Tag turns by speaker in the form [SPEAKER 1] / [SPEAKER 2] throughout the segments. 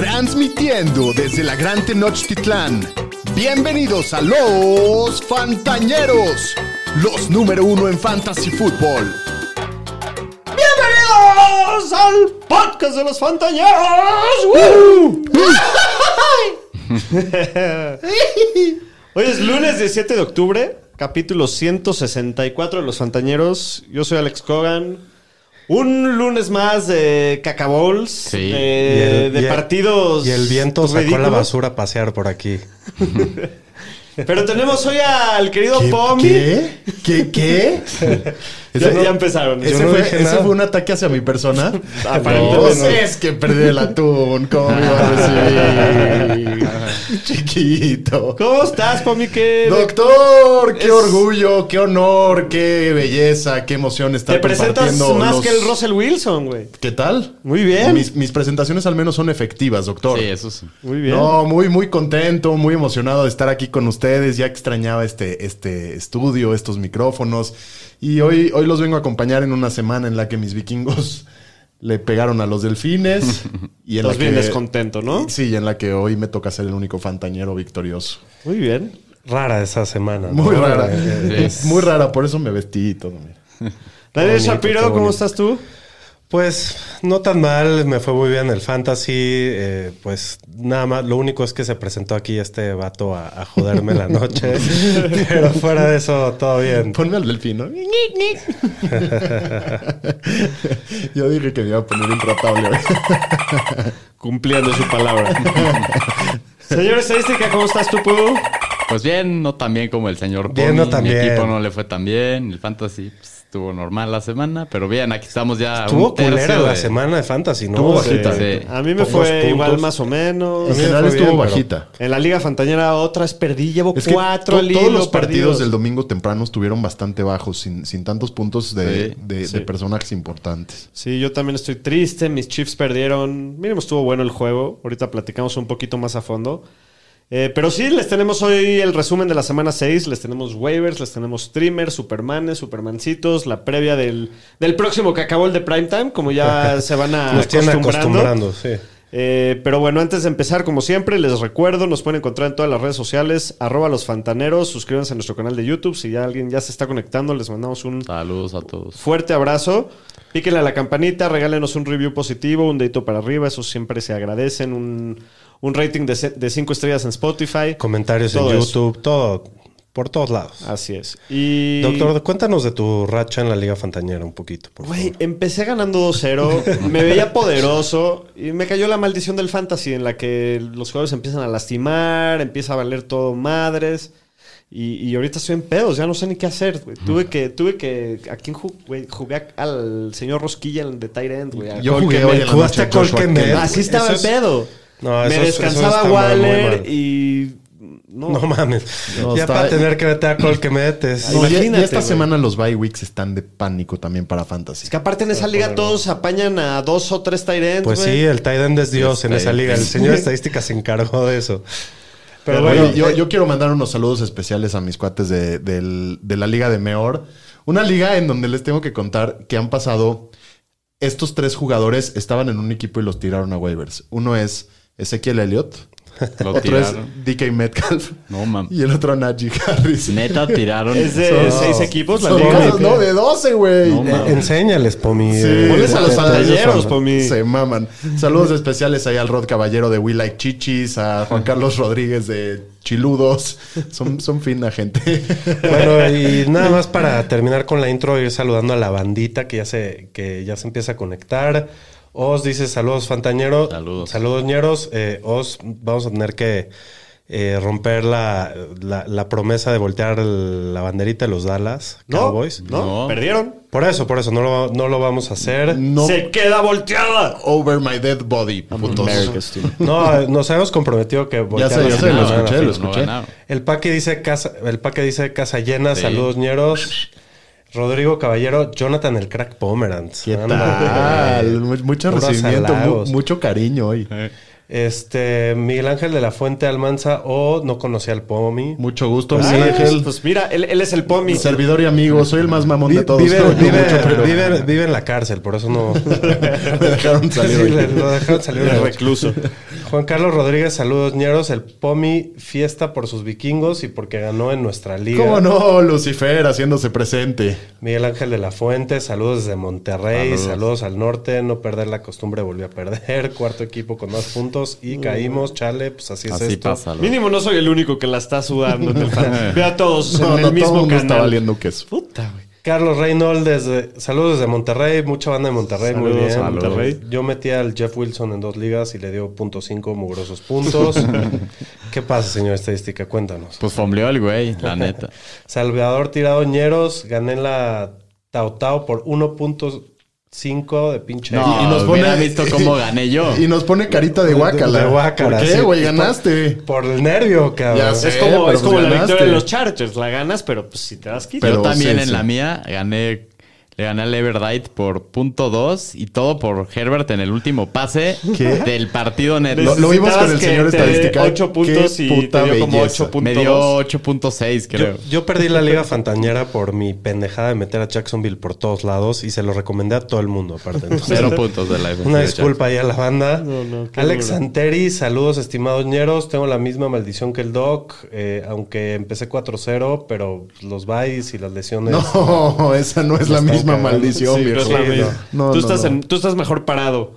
[SPEAKER 1] Transmitiendo desde la Gran Tenochtitlán. Bienvenidos a los Fantañeros, los número uno en Fantasy Fútbol.
[SPEAKER 2] ¡Bienvenidos al podcast de los Fantañeros!
[SPEAKER 3] Uh.
[SPEAKER 2] ¡Woo! Hoy es lunes 17 de octubre, capítulo 164 de Los Fantañeros. Yo soy Alex Cogan. Un lunes más de cacabols,
[SPEAKER 4] Sí.
[SPEAKER 2] de,
[SPEAKER 3] Y el-
[SPEAKER 2] de
[SPEAKER 3] y el-
[SPEAKER 2] partidos.
[SPEAKER 3] Y el viento
[SPEAKER 2] pues,
[SPEAKER 3] sacó la
[SPEAKER 2] ridículos.
[SPEAKER 3] basura a pasear por aquí.
[SPEAKER 2] Pero tenemos hoy al querido Pomi.
[SPEAKER 5] ¿Qué? ¿Qué? ¿Qué?
[SPEAKER 2] Ya, ya empezaron.
[SPEAKER 3] Yo
[SPEAKER 5] ¿Ese,
[SPEAKER 3] no
[SPEAKER 5] fue,
[SPEAKER 3] dije
[SPEAKER 5] ese
[SPEAKER 3] nada.
[SPEAKER 5] fue un ataque hacia mi persona?
[SPEAKER 2] Aparentemente
[SPEAKER 5] No,
[SPEAKER 2] no.
[SPEAKER 5] es que perdí el atún. ¿Cómo me iba a decir? Chiquito.
[SPEAKER 2] ¿Cómo estás, Pomi? ¿Qué-
[SPEAKER 5] Doctor, qué
[SPEAKER 2] Es-
[SPEAKER 5] orgullo, qué honor, qué belleza, qué emoción estar
[SPEAKER 2] Te presentas
[SPEAKER 5] compartiendo
[SPEAKER 2] más
[SPEAKER 5] los-
[SPEAKER 2] que el Russell Wilson, güey.
[SPEAKER 5] ¿Qué tal?
[SPEAKER 2] Muy bien.
[SPEAKER 5] Mis, mis presentaciones al menos son efectivas, doctor.
[SPEAKER 4] Sí, eso sí.
[SPEAKER 2] Muy bien.
[SPEAKER 5] No, muy, muy contento, muy emocionado de estar aquí con ustedes. Ya extrañaba este, este estudio, estos micrófonos. Y hoy, hoy los vengo a acompañar en una semana en la que mis vikingos le pegaron a los delfines. y en
[SPEAKER 2] Estás
[SPEAKER 5] la
[SPEAKER 2] bien
[SPEAKER 5] que,
[SPEAKER 2] descontento, ¿no?
[SPEAKER 5] Sí, y en la que hoy me toca ser el único fantañero victorioso.
[SPEAKER 2] Muy bien.
[SPEAKER 3] Rara esa semana. ¿no?
[SPEAKER 5] Muy rara.
[SPEAKER 3] Eh,
[SPEAKER 4] Sí.
[SPEAKER 5] Muy rara, por eso me vestí y todo. mira.
[SPEAKER 2] Daniel
[SPEAKER 3] bonito,
[SPEAKER 2] Shapiro,
[SPEAKER 3] qué
[SPEAKER 2] ¿cómo
[SPEAKER 3] bonito.
[SPEAKER 2] estás tú?
[SPEAKER 3] Pues no tan mal, me fue muy bien el fantasy. eh, pues nada más, lo único es que se presentó aquí este vato a, a joderme la noche. Pero fuera de eso, todo bien.
[SPEAKER 5] Ponme al delfín, ¿no? Yo dije que me iba a poner intratable.
[SPEAKER 2] Cumpliendo su palabra. Señor Estadística, ¿cómo estás tú, Pu?
[SPEAKER 4] Pues bien, no tan bien como el señor
[SPEAKER 3] Bien,
[SPEAKER 4] Pony.
[SPEAKER 3] no tan
[SPEAKER 4] Mi
[SPEAKER 3] bien.
[SPEAKER 4] equipo no le fue tan bien. El fantasy pues, estuvo normal la semana, pero bien, aquí estamos ya. a
[SPEAKER 3] Tuvo
[SPEAKER 4] un tercio
[SPEAKER 3] culera la
[SPEAKER 4] de-
[SPEAKER 3] semana de fantasy, ¿no?
[SPEAKER 5] Estuvo
[SPEAKER 3] Sí.
[SPEAKER 5] bajita.
[SPEAKER 4] Sí.
[SPEAKER 2] A mí me
[SPEAKER 3] Por dos
[SPEAKER 2] fue
[SPEAKER 3] puntos.
[SPEAKER 2] igual más o
[SPEAKER 5] En
[SPEAKER 2] menos.
[SPEAKER 3] Sí,
[SPEAKER 5] general
[SPEAKER 3] fue bien,
[SPEAKER 5] estuvo
[SPEAKER 3] pero-
[SPEAKER 5] bajita.
[SPEAKER 2] En la Liga Fantañera otra vez perdí, llevo
[SPEAKER 5] Es que
[SPEAKER 2] cuatro
[SPEAKER 5] to-
[SPEAKER 2] al
[SPEAKER 5] todos
[SPEAKER 2] hilo
[SPEAKER 5] los partidos
[SPEAKER 2] perdidos.
[SPEAKER 5] del domingo temprano estuvieron bastante bajos, sin, sin tantos puntos de,
[SPEAKER 4] Sí,
[SPEAKER 5] de-
[SPEAKER 2] sí.
[SPEAKER 5] de personajes importantes.
[SPEAKER 2] Sí, yo también estoy triste. Mis Chiefs perdieron. Miren, estuvo bueno el juego. Ahorita platicamos un poquito más a fondo. Eh, pero sí, les tenemos hoy el resumen de la semana 6. Les tenemos waivers, les tenemos streamers, supermanes, supermancitos, la previa del, del próximo que acabó el de primetime, como ya se van a
[SPEAKER 3] Nos tienen
[SPEAKER 2] acostumbrando.
[SPEAKER 3] acostumbrando, sí.
[SPEAKER 2] Eh, pero bueno, antes de empezar, como siempre, les recuerdo, nos pueden encontrar en todas las redes sociales, arroba los fantaneros, suscríbanse a nuestro canal de YouTube. Si ya alguien ya se está conectando, les mandamos un
[SPEAKER 4] Saludos a todos.
[SPEAKER 2] fuerte abrazo. Píquenle a la campanita, regálenos un review positivo, un dedito para arriba, eso siempre se agradecen. Un, un rating de 5 estrellas en Spotify.
[SPEAKER 3] Comentarios
[SPEAKER 2] Todo
[SPEAKER 3] en
[SPEAKER 2] eso.
[SPEAKER 3] YouTube, todo. Por todos lados.
[SPEAKER 2] Así es. Y.
[SPEAKER 3] Doctor, cuéntanos de tu racha en la Liga Fantañera un poquito, por favor.
[SPEAKER 2] Güey, empecé ganando 2-0, me veía poderoso y me cayó la maldición del fantasy en la que los jugadores empiezan a lastimar, empieza a valer todo madres. Y, y ahorita estoy en pedos, ya no sé ni qué hacer. güey. Tuve que, tuve que, ¿a quién ju- güey? jugué? a- al señor Rosquilla en The Tight End, güey. a
[SPEAKER 5] Yo
[SPEAKER 2] Cole
[SPEAKER 5] jugué
[SPEAKER 2] Kmet.
[SPEAKER 5] hoy en la
[SPEAKER 3] jugaste
[SPEAKER 5] noche.
[SPEAKER 3] a Cole
[SPEAKER 5] Joshua
[SPEAKER 3] Kmet.
[SPEAKER 5] Kennedy.
[SPEAKER 2] Así Ah, estaba
[SPEAKER 3] Eso
[SPEAKER 2] el
[SPEAKER 3] es-
[SPEAKER 2] pedo.
[SPEAKER 3] No,
[SPEAKER 2] me
[SPEAKER 3] eso es- eso
[SPEAKER 2] descansaba
[SPEAKER 3] está muy, muy
[SPEAKER 2] Waller
[SPEAKER 3] mal.
[SPEAKER 2] y. No,
[SPEAKER 3] No mames.
[SPEAKER 5] No,
[SPEAKER 3] ya
[SPEAKER 5] está-
[SPEAKER 3] para tener que meter a Col que metes.
[SPEAKER 2] Ay,
[SPEAKER 5] No, ya-
[SPEAKER 2] Ah, imagínate,
[SPEAKER 5] ya esta
[SPEAKER 2] güey.
[SPEAKER 5] semana los bye weeks están de pánico también para Fantasy.
[SPEAKER 2] Es que aparte en esa liga todos apañan a dos o tres tight ends,
[SPEAKER 3] Pues
[SPEAKER 2] güey.
[SPEAKER 3] sí, el tight end es Dios en
[SPEAKER 4] Este-
[SPEAKER 3] esa liga. El señor de estadística se encargó de eso. eh,
[SPEAKER 2] Pero
[SPEAKER 5] Oye,
[SPEAKER 2] bueno, eh,
[SPEAKER 5] yo, yo quiero mandar unos saludos especiales a mis cuates de, del- de la Liga de Meor. Una liga en donde les tengo que contar que han pasado. Estos tres jugadores estaban en un equipo y los tiraron a waivers. Uno es Ezequiel Elliott,
[SPEAKER 4] Lo
[SPEAKER 5] otro
[SPEAKER 4] tiraron.
[SPEAKER 5] es DK Metcalf
[SPEAKER 4] No mames.
[SPEAKER 5] y el otro Najee Harris.
[SPEAKER 4] Neta tiraron.
[SPEAKER 2] Es de
[SPEAKER 3] Son-
[SPEAKER 2] seis equipos la
[SPEAKER 5] Son
[SPEAKER 2] liga.
[SPEAKER 5] cosas, no, de 12, güey.
[SPEAKER 4] No, mames.
[SPEAKER 3] Enséñales, Pomi.
[SPEAKER 5] Sí,
[SPEAKER 2] Ponles a los
[SPEAKER 5] sí,
[SPEAKER 2] pantalleros,
[SPEAKER 5] sí,
[SPEAKER 2] Pomi.
[SPEAKER 5] Se maman. Saludos especiales ahí al Rod Caballero de We Like Chichis, a Juan Carlos Rodríguez de Chiludos. Son, son fina gente.
[SPEAKER 3] Bueno, y nada más para terminar con la intro, ir saludando a la bandita que ya se, que ya se empieza a conectar. Os dice saludos, Fantañero.
[SPEAKER 4] Saludos.
[SPEAKER 3] Saludos, ñeros. Eh, Os, vamos a tener que eh, romper la, la- la promesa de voltear el- la banderita de los Dallas
[SPEAKER 2] No,
[SPEAKER 3] Cowboys.
[SPEAKER 2] no,
[SPEAKER 4] No.
[SPEAKER 2] perdieron.
[SPEAKER 3] Por eso, por eso, no lo, no lo vamos a hacer.
[SPEAKER 5] No
[SPEAKER 2] Se queda volteada.
[SPEAKER 5] over my dead body, putos.
[SPEAKER 3] No, nos habíamos comprometido que voltear
[SPEAKER 5] sé,
[SPEAKER 3] la
[SPEAKER 5] ya sé,
[SPEAKER 3] semana.
[SPEAKER 5] lo escuché, lo
[SPEAKER 4] no
[SPEAKER 5] escuché.
[SPEAKER 4] ganaron.
[SPEAKER 3] El paque dice casa, el paque dice casa llena,
[SPEAKER 4] Sí.
[SPEAKER 3] saludos ñeros. Rodrigo Caballero, Jonathan el crack Pomerantz.
[SPEAKER 5] ¿Qué
[SPEAKER 3] Ándale.
[SPEAKER 5] tal? Mu- Mucho
[SPEAKER 3] Puros
[SPEAKER 5] recibimiento, mu-
[SPEAKER 3] halagos.
[SPEAKER 5] mucho cariño hoy.
[SPEAKER 3] Este, Miguel Ángel de la Fuente Almanza o no conocía al Pomi.
[SPEAKER 5] Mucho gusto,
[SPEAKER 2] Pues,
[SPEAKER 5] Miguel
[SPEAKER 2] ah,
[SPEAKER 5] Ángel. Pues
[SPEAKER 2] pues mira, él, él es el Pomi.
[SPEAKER 5] Mi servidor y amigo, soy el más mamón de
[SPEAKER 3] Vi-
[SPEAKER 5] todos.
[SPEAKER 3] Vive,
[SPEAKER 5] te odio
[SPEAKER 3] vive-
[SPEAKER 5] mucho, pero-
[SPEAKER 3] vive- vive en la cárcel, por eso no.
[SPEAKER 5] Me dejaron salir
[SPEAKER 3] Sí,
[SPEAKER 5] hoy.
[SPEAKER 3] le- lo dejaron salir
[SPEAKER 2] El
[SPEAKER 3] una noche.
[SPEAKER 2] recluso.
[SPEAKER 3] Juan Carlos Rodríguez, saludos ñeros. El Pomi fiesta por sus vikingos y porque ganó en nuestra liga.
[SPEAKER 5] ¿Cómo no, Lucifer haciéndose presente?
[SPEAKER 3] Miguel Ángel de la Fuente, saludos desde Monterrey, saludos. al norte, no perder la costumbre, volvió a perder, cuarto equipo con más puntos y
[SPEAKER 5] Uh.
[SPEAKER 3] caímos, chale, pues así es
[SPEAKER 4] Así
[SPEAKER 3] esto.
[SPEAKER 4] pasa. loco.
[SPEAKER 2] Mínimo no soy el único que la está sudando. en el fan. Ve a todos Pues en el
[SPEAKER 5] No, no, todo el
[SPEAKER 2] mismo
[SPEAKER 5] mundo está
[SPEAKER 2] canal.
[SPEAKER 5] valiendo Pues queso.
[SPEAKER 2] Puta, güey.
[SPEAKER 3] Carlos Reynolds, desde, saludos desde Monterrey, mucha banda de Monterrey, muy
[SPEAKER 2] Saludos
[SPEAKER 3] bien.
[SPEAKER 2] a Monterrey.
[SPEAKER 3] Yo metí al Jeff Wilson en dos ligas y le dio punto .5 mugrosos puntos. ¿Qué pasa, señor estadística? Cuéntanos.
[SPEAKER 4] Pues fombleó el güey, la neta.
[SPEAKER 3] Salvador Tirado Ñeros, gané en la Tao Tao por 1.5 de pinche...
[SPEAKER 4] No,
[SPEAKER 5] Y- y nos pone-
[SPEAKER 4] hubiera visto cómo gané yo.
[SPEAKER 5] Y nos pone carita de guácala.
[SPEAKER 3] De guácala,
[SPEAKER 5] ¿Por qué,
[SPEAKER 3] sí.
[SPEAKER 5] güey?
[SPEAKER 3] Por-
[SPEAKER 5] Ganaste.
[SPEAKER 3] Por el nervio, cabrón.
[SPEAKER 5] Ya sé.
[SPEAKER 2] Es como,
[SPEAKER 5] pero
[SPEAKER 2] es como
[SPEAKER 5] pues
[SPEAKER 2] la
[SPEAKER 5] ganaste.
[SPEAKER 2] victoria de los Chargers. La ganas, pero pues si te das quita.
[SPEAKER 5] Pero
[SPEAKER 4] yo también
[SPEAKER 5] sí,
[SPEAKER 4] en
[SPEAKER 5] sí.
[SPEAKER 4] la mía gané, le gané al Everdite por punto dos y todo por Herbert en el último pase del partido neto.
[SPEAKER 5] Lo- lo vimos con el
[SPEAKER 2] Necesitabas que
[SPEAKER 5] señor
[SPEAKER 2] te dé
[SPEAKER 5] estadística.
[SPEAKER 2] ocho puntos
[SPEAKER 5] Qué
[SPEAKER 2] y
[SPEAKER 5] puta
[SPEAKER 2] te dio como
[SPEAKER 5] belleza.
[SPEAKER 2] ocho puntos.
[SPEAKER 4] Me dio 8.6, creo.
[SPEAKER 3] Yo, yo perdí la liga fantañera por mi pendejada de meter a Jacksonville por todos lados y se lo recomendé a todo el mundo, aparte. Entonces,
[SPEAKER 4] Cero puntos de la
[SPEAKER 5] Este,
[SPEAKER 4] defensiva
[SPEAKER 3] Una
[SPEAKER 4] de
[SPEAKER 3] disculpa ahí a la banda.
[SPEAKER 2] No, no, qué
[SPEAKER 3] Alex
[SPEAKER 2] duro.
[SPEAKER 3] Santeri, saludos estimados ñeros. Tengo la misma maldición que el Doc, eh, aunque empecé 4-0, pero los byes y las lesiones.
[SPEAKER 5] No, esa no es la
[SPEAKER 3] Está
[SPEAKER 5] misma
[SPEAKER 3] cagando.
[SPEAKER 5] maldición,
[SPEAKER 2] Sí,
[SPEAKER 5] viejo.
[SPEAKER 2] pero es la
[SPEAKER 3] Sí,
[SPEAKER 2] misma.
[SPEAKER 5] no. No,
[SPEAKER 2] tú,
[SPEAKER 5] no,
[SPEAKER 2] estás
[SPEAKER 5] no.
[SPEAKER 2] en- tú estás mejor parado,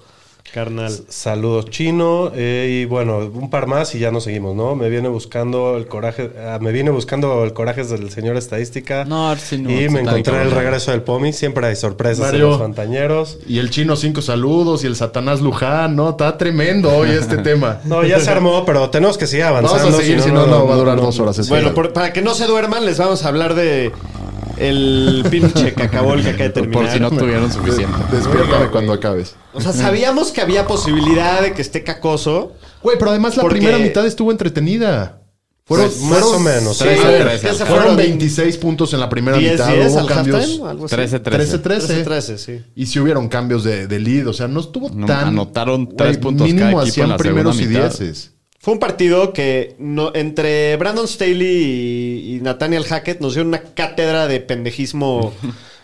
[SPEAKER 2] carnal.
[SPEAKER 3] Saludos chino eh, y bueno, un par más y ya nos seguimos, ¿no? Me viene buscando el coraje, ah, me viene buscando el coraje del señor estadística.
[SPEAKER 4] No, sí, no,
[SPEAKER 3] y
[SPEAKER 4] sí,
[SPEAKER 3] me
[SPEAKER 4] está
[SPEAKER 3] encontré
[SPEAKER 4] bien,
[SPEAKER 3] el
[SPEAKER 4] cabrón.
[SPEAKER 3] regreso del Pomi, siempre hay sorpresas
[SPEAKER 5] Mario.
[SPEAKER 3] en los pantañeros.
[SPEAKER 5] Y el chino cinco saludos y el Satanás Luján, ¿no? Está tremendo hoy este tema.
[SPEAKER 3] No, ya se armó, pero tenemos que seguir avanzando.
[SPEAKER 5] Vamos a seguir, si no, no, va a durar dos horas. este
[SPEAKER 2] Bueno,
[SPEAKER 5] tema.
[SPEAKER 2] por- para que no se duerman, les vamos a hablar de el pinche cacabol que acaba de terminar.
[SPEAKER 4] Por si no tuvieron suficiente.
[SPEAKER 5] De- Despiértame cuando acabes.
[SPEAKER 2] O sea, sabíamos que había posibilidad de que esté cacoso.
[SPEAKER 5] Güey, pero además la
[SPEAKER 2] Porque-
[SPEAKER 5] primera mitad estuvo entretenida. Fueron,
[SPEAKER 3] Pues, más
[SPEAKER 5] fueron-
[SPEAKER 3] o menos,
[SPEAKER 5] Sí,
[SPEAKER 3] tres
[SPEAKER 5] a
[SPEAKER 4] a
[SPEAKER 5] ver,
[SPEAKER 4] tres,
[SPEAKER 5] ¿qué
[SPEAKER 4] al-
[SPEAKER 5] se fueron 26 puntos en la primera
[SPEAKER 2] 10,
[SPEAKER 5] mitad.
[SPEAKER 2] 10
[SPEAKER 5] hubo
[SPEAKER 2] al
[SPEAKER 5] cambios.
[SPEAKER 2] halftime, algo así.
[SPEAKER 4] 13-13.
[SPEAKER 5] 13-13.
[SPEAKER 2] 13-13, sí.
[SPEAKER 5] Y si hubieron cambios de, de lead, o sea, no estuvo
[SPEAKER 4] No,
[SPEAKER 5] tan.
[SPEAKER 4] anotaron
[SPEAKER 5] Güey,
[SPEAKER 4] tres puntos
[SPEAKER 5] Mínimo
[SPEAKER 4] cada equipo
[SPEAKER 5] hacían
[SPEAKER 4] en la segunda
[SPEAKER 5] primeros y
[SPEAKER 4] mitad.
[SPEAKER 5] dieces.
[SPEAKER 2] Fue un partido que no, entre Brandon Staley y, y Nathaniel Hackett nos dieron una cátedra de pendejismo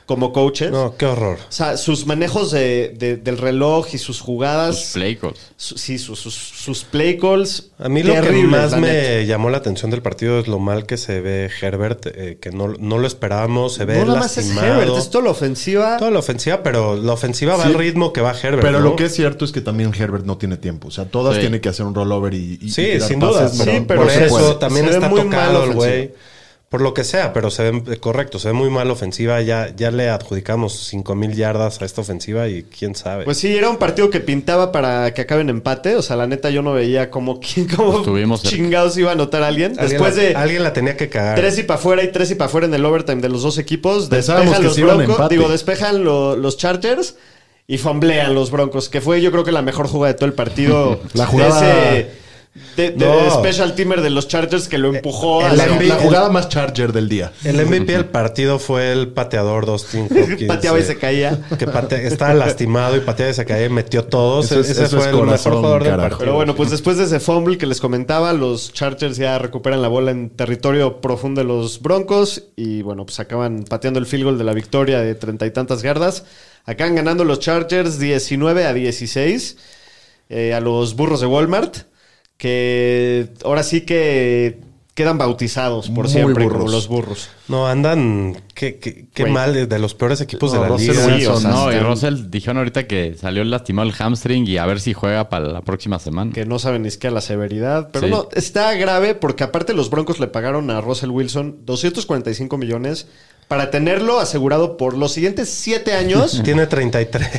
[SPEAKER 2] como coaches.
[SPEAKER 3] No, qué horror.
[SPEAKER 2] O sea, sus manejos de- de- del reloj y sus
[SPEAKER 4] Los
[SPEAKER 2] jugadas.
[SPEAKER 4] play calls.
[SPEAKER 2] su- sí, sus, sus, sus play calls.
[SPEAKER 3] A mí lo que
[SPEAKER 2] terribles,
[SPEAKER 3] más
[SPEAKER 2] la
[SPEAKER 3] me
[SPEAKER 2] neta.
[SPEAKER 3] llamó la atención del partido es lo mal que se ve Herbert, eh, que no, no lo esperábamos, se ve
[SPEAKER 2] No nada más es
[SPEAKER 3] lastimado.
[SPEAKER 2] Herbert, es toda la ofensiva.
[SPEAKER 3] Toda la ofensiva, pero la ofensiva va
[SPEAKER 5] Sí.
[SPEAKER 3] al ritmo que va Herbert.
[SPEAKER 5] Pero
[SPEAKER 3] ¿no?
[SPEAKER 5] lo que es cierto es que también Herbert no tiene tiempo. O sea, todas
[SPEAKER 4] Sí.
[SPEAKER 5] tiene que hacer un rollover y. y- y
[SPEAKER 3] Sí,
[SPEAKER 5] tirar
[SPEAKER 3] sin duda.
[SPEAKER 5] pases,
[SPEAKER 3] Sí,
[SPEAKER 5] pero
[SPEAKER 3] pero
[SPEAKER 5] no
[SPEAKER 3] por
[SPEAKER 5] se
[SPEAKER 3] eso
[SPEAKER 5] puede.
[SPEAKER 3] también
[SPEAKER 2] Se ve
[SPEAKER 3] está
[SPEAKER 2] muy mal
[SPEAKER 3] tocado el
[SPEAKER 2] ofensiva.
[SPEAKER 3] güey. Por lo que sea, pero se ve correcto, se ve muy mal ofensiva. Ya, ya le adjudicamos 5 mil yardas a esta ofensiva y quién sabe.
[SPEAKER 2] Pues sí, era un partido que pintaba para que acabe en empate. O sea, la neta, yo no veía cómo, quién- cómo
[SPEAKER 4] Estuvimos cerca.
[SPEAKER 2] chingados iba a anotar alguien.
[SPEAKER 3] alguien,
[SPEAKER 2] Después
[SPEAKER 3] la,
[SPEAKER 2] de
[SPEAKER 3] alguien la tenía que cagar.
[SPEAKER 2] tres y para afuera y tres y para afuera en el overtime de los dos equipos,
[SPEAKER 5] Pensábamos
[SPEAKER 2] despejan
[SPEAKER 5] que
[SPEAKER 2] los
[SPEAKER 5] se iban a
[SPEAKER 2] broncos.
[SPEAKER 5] empate.
[SPEAKER 2] Digo, despejan lo- los Chargers y fomblean los broncos, que fue yo creo que la mejor jugada de todo el partido.
[SPEAKER 5] La jugada-
[SPEAKER 2] De, ese- de- de
[SPEAKER 3] No.
[SPEAKER 2] special teamer de los Chargers que lo empujó
[SPEAKER 5] La-
[SPEAKER 2] a
[SPEAKER 3] el
[SPEAKER 5] Eh, la,
[SPEAKER 3] MVP
[SPEAKER 5] la jugada más charger del día.
[SPEAKER 3] El MVP del partido fue el pateador Dustin Hopkins.
[SPEAKER 2] pateaba y
[SPEAKER 3] eh,
[SPEAKER 2] se caía.
[SPEAKER 3] Que pate- estaba lastimado y pateaba y se caía y metió todos.
[SPEAKER 5] Eso es-
[SPEAKER 3] Ese
[SPEAKER 5] eso
[SPEAKER 3] fue
[SPEAKER 5] es
[SPEAKER 3] el
[SPEAKER 5] corazón,
[SPEAKER 3] mejor jugador del
[SPEAKER 5] carajo.
[SPEAKER 3] partido.
[SPEAKER 2] Pero bueno, pues después de ese fumble que les comentaba, los Chargers ya recuperan la bola en territorio profundo de los Broncos y bueno, pues acaban pateando el field goal de la victoria de treinta y tantas yardas. Acaban ganando los Chargers 19 a 16 eh, a los burros de Walmart, que ahora sí que quedan bautizados por
[SPEAKER 5] Muy
[SPEAKER 2] siempre
[SPEAKER 5] burros.
[SPEAKER 2] como los burros.
[SPEAKER 3] No, andan. Qué, qué- qué
[SPEAKER 2] Güey.
[SPEAKER 3] mal, de los peores equipos
[SPEAKER 5] No,
[SPEAKER 3] de la
[SPEAKER 5] Russell
[SPEAKER 3] liga.
[SPEAKER 5] Wilson,
[SPEAKER 4] Sí, o sea, no, y
[SPEAKER 5] están-
[SPEAKER 4] Russell dijeron ahorita que salió lastimado el hamstring y a ver si juega para la próxima semana.
[SPEAKER 2] que no saben ni siquiera la severidad. Pero
[SPEAKER 4] Sí.
[SPEAKER 2] no, está grave porque aparte los Broncos le pagaron a Russell Wilson 245 millones para tenerlo asegurado por los siguientes 7 años.
[SPEAKER 3] Tiene 33.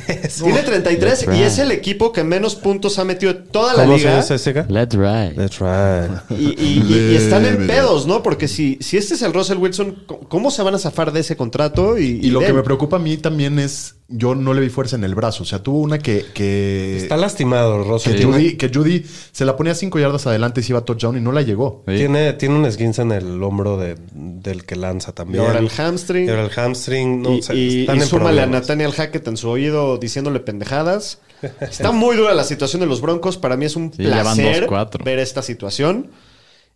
[SPEAKER 2] Tiene 33
[SPEAKER 4] That's
[SPEAKER 2] y
[SPEAKER 4] right.
[SPEAKER 2] es el equipo que menos puntos ha metido en toda la
[SPEAKER 3] ¿Cómo se
[SPEAKER 2] liga.
[SPEAKER 3] dice ese
[SPEAKER 5] ¿eh?
[SPEAKER 3] güey?
[SPEAKER 4] Let's ride.
[SPEAKER 3] That's right.
[SPEAKER 2] Y, y- y- y están en pedos, ¿no? Porque si, si este es el Russell Wilson, c- ¿cómo se van a zafar de ese contrato? Y,
[SPEAKER 5] Y lo
[SPEAKER 2] de
[SPEAKER 5] que
[SPEAKER 2] él?
[SPEAKER 5] me preocupa a mí también es, yo no le vi fuerza en el brazo. O sea, tuvo una que... que
[SPEAKER 3] Está lastimado,
[SPEAKER 5] que,
[SPEAKER 3] Russell.
[SPEAKER 5] Judy, que Judy se la ponía cinco yardas adelante y se iba a touchdown y no la llegó.
[SPEAKER 4] Sí.
[SPEAKER 3] Tiene, tiene un esguince en el hombro de- del que lanza
[SPEAKER 2] Y
[SPEAKER 3] también.
[SPEAKER 2] ahora el hamstring.
[SPEAKER 3] Y ahora el hamstring. No,
[SPEAKER 2] y
[SPEAKER 3] o sea,
[SPEAKER 2] y-
[SPEAKER 3] están
[SPEAKER 2] y
[SPEAKER 3] en
[SPEAKER 2] súmale a
[SPEAKER 3] problemas.
[SPEAKER 2] Nathaniel Hackett en su oído diciéndole pendejadas. Está muy dura la situación de los Broncos. Para mí es un
[SPEAKER 4] Sí, ya van
[SPEAKER 2] placer
[SPEAKER 4] 2-4.
[SPEAKER 2] ver esta situación.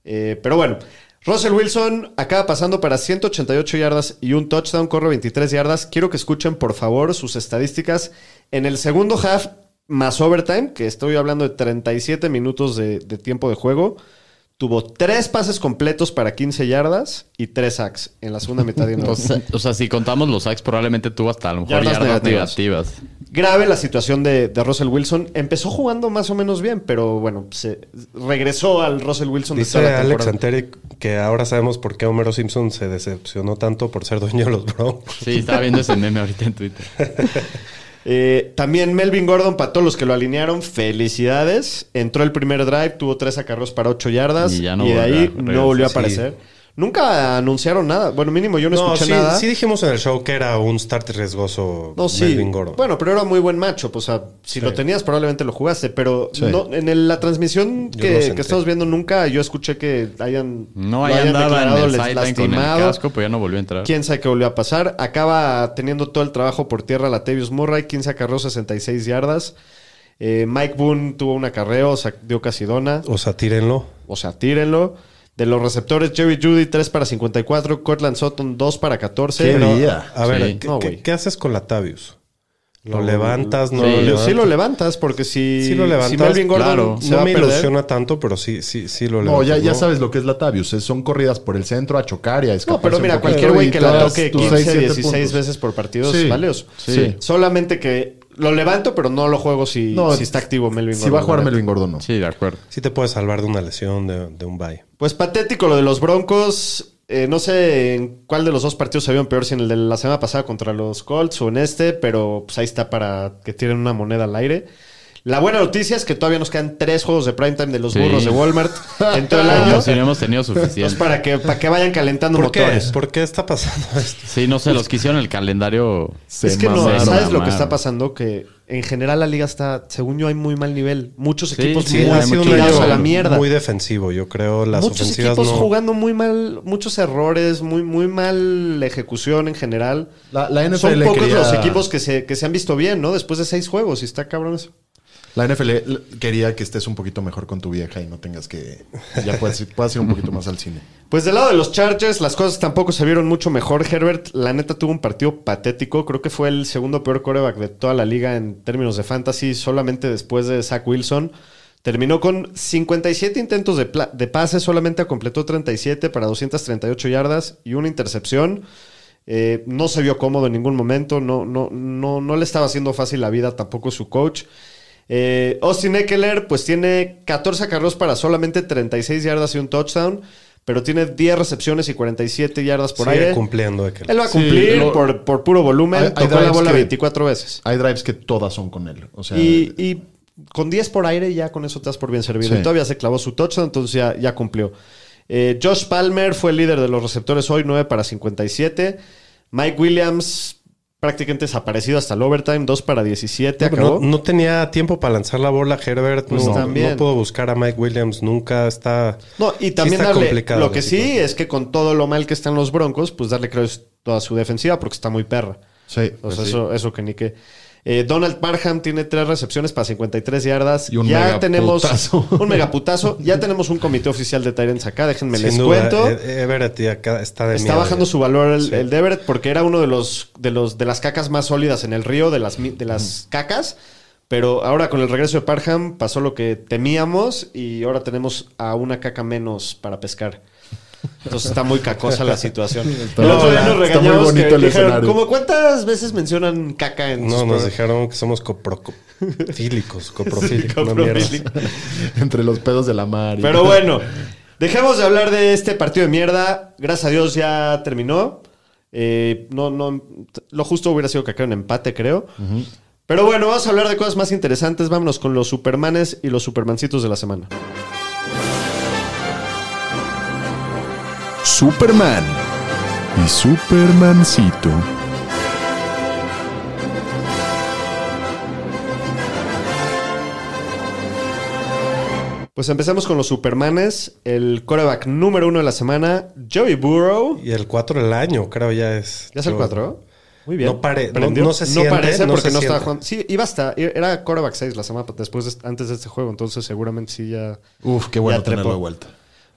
[SPEAKER 2] Eh, pero bueno, Russell Wilson acaba pasando para 188 yardas y un touchdown, corre 23 yardas. Quiero que escuchen, por favor, sus estadísticas. En el segundo half más overtime, que estoy hablando de 37 minutos de, de tiempo de juego, tuvo tres pases completos para 15 yardas y tres sacks en la segunda mitad de
[SPEAKER 4] O sea, o sea, si contamos los sacks, probablemente tuvo hasta a lo mejor
[SPEAKER 2] Yardas
[SPEAKER 4] yardas,
[SPEAKER 2] negativas.
[SPEAKER 4] negativas.
[SPEAKER 2] grave la situación de, de Russell Wilson. Empezó jugando más o menos bien, pero bueno, se regresó al Russell Wilson de
[SPEAKER 3] Dice
[SPEAKER 2] toda la
[SPEAKER 3] Alex
[SPEAKER 2] temporada.
[SPEAKER 3] Anteri que ahora sabemos por qué Homero Simpson se decepcionó tanto por ser dueño de los Broncos.
[SPEAKER 4] Sí, estaba viendo ese meme ahorita en Twitter.
[SPEAKER 2] Eh, también Melvin Gordon, para todos los que lo alinearon, felicidades. Entró el primer drive, tuvo tres acarreos para ocho yardas y,
[SPEAKER 4] Y ya no
[SPEAKER 2] de
[SPEAKER 4] volvió a
[SPEAKER 2] ahí
[SPEAKER 4] regresar.
[SPEAKER 2] no volvió a
[SPEAKER 3] Sí.
[SPEAKER 2] aparecer. Nunca anunciaron nada. Bueno, mínimo yo no, escuché
[SPEAKER 3] sí,
[SPEAKER 2] nada.
[SPEAKER 3] sí dijimos en el show que era un start riesgoso
[SPEAKER 2] No, sí.
[SPEAKER 3] Melvin Gordon.
[SPEAKER 2] Bueno, pero era muy buen macho. pues, O sea, si lo tenías, probablemente lo jugaste. Pero
[SPEAKER 5] Sí.
[SPEAKER 2] no- en el- la transmisión
[SPEAKER 3] Yo
[SPEAKER 2] que,
[SPEAKER 3] lo
[SPEAKER 2] que
[SPEAKER 3] sentí.
[SPEAKER 2] estamos viendo, nunca yo escuché que hayan.
[SPEAKER 4] No,
[SPEAKER 2] lo
[SPEAKER 4] ahí andaba en
[SPEAKER 2] declarado
[SPEAKER 4] el
[SPEAKER 2] les-
[SPEAKER 4] sideline con el casco, pero ya no volvió a entrar.
[SPEAKER 2] Quién sabe qué volvió a pasar. Acaba teniendo todo el trabajo por tierra la Tevius Murray, 15 acarreos, 66 yardas. Eh, Mike Boone tuvo un acarreo, o sea, dio casi dona.
[SPEAKER 3] O sea, tírenlo.
[SPEAKER 2] O sea, tírenlo. De los receptores, Jerry Judy, 3 para 54. Cortland Sutton, 2 para 14.
[SPEAKER 5] Qué
[SPEAKER 2] Pero-
[SPEAKER 5] día.
[SPEAKER 3] A ver,
[SPEAKER 4] Sí.
[SPEAKER 3] ¿qué,
[SPEAKER 2] No,
[SPEAKER 3] qué-
[SPEAKER 2] güey.
[SPEAKER 3] qué haces con Latavius? ¿Lo levantas? ¿No
[SPEAKER 4] Sí,
[SPEAKER 3] lo
[SPEAKER 4] yo
[SPEAKER 3] levantas?
[SPEAKER 2] Sí lo levantas, porque si,
[SPEAKER 3] Sí lo levantas,
[SPEAKER 2] si Melvin Gordon
[SPEAKER 4] claro.
[SPEAKER 2] se
[SPEAKER 3] no
[SPEAKER 2] va a
[SPEAKER 3] me
[SPEAKER 2] perder-
[SPEAKER 3] ilusiona tanto, pero sí, sí, sí lo
[SPEAKER 5] No,
[SPEAKER 3] levantas.
[SPEAKER 5] ya, ya
[SPEAKER 3] ¿no?
[SPEAKER 5] sabes lo que es Latavius. es- Son corridas por el centro a chocar y a escapar.
[SPEAKER 2] No, pero mira, cualquier güey que la toque 15, 16 veces por partido es
[SPEAKER 5] Sí,
[SPEAKER 2] valioso.
[SPEAKER 5] sí.
[SPEAKER 2] Solamente que lo levanto, pero no lo juego si,
[SPEAKER 5] No,
[SPEAKER 2] si está activo Melvin
[SPEAKER 5] Si
[SPEAKER 2] Gordon,
[SPEAKER 5] va a jugar
[SPEAKER 2] la neta.
[SPEAKER 5] Melvin Gordon, no.
[SPEAKER 4] Sí, de acuerdo.
[SPEAKER 3] Sí te puedes salvar de una lesión, de, de un bye.
[SPEAKER 2] Pues patético lo de los Broncos. Eh, no sé en cuál de los dos partidos se vieron peor, si en el de la semana pasada contra los Colts o en este, pero pues ahí está para que tiren una moneda al aire. La buena noticia es que todavía nos quedan tres juegos de primetime de los
[SPEAKER 4] Sí.
[SPEAKER 2] burros de Walmart en todo el año.
[SPEAKER 4] Como si no hemos tenido
[SPEAKER 2] Entonces,
[SPEAKER 4] suficiente.
[SPEAKER 2] para que, para que vayan calentando
[SPEAKER 3] ¿Por qué?
[SPEAKER 2] motores.
[SPEAKER 3] ¿Por qué está pasando esto?
[SPEAKER 4] Sí, no sé, los que hicieron el calendario.
[SPEAKER 5] Se
[SPEAKER 2] es que no,
[SPEAKER 5] mamaron.
[SPEAKER 2] ¿sabes lo
[SPEAKER 4] mamaron.
[SPEAKER 2] que está pasando? Que en general la liga está, según yo, hay muy mal nivel. Muchos
[SPEAKER 4] Sí,
[SPEAKER 2] equipos
[SPEAKER 4] sí,
[SPEAKER 2] muy
[SPEAKER 4] ha
[SPEAKER 3] sido un
[SPEAKER 2] tirados
[SPEAKER 3] año
[SPEAKER 2] a la mierda.
[SPEAKER 3] muy defensivo, yo creo. Las
[SPEAKER 2] muchos
[SPEAKER 3] ofensivas
[SPEAKER 2] equipos
[SPEAKER 3] no...
[SPEAKER 2] jugando muy mal, muchos errores, muy, muy mal ejecución en general.
[SPEAKER 5] La, la NFL
[SPEAKER 2] Son pocos
[SPEAKER 5] quería-
[SPEAKER 2] los equipos que se, que se han visto bien, ¿no? Después de seis juegos y está cabrón eso.
[SPEAKER 5] La NFL quería que estés un poquito mejor con tu vieja y no tengas que... Ya puedas, ir- puedas ir un poquito más al cine.
[SPEAKER 2] Pues del lado de los Chargers, las cosas tampoco se vieron mucho mejor. Herbert, la neta, tuvo un partido patético. Creo que fue el segundo peor coreback de toda la liga en términos de fantasy, solamente después de Zach Wilson. Terminó con 57 intentos de, pla- de pase, solamente completó 37 para 238 yardas y una intercepción. Eh, no se vio cómodo en ningún momento, no, no, no, no le estaba haciendo fácil la vida tampoco su coach. Eh, Austin Eckler, pues tiene 14 carros para solamente 36 yardas y un touchdown, pero tiene 10 recepciones y 47 yardas por
[SPEAKER 3] Sigue
[SPEAKER 2] aire.
[SPEAKER 3] cumpliendo. Eckler.
[SPEAKER 2] Él va a
[SPEAKER 5] Sí,
[SPEAKER 2] cumplir
[SPEAKER 5] lo-
[SPEAKER 2] por, por puro volumen,
[SPEAKER 5] Hay- hay
[SPEAKER 2] tocó la
[SPEAKER 5] drives
[SPEAKER 2] bola
[SPEAKER 5] que-
[SPEAKER 2] 24 veces.
[SPEAKER 5] Hay drives que todas son con él. O sea,
[SPEAKER 2] Y, y con 10 por aire ya con eso te das por bien servido.
[SPEAKER 5] Sí.
[SPEAKER 2] Y todavía se clavó su touchdown, entonces ya, ya cumplió. Eh, Josh Palmer fue el líder de los receptores hoy, 9 para 57. Mike Williams prácticamente desaparecido hasta el overtime, 2 para 17 acabó.
[SPEAKER 3] No, no tenía tiempo para lanzar la bola Herbert.
[SPEAKER 2] Pues
[SPEAKER 3] no,
[SPEAKER 2] también.
[SPEAKER 3] no pudo buscar a Mike Williams. Nunca está...
[SPEAKER 2] No, y también
[SPEAKER 3] está
[SPEAKER 2] darle,
[SPEAKER 3] complicado
[SPEAKER 2] lo que
[SPEAKER 3] la
[SPEAKER 2] sí
[SPEAKER 3] situación.
[SPEAKER 2] es que con todo lo mal que están los Broncos, pues darle creo es toda su defensiva porque está muy perra.
[SPEAKER 5] Pues sí,
[SPEAKER 2] O sea, eso, eso que ni que. Eh, Donald Parham tiene tres recepciones para 53 yardas.
[SPEAKER 5] Y un
[SPEAKER 2] ya
[SPEAKER 5] megaputazo.
[SPEAKER 2] tenemos un megaputazo. Ya tenemos un comité oficial de Tyrants acá. Déjenme les
[SPEAKER 3] Sin duda,
[SPEAKER 2] cuento.
[SPEAKER 5] eh,
[SPEAKER 3] E- Everett ya acá está de
[SPEAKER 2] Está
[SPEAKER 3] miedo. eh.
[SPEAKER 2] bajando su valor el,
[SPEAKER 3] Sí.
[SPEAKER 2] el de Everett porque era uno de los, de los de las cacas más sólidas en el río, de las, mi- de las cacas. Pero ahora con el regreso de Parham pasó lo que temíamos y ahora tenemos a una caca menos para pescar. Entonces está muy cacosa la situación. el
[SPEAKER 5] No,
[SPEAKER 2] otro día nos
[SPEAKER 5] la- está muy
[SPEAKER 2] regañamos que
[SPEAKER 5] bonito el
[SPEAKER 2] dijeron,
[SPEAKER 5] escenario.
[SPEAKER 2] ¿cómo cuántas veces mencionan caca en sus
[SPEAKER 3] No, nos
[SPEAKER 2] programas?"
[SPEAKER 3] dijeron que somos coprofílicos. Coprofílicos. una mierda.
[SPEAKER 2] Coprofílico.
[SPEAKER 5] entre los pedos de la mar. y-
[SPEAKER 2] Pero bueno, dejemos de hablar de este partido de mierda. Gracias a Dios ya terminó. Eh, no, no, lo justo hubiera sido que acá un empate, creo. Pero bueno, vamos a hablar de cosas más interesantes. Vámonos con los Supermanes y los Supermancitos de la semana.
[SPEAKER 1] Superman y Supermancito.
[SPEAKER 2] Pues empezamos con los Supermanes. El coreback número uno de la semana, Joey Burrow.
[SPEAKER 3] Y el 4 del año, creo ya es.
[SPEAKER 2] ¿Ya es el
[SPEAKER 3] Yo-
[SPEAKER 2] cuatro? Muy bien.
[SPEAKER 3] No pare- no-
[SPEAKER 2] Prendió.
[SPEAKER 3] no se siente,
[SPEAKER 2] parece
[SPEAKER 3] no
[SPEAKER 2] porque
[SPEAKER 3] se
[SPEAKER 2] no estaba
[SPEAKER 3] siente.
[SPEAKER 2] jugando. Sí, iba hasta. Era coreback 6 la semana después de- antes de este juego, entonces seguramente sí ya.
[SPEAKER 5] Uf, qué bueno
[SPEAKER 2] Ya trepó.
[SPEAKER 5] tenerlo de vuelta.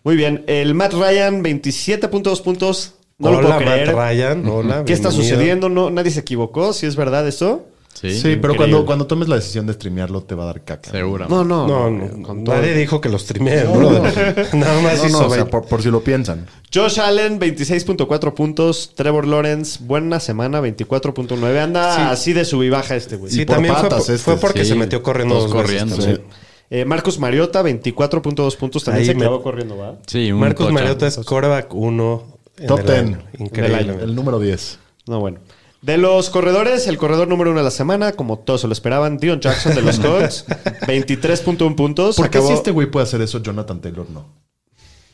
[SPEAKER 2] Muy bien. El Matt Ryan, 27.2 puntos. No lo
[SPEAKER 3] hola,
[SPEAKER 2] puedo creer.
[SPEAKER 3] Matt Ryan. Hola,
[SPEAKER 2] ¿Qué está
[SPEAKER 3] bienvenido.
[SPEAKER 2] sucediendo? No, nadie se equivocó, si es verdad eso.
[SPEAKER 4] Sí,
[SPEAKER 5] Sí,
[SPEAKER 4] increíble.
[SPEAKER 5] pero cuando, cuando tomes la decisión de streamearlo te va a dar caca.
[SPEAKER 4] Seguro.
[SPEAKER 2] No, no.
[SPEAKER 3] No,
[SPEAKER 2] eh,
[SPEAKER 3] no,
[SPEAKER 2] con todo.
[SPEAKER 3] nadie dijo que los streamé, brother. Nada más
[SPEAKER 5] No,
[SPEAKER 3] hizo
[SPEAKER 5] no, o
[SPEAKER 3] 20.
[SPEAKER 5] sea, por, por si lo piensan.
[SPEAKER 2] Josh Allen, 26.4 puntos. Trevor Lawrence, buena semana, 24.9. Anda
[SPEAKER 3] Sí.
[SPEAKER 2] así de sub y baja este güey.
[SPEAKER 3] Sí,
[SPEAKER 5] por
[SPEAKER 3] también fue,
[SPEAKER 5] patas
[SPEAKER 3] fue
[SPEAKER 5] este,
[SPEAKER 3] porque
[SPEAKER 4] sí.
[SPEAKER 3] se metió corriendo
[SPEAKER 4] Todos
[SPEAKER 3] dos veces
[SPEAKER 4] corriendo,
[SPEAKER 3] también.
[SPEAKER 2] Eh, Marcus Mariota, 24.2 puntos. También
[SPEAKER 3] Ahí
[SPEAKER 2] se
[SPEAKER 3] me-
[SPEAKER 2] clavó corriendo, ¿va?
[SPEAKER 4] Sí, un
[SPEAKER 3] Marcos
[SPEAKER 4] touchdown.
[SPEAKER 3] Mariota es coreback 1.
[SPEAKER 5] Top 10.
[SPEAKER 3] Increíble.
[SPEAKER 5] El número 10.
[SPEAKER 2] No, bueno. De los corredores, el corredor número uno de la semana, como todos se lo esperaban, Dion Jackson de los Colts, 23.1 puntos.
[SPEAKER 5] ¿Por qué
[SPEAKER 2] Acabó-
[SPEAKER 5] si este güey puede hacer eso, Jonathan Taylor no?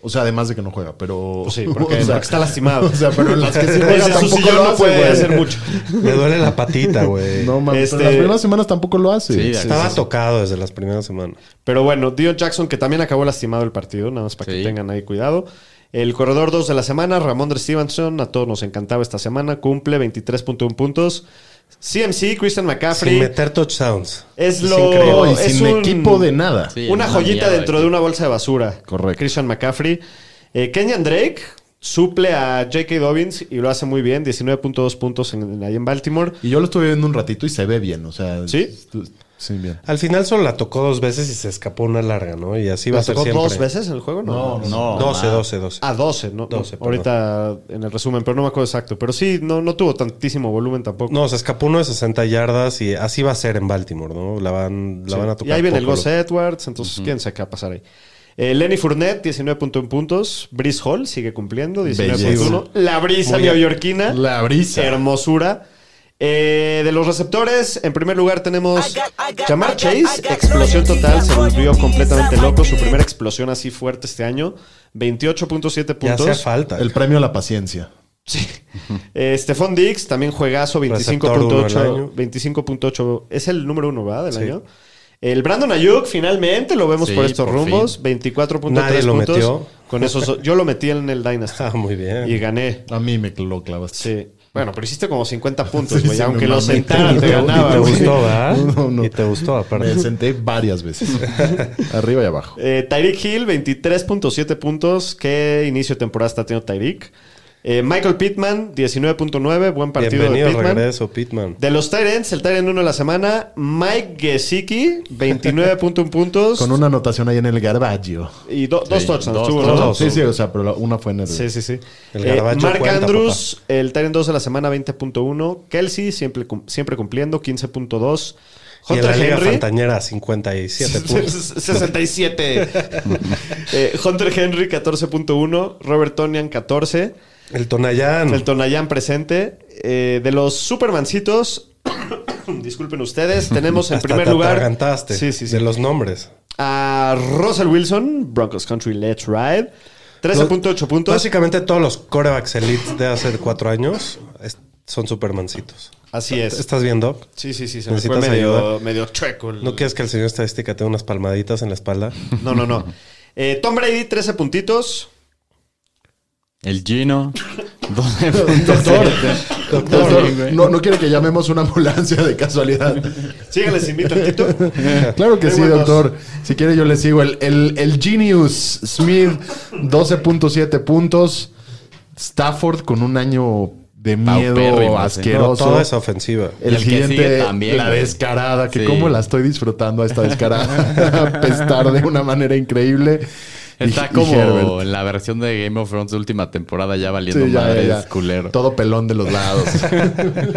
[SPEAKER 5] O sea, además de que no juega, pero.
[SPEAKER 2] Pues sí, porque- porque está lastimado.
[SPEAKER 5] O sea, pero en las que sí juega
[SPEAKER 2] Desde su
[SPEAKER 5] tampoco
[SPEAKER 2] sillón
[SPEAKER 5] lo
[SPEAKER 2] no
[SPEAKER 5] hace,
[SPEAKER 2] puede
[SPEAKER 5] güey.
[SPEAKER 2] hacer mucho.
[SPEAKER 3] Le duele la patita, güey.
[SPEAKER 5] No mames,
[SPEAKER 2] Este-
[SPEAKER 5] pero las primeras semanas tampoco lo hace.
[SPEAKER 4] Sí, de
[SPEAKER 3] Estaba tocado desde las primeras semanas.
[SPEAKER 2] Pero bueno, Dion Jackson, que también acabó lastimado el partido, nada más para que
[SPEAKER 4] Sí.
[SPEAKER 2] tengan ahí cuidado. El corredor 2 de la semana, Ramondre Stevenson, a todos nos encantaba esta semana, cumple 23.1 puntos. CMC, Christian
[SPEAKER 3] Sin
[SPEAKER 2] McCaffrey,
[SPEAKER 3] meter touchdowns.
[SPEAKER 2] es lo...
[SPEAKER 5] No, y
[SPEAKER 2] es
[SPEAKER 5] sin
[SPEAKER 2] un-
[SPEAKER 5] equipo de nada.
[SPEAKER 4] Sí,
[SPEAKER 2] una
[SPEAKER 4] es una
[SPEAKER 2] joyita
[SPEAKER 4] mierda
[SPEAKER 2] dentro
[SPEAKER 4] de
[SPEAKER 2] de una bolsa de basura.
[SPEAKER 5] Correcto.
[SPEAKER 2] Christian McCaffrey. Eh, Kenyan Drake suple a J.K. Dobbins y lo hace muy bien. 19.2 puntos en, en- ahí en Baltimore.
[SPEAKER 5] Y yo lo estuve viendo un ratito y se ve bien, o sea.
[SPEAKER 2] ¿Sí?
[SPEAKER 5] estu- Sí, bien.
[SPEAKER 3] Al final solo la tocó dos veces y se escapó una larga, ¿no? Y así va a
[SPEAKER 2] ¿Lo
[SPEAKER 3] ser
[SPEAKER 2] tocó
[SPEAKER 3] siempre.
[SPEAKER 2] dos veces en el juego? No.
[SPEAKER 4] No,
[SPEAKER 3] 12,
[SPEAKER 4] ma.
[SPEAKER 3] 12, 12.
[SPEAKER 2] A 12, ¿no?
[SPEAKER 3] 12, perdón.
[SPEAKER 2] Ahorita en el resumen, pero no me acuerdo exacto. Pero sí, no, no tuvo tantísimo volumen tampoco.
[SPEAKER 3] No, se escapó uno de 60 yardas y así va a ser en Baltimore, ¿no? La van, la
[SPEAKER 2] Sí.
[SPEAKER 3] van a tocar.
[SPEAKER 2] y ahí viene el
[SPEAKER 3] poco.
[SPEAKER 2] Gus Edwards, entonces quién sabe qué va a pasar ahí. Eh, Lenny Fournette, 19.1 puntos. Brice Hall sigue cumpliendo, 19.1. La brisa
[SPEAKER 3] Muy bien.
[SPEAKER 2] neoyorquina.
[SPEAKER 5] La brisa.
[SPEAKER 2] hermosura. Eh, de los receptores, en primer lugar tenemos Jamar Chase, explosión total, se volvió completamente loco, su primera explosión así fuerte este año, 28.7
[SPEAKER 3] Ya hacía
[SPEAKER 2] puntos.
[SPEAKER 3] falta.
[SPEAKER 5] El premio a la paciencia.
[SPEAKER 2] Sí. Eh, Stephon Dix, también juegazo,
[SPEAKER 3] Receptor uno del
[SPEAKER 2] 25.8,
[SPEAKER 3] año.
[SPEAKER 2] 25.8, es el número uno, ¿verdad? Del año. El Brandon Ayuk, finalmente, lo vemos
[SPEAKER 4] Sí,
[SPEAKER 2] por estos
[SPEAKER 4] por
[SPEAKER 2] rumbos, 24.3
[SPEAKER 3] Nadie
[SPEAKER 2] puntos.
[SPEAKER 3] lo metió.
[SPEAKER 2] Con esos, yo lo metí en el Dynasty
[SPEAKER 3] Ah, muy bien.
[SPEAKER 2] y gané.
[SPEAKER 5] A mí me lo clavaste.
[SPEAKER 2] Sí. Bueno, pero hiciste como 50 puntos,
[SPEAKER 5] Sí,
[SPEAKER 2] güey.
[SPEAKER 5] sí,
[SPEAKER 2] aunque
[SPEAKER 5] me
[SPEAKER 2] lo
[SPEAKER 5] mamé.
[SPEAKER 2] sentara,
[SPEAKER 5] Y
[SPEAKER 2] te
[SPEAKER 5] te- y
[SPEAKER 2] ganaba,
[SPEAKER 3] te
[SPEAKER 2] güey.
[SPEAKER 3] gustó, ¿verdad?
[SPEAKER 5] No, no.
[SPEAKER 3] Y te gustó,
[SPEAKER 5] Me
[SPEAKER 3] aparte.
[SPEAKER 5] senté varias veces. Arriba y abajo.
[SPEAKER 2] Eh, Tyreek Hill, 23.7 puntos. ¿Qué inicio de temporada está teniendo Tyreek? Eh, Michael Pittman, 19.9. Buen partido
[SPEAKER 3] Bienvenido
[SPEAKER 2] de
[SPEAKER 3] de
[SPEAKER 2] Pittman.
[SPEAKER 3] regreso, Pittman.
[SPEAKER 2] De los Tyrants, el Tyrant 1 de la semana, Mike Gesicki, 29.1 puntos.
[SPEAKER 5] Con una anotación ahí en el garbaggio.
[SPEAKER 2] Y do- dos touchdowns.
[SPEAKER 4] dos
[SPEAKER 2] tuvo, ¿no?
[SPEAKER 4] touchdowns.
[SPEAKER 5] No, sí, sí, o sea, pero la- una fue en el.
[SPEAKER 2] Sí, sí, sí.
[SPEAKER 3] El
[SPEAKER 2] Eh, Mark
[SPEAKER 3] Garbacho cuenta,
[SPEAKER 2] Andrews, el Tyrant 2 de la semana, 20.1. Kelsey, siempre, cum- siempre cumpliendo, 15.2.
[SPEAKER 3] Y en la
[SPEAKER 2] Hunter
[SPEAKER 3] Liga
[SPEAKER 2] Henry,
[SPEAKER 3] Fantañera, 57 puntos.
[SPEAKER 2] 67. Eh, Hunter Henry 14.1, Robert Tonian 14,
[SPEAKER 3] El Tonayán.
[SPEAKER 2] el Tonayán presente. Eh, de los Supermancitos, disculpen ustedes, tenemos en
[SPEAKER 3] Hasta
[SPEAKER 2] primer
[SPEAKER 3] te
[SPEAKER 2] lugar
[SPEAKER 3] atragantaste
[SPEAKER 2] Sí, sí, sí.
[SPEAKER 3] de los nombres.
[SPEAKER 2] a Russell Wilson, Broncos Country Let's Ride, 13.8 puntos.
[SPEAKER 3] Básicamente todos los corebacks elites de hace cuatro años es- son supermancitos.
[SPEAKER 2] Así es.
[SPEAKER 3] ¿Estás viendo?
[SPEAKER 2] Sí, sí, sí, se me fue
[SPEAKER 3] ¿Necesitas
[SPEAKER 2] medio,
[SPEAKER 3] ayuda?
[SPEAKER 2] medio chueco. el-
[SPEAKER 3] ¿No quieres que el señor estadística tenga unas palmaditas en la espalda?
[SPEAKER 2] No, no, no. Eh, Tom Brady, 13 puntitos.
[SPEAKER 4] El Gino. 12 puntos.
[SPEAKER 5] Doctor, no, no quiere que llamemos una ambulancia de casualidad.
[SPEAKER 2] Síganles, invito al Tito.
[SPEAKER 5] Claro que sí,
[SPEAKER 2] Tengo dos.
[SPEAKER 5] doctor. Si quiere, yo le sigo. El, el- el Genius Smith, 12.7 puntos. Stafford con un año de miedo
[SPEAKER 4] Paupérrimo, sí.
[SPEAKER 3] No,
[SPEAKER 5] asqueroso.
[SPEAKER 3] todo es ofensiva.
[SPEAKER 5] El,
[SPEAKER 4] El que
[SPEAKER 5] siguiente,
[SPEAKER 4] sigue también,
[SPEAKER 5] la
[SPEAKER 4] güey.
[SPEAKER 5] descarada, que
[SPEAKER 4] Sí.
[SPEAKER 5] cómo la estoy disfrutando a esta descarada. Pestar de una manera increíble. Y-
[SPEAKER 4] Está
[SPEAKER 5] y
[SPEAKER 4] como
[SPEAKER 5] Herbert.
[SPEAKER 4] en la versión de Game of Thrones de última temporada ya valiendo
[SPEAKER 5] Sí, ya,
[SPEAKER 4] madres,
[SPEAKER 5] ya.
[SPEAKER 4] culero.
[SPEAKER 5] Todo pelón de los lados.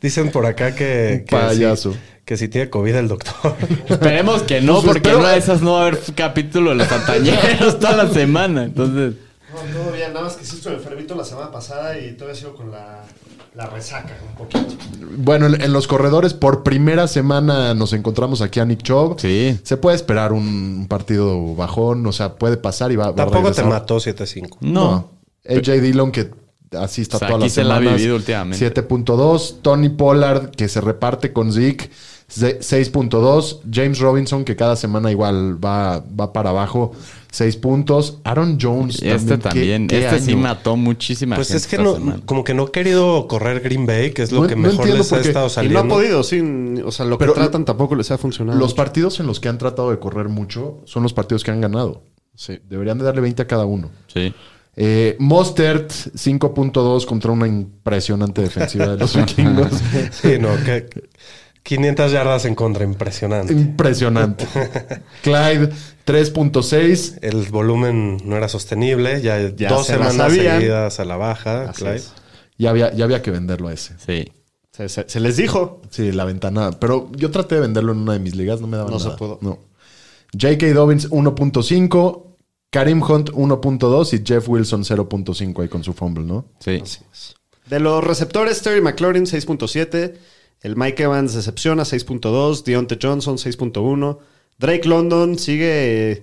[SPEAKER 3] Dicen por acá que...
[SPEAKER 5] Un
[SPEAKER 3] que
[SPEAKER 5] payaso.
[SPEAKER 3] Si, que si tiene COVID el doctor.
[SPEAKER 4] Esperemos que no,
[SPEAKER 5] Pues,
[SPEAKER 4] porque
[SPEAKER 5] espero-
[SPEAKER 4] no de esas no va a haber capítulo de los pantalleros toda la semana. Entonces,
[SPEAKER 2] No, todo bien, nada más que sí estuve enfermito la semana pasada y todavía sigo con la, la resaca un poquito.
[SPEAKER 5] Bueno, en en los corredores, por primera semana nos encontramos aquí a Nick Chubb.
[SPEAKER 4] Sí.
[SPEAKER 5] Se puede esperar un partido bajón, o sea, puede pasar y va, va a
[SPEAKER 3] Tampoco te
[SPEAKER 5] regresar.
[SPEAKER 3] mató 7-5.
[SPEAKER 4] no.
[SPEAKER 5] AJ Dillon, que así está
[SPEAKER 4] O sea,
[SPEAKER 5] todas
[SPEAKER 4] aquí
[SPEAKER 5] las
[SPEAKER 4] se la ha
[SPEAKER 5] semanas.
[SPEAKER 4] vivido últimamente.
[SPEAKER 5] 7.2. Tony Pollard, que se reparte con Zeke. se- 6.2. James Robinson, que cada semana igual va, va para abajo. seis puntos. Aaron Jones
[SPEAKER 4] Este también.
[SPEAKER 5] ¿Qué- qué
[SPEAKER 4] Este sí
[SPEAKER 5] año?
[SPEAKER 4] mató muchísima
[SPEAKER 3] Pues
[SPEAKER 4] gente.
[SPEAKER 3] es que
[SPEAKER 4] esta
[SPEAKER 3] no,
[SPEAKER 4] semana.
[SPEAKER 3] como que no he querido correr Green Bay, que es lo
[SPEAKER 5] No-
[SPEAKER 3] que
[SPEAKER 5] no
[SPEAKER 3] mejor
[SPEAKER 5] entiendo
[SPEAKER 3] les
[SPEAKER 5] por
[SPEAKER 3] ha
[SPEAKER 5] qué.
[SPEAKER 3] estado
[SPEAKER 2] Y
[SPEAKER 3] saliendo.
[SPEAKER 2] no ha podido, sin, o sea, lo que
[SPEAKER 5] Pero-
[SPEAKER 2] tratan tampoco les ha funcionado.
[SPEAKER 5] Los partidos en los que han tratado de correr mucho son los partidos que han ganado.
[SPEAKER 2] Sí.
[SPEAKER 5] Deberían de darle 20 a cada uno.
[SPEAKER 4] Sí.
[SPEAKER 5] Eh, Mostert 5.2 contra una impresionante defensiva de los vikingos.
[SPEAKER 3] Sí, no, que 500 yardas en contra, impresionante.
[SPEAKER 5] Impresionante. Clyde 3.6.
[SPEAKER 3] El volumen no era sostenible, ya,
[SPEAKER 2] Ya
[SPEAKER 3] dos
[SPEAKER 2] se la
[SPEAKER 3] semanas
[SPEAKER 2] sabían.
[SPEAKER 3] seguidas a la baja.
[SPEAKER 2] Así
[SPEAKER 3] Clyde.
[SPEAKER 2] es.
[SPEAKER 5] Ya había, ya había que venderlo a ese.
[SPEAKER 4] Sí.
[SPEAKER 2] Se, se- se les dijo.
[SPEAKER 5] Sí, la ventana. Pero yo traté de venderlo en una de mis ligas, no me daba
[SPEAKER 2] No se
[SPEAKER 5] nada.
[SPEAKER 2] pudo.
[SPEAKER 5] No. J.K. Dobbins 1.5. Karim Hunt 1.2 y Jeff Wilson 0.5 ahí con su fumble, ¿no?
[SPEAKER 4] Sí.
[SPEAKER 2] De los receptores, Terry McLaurin 6.7, el Mike Evans decepciona 6.2, Deontay Johnson 6.1, Drake London sigue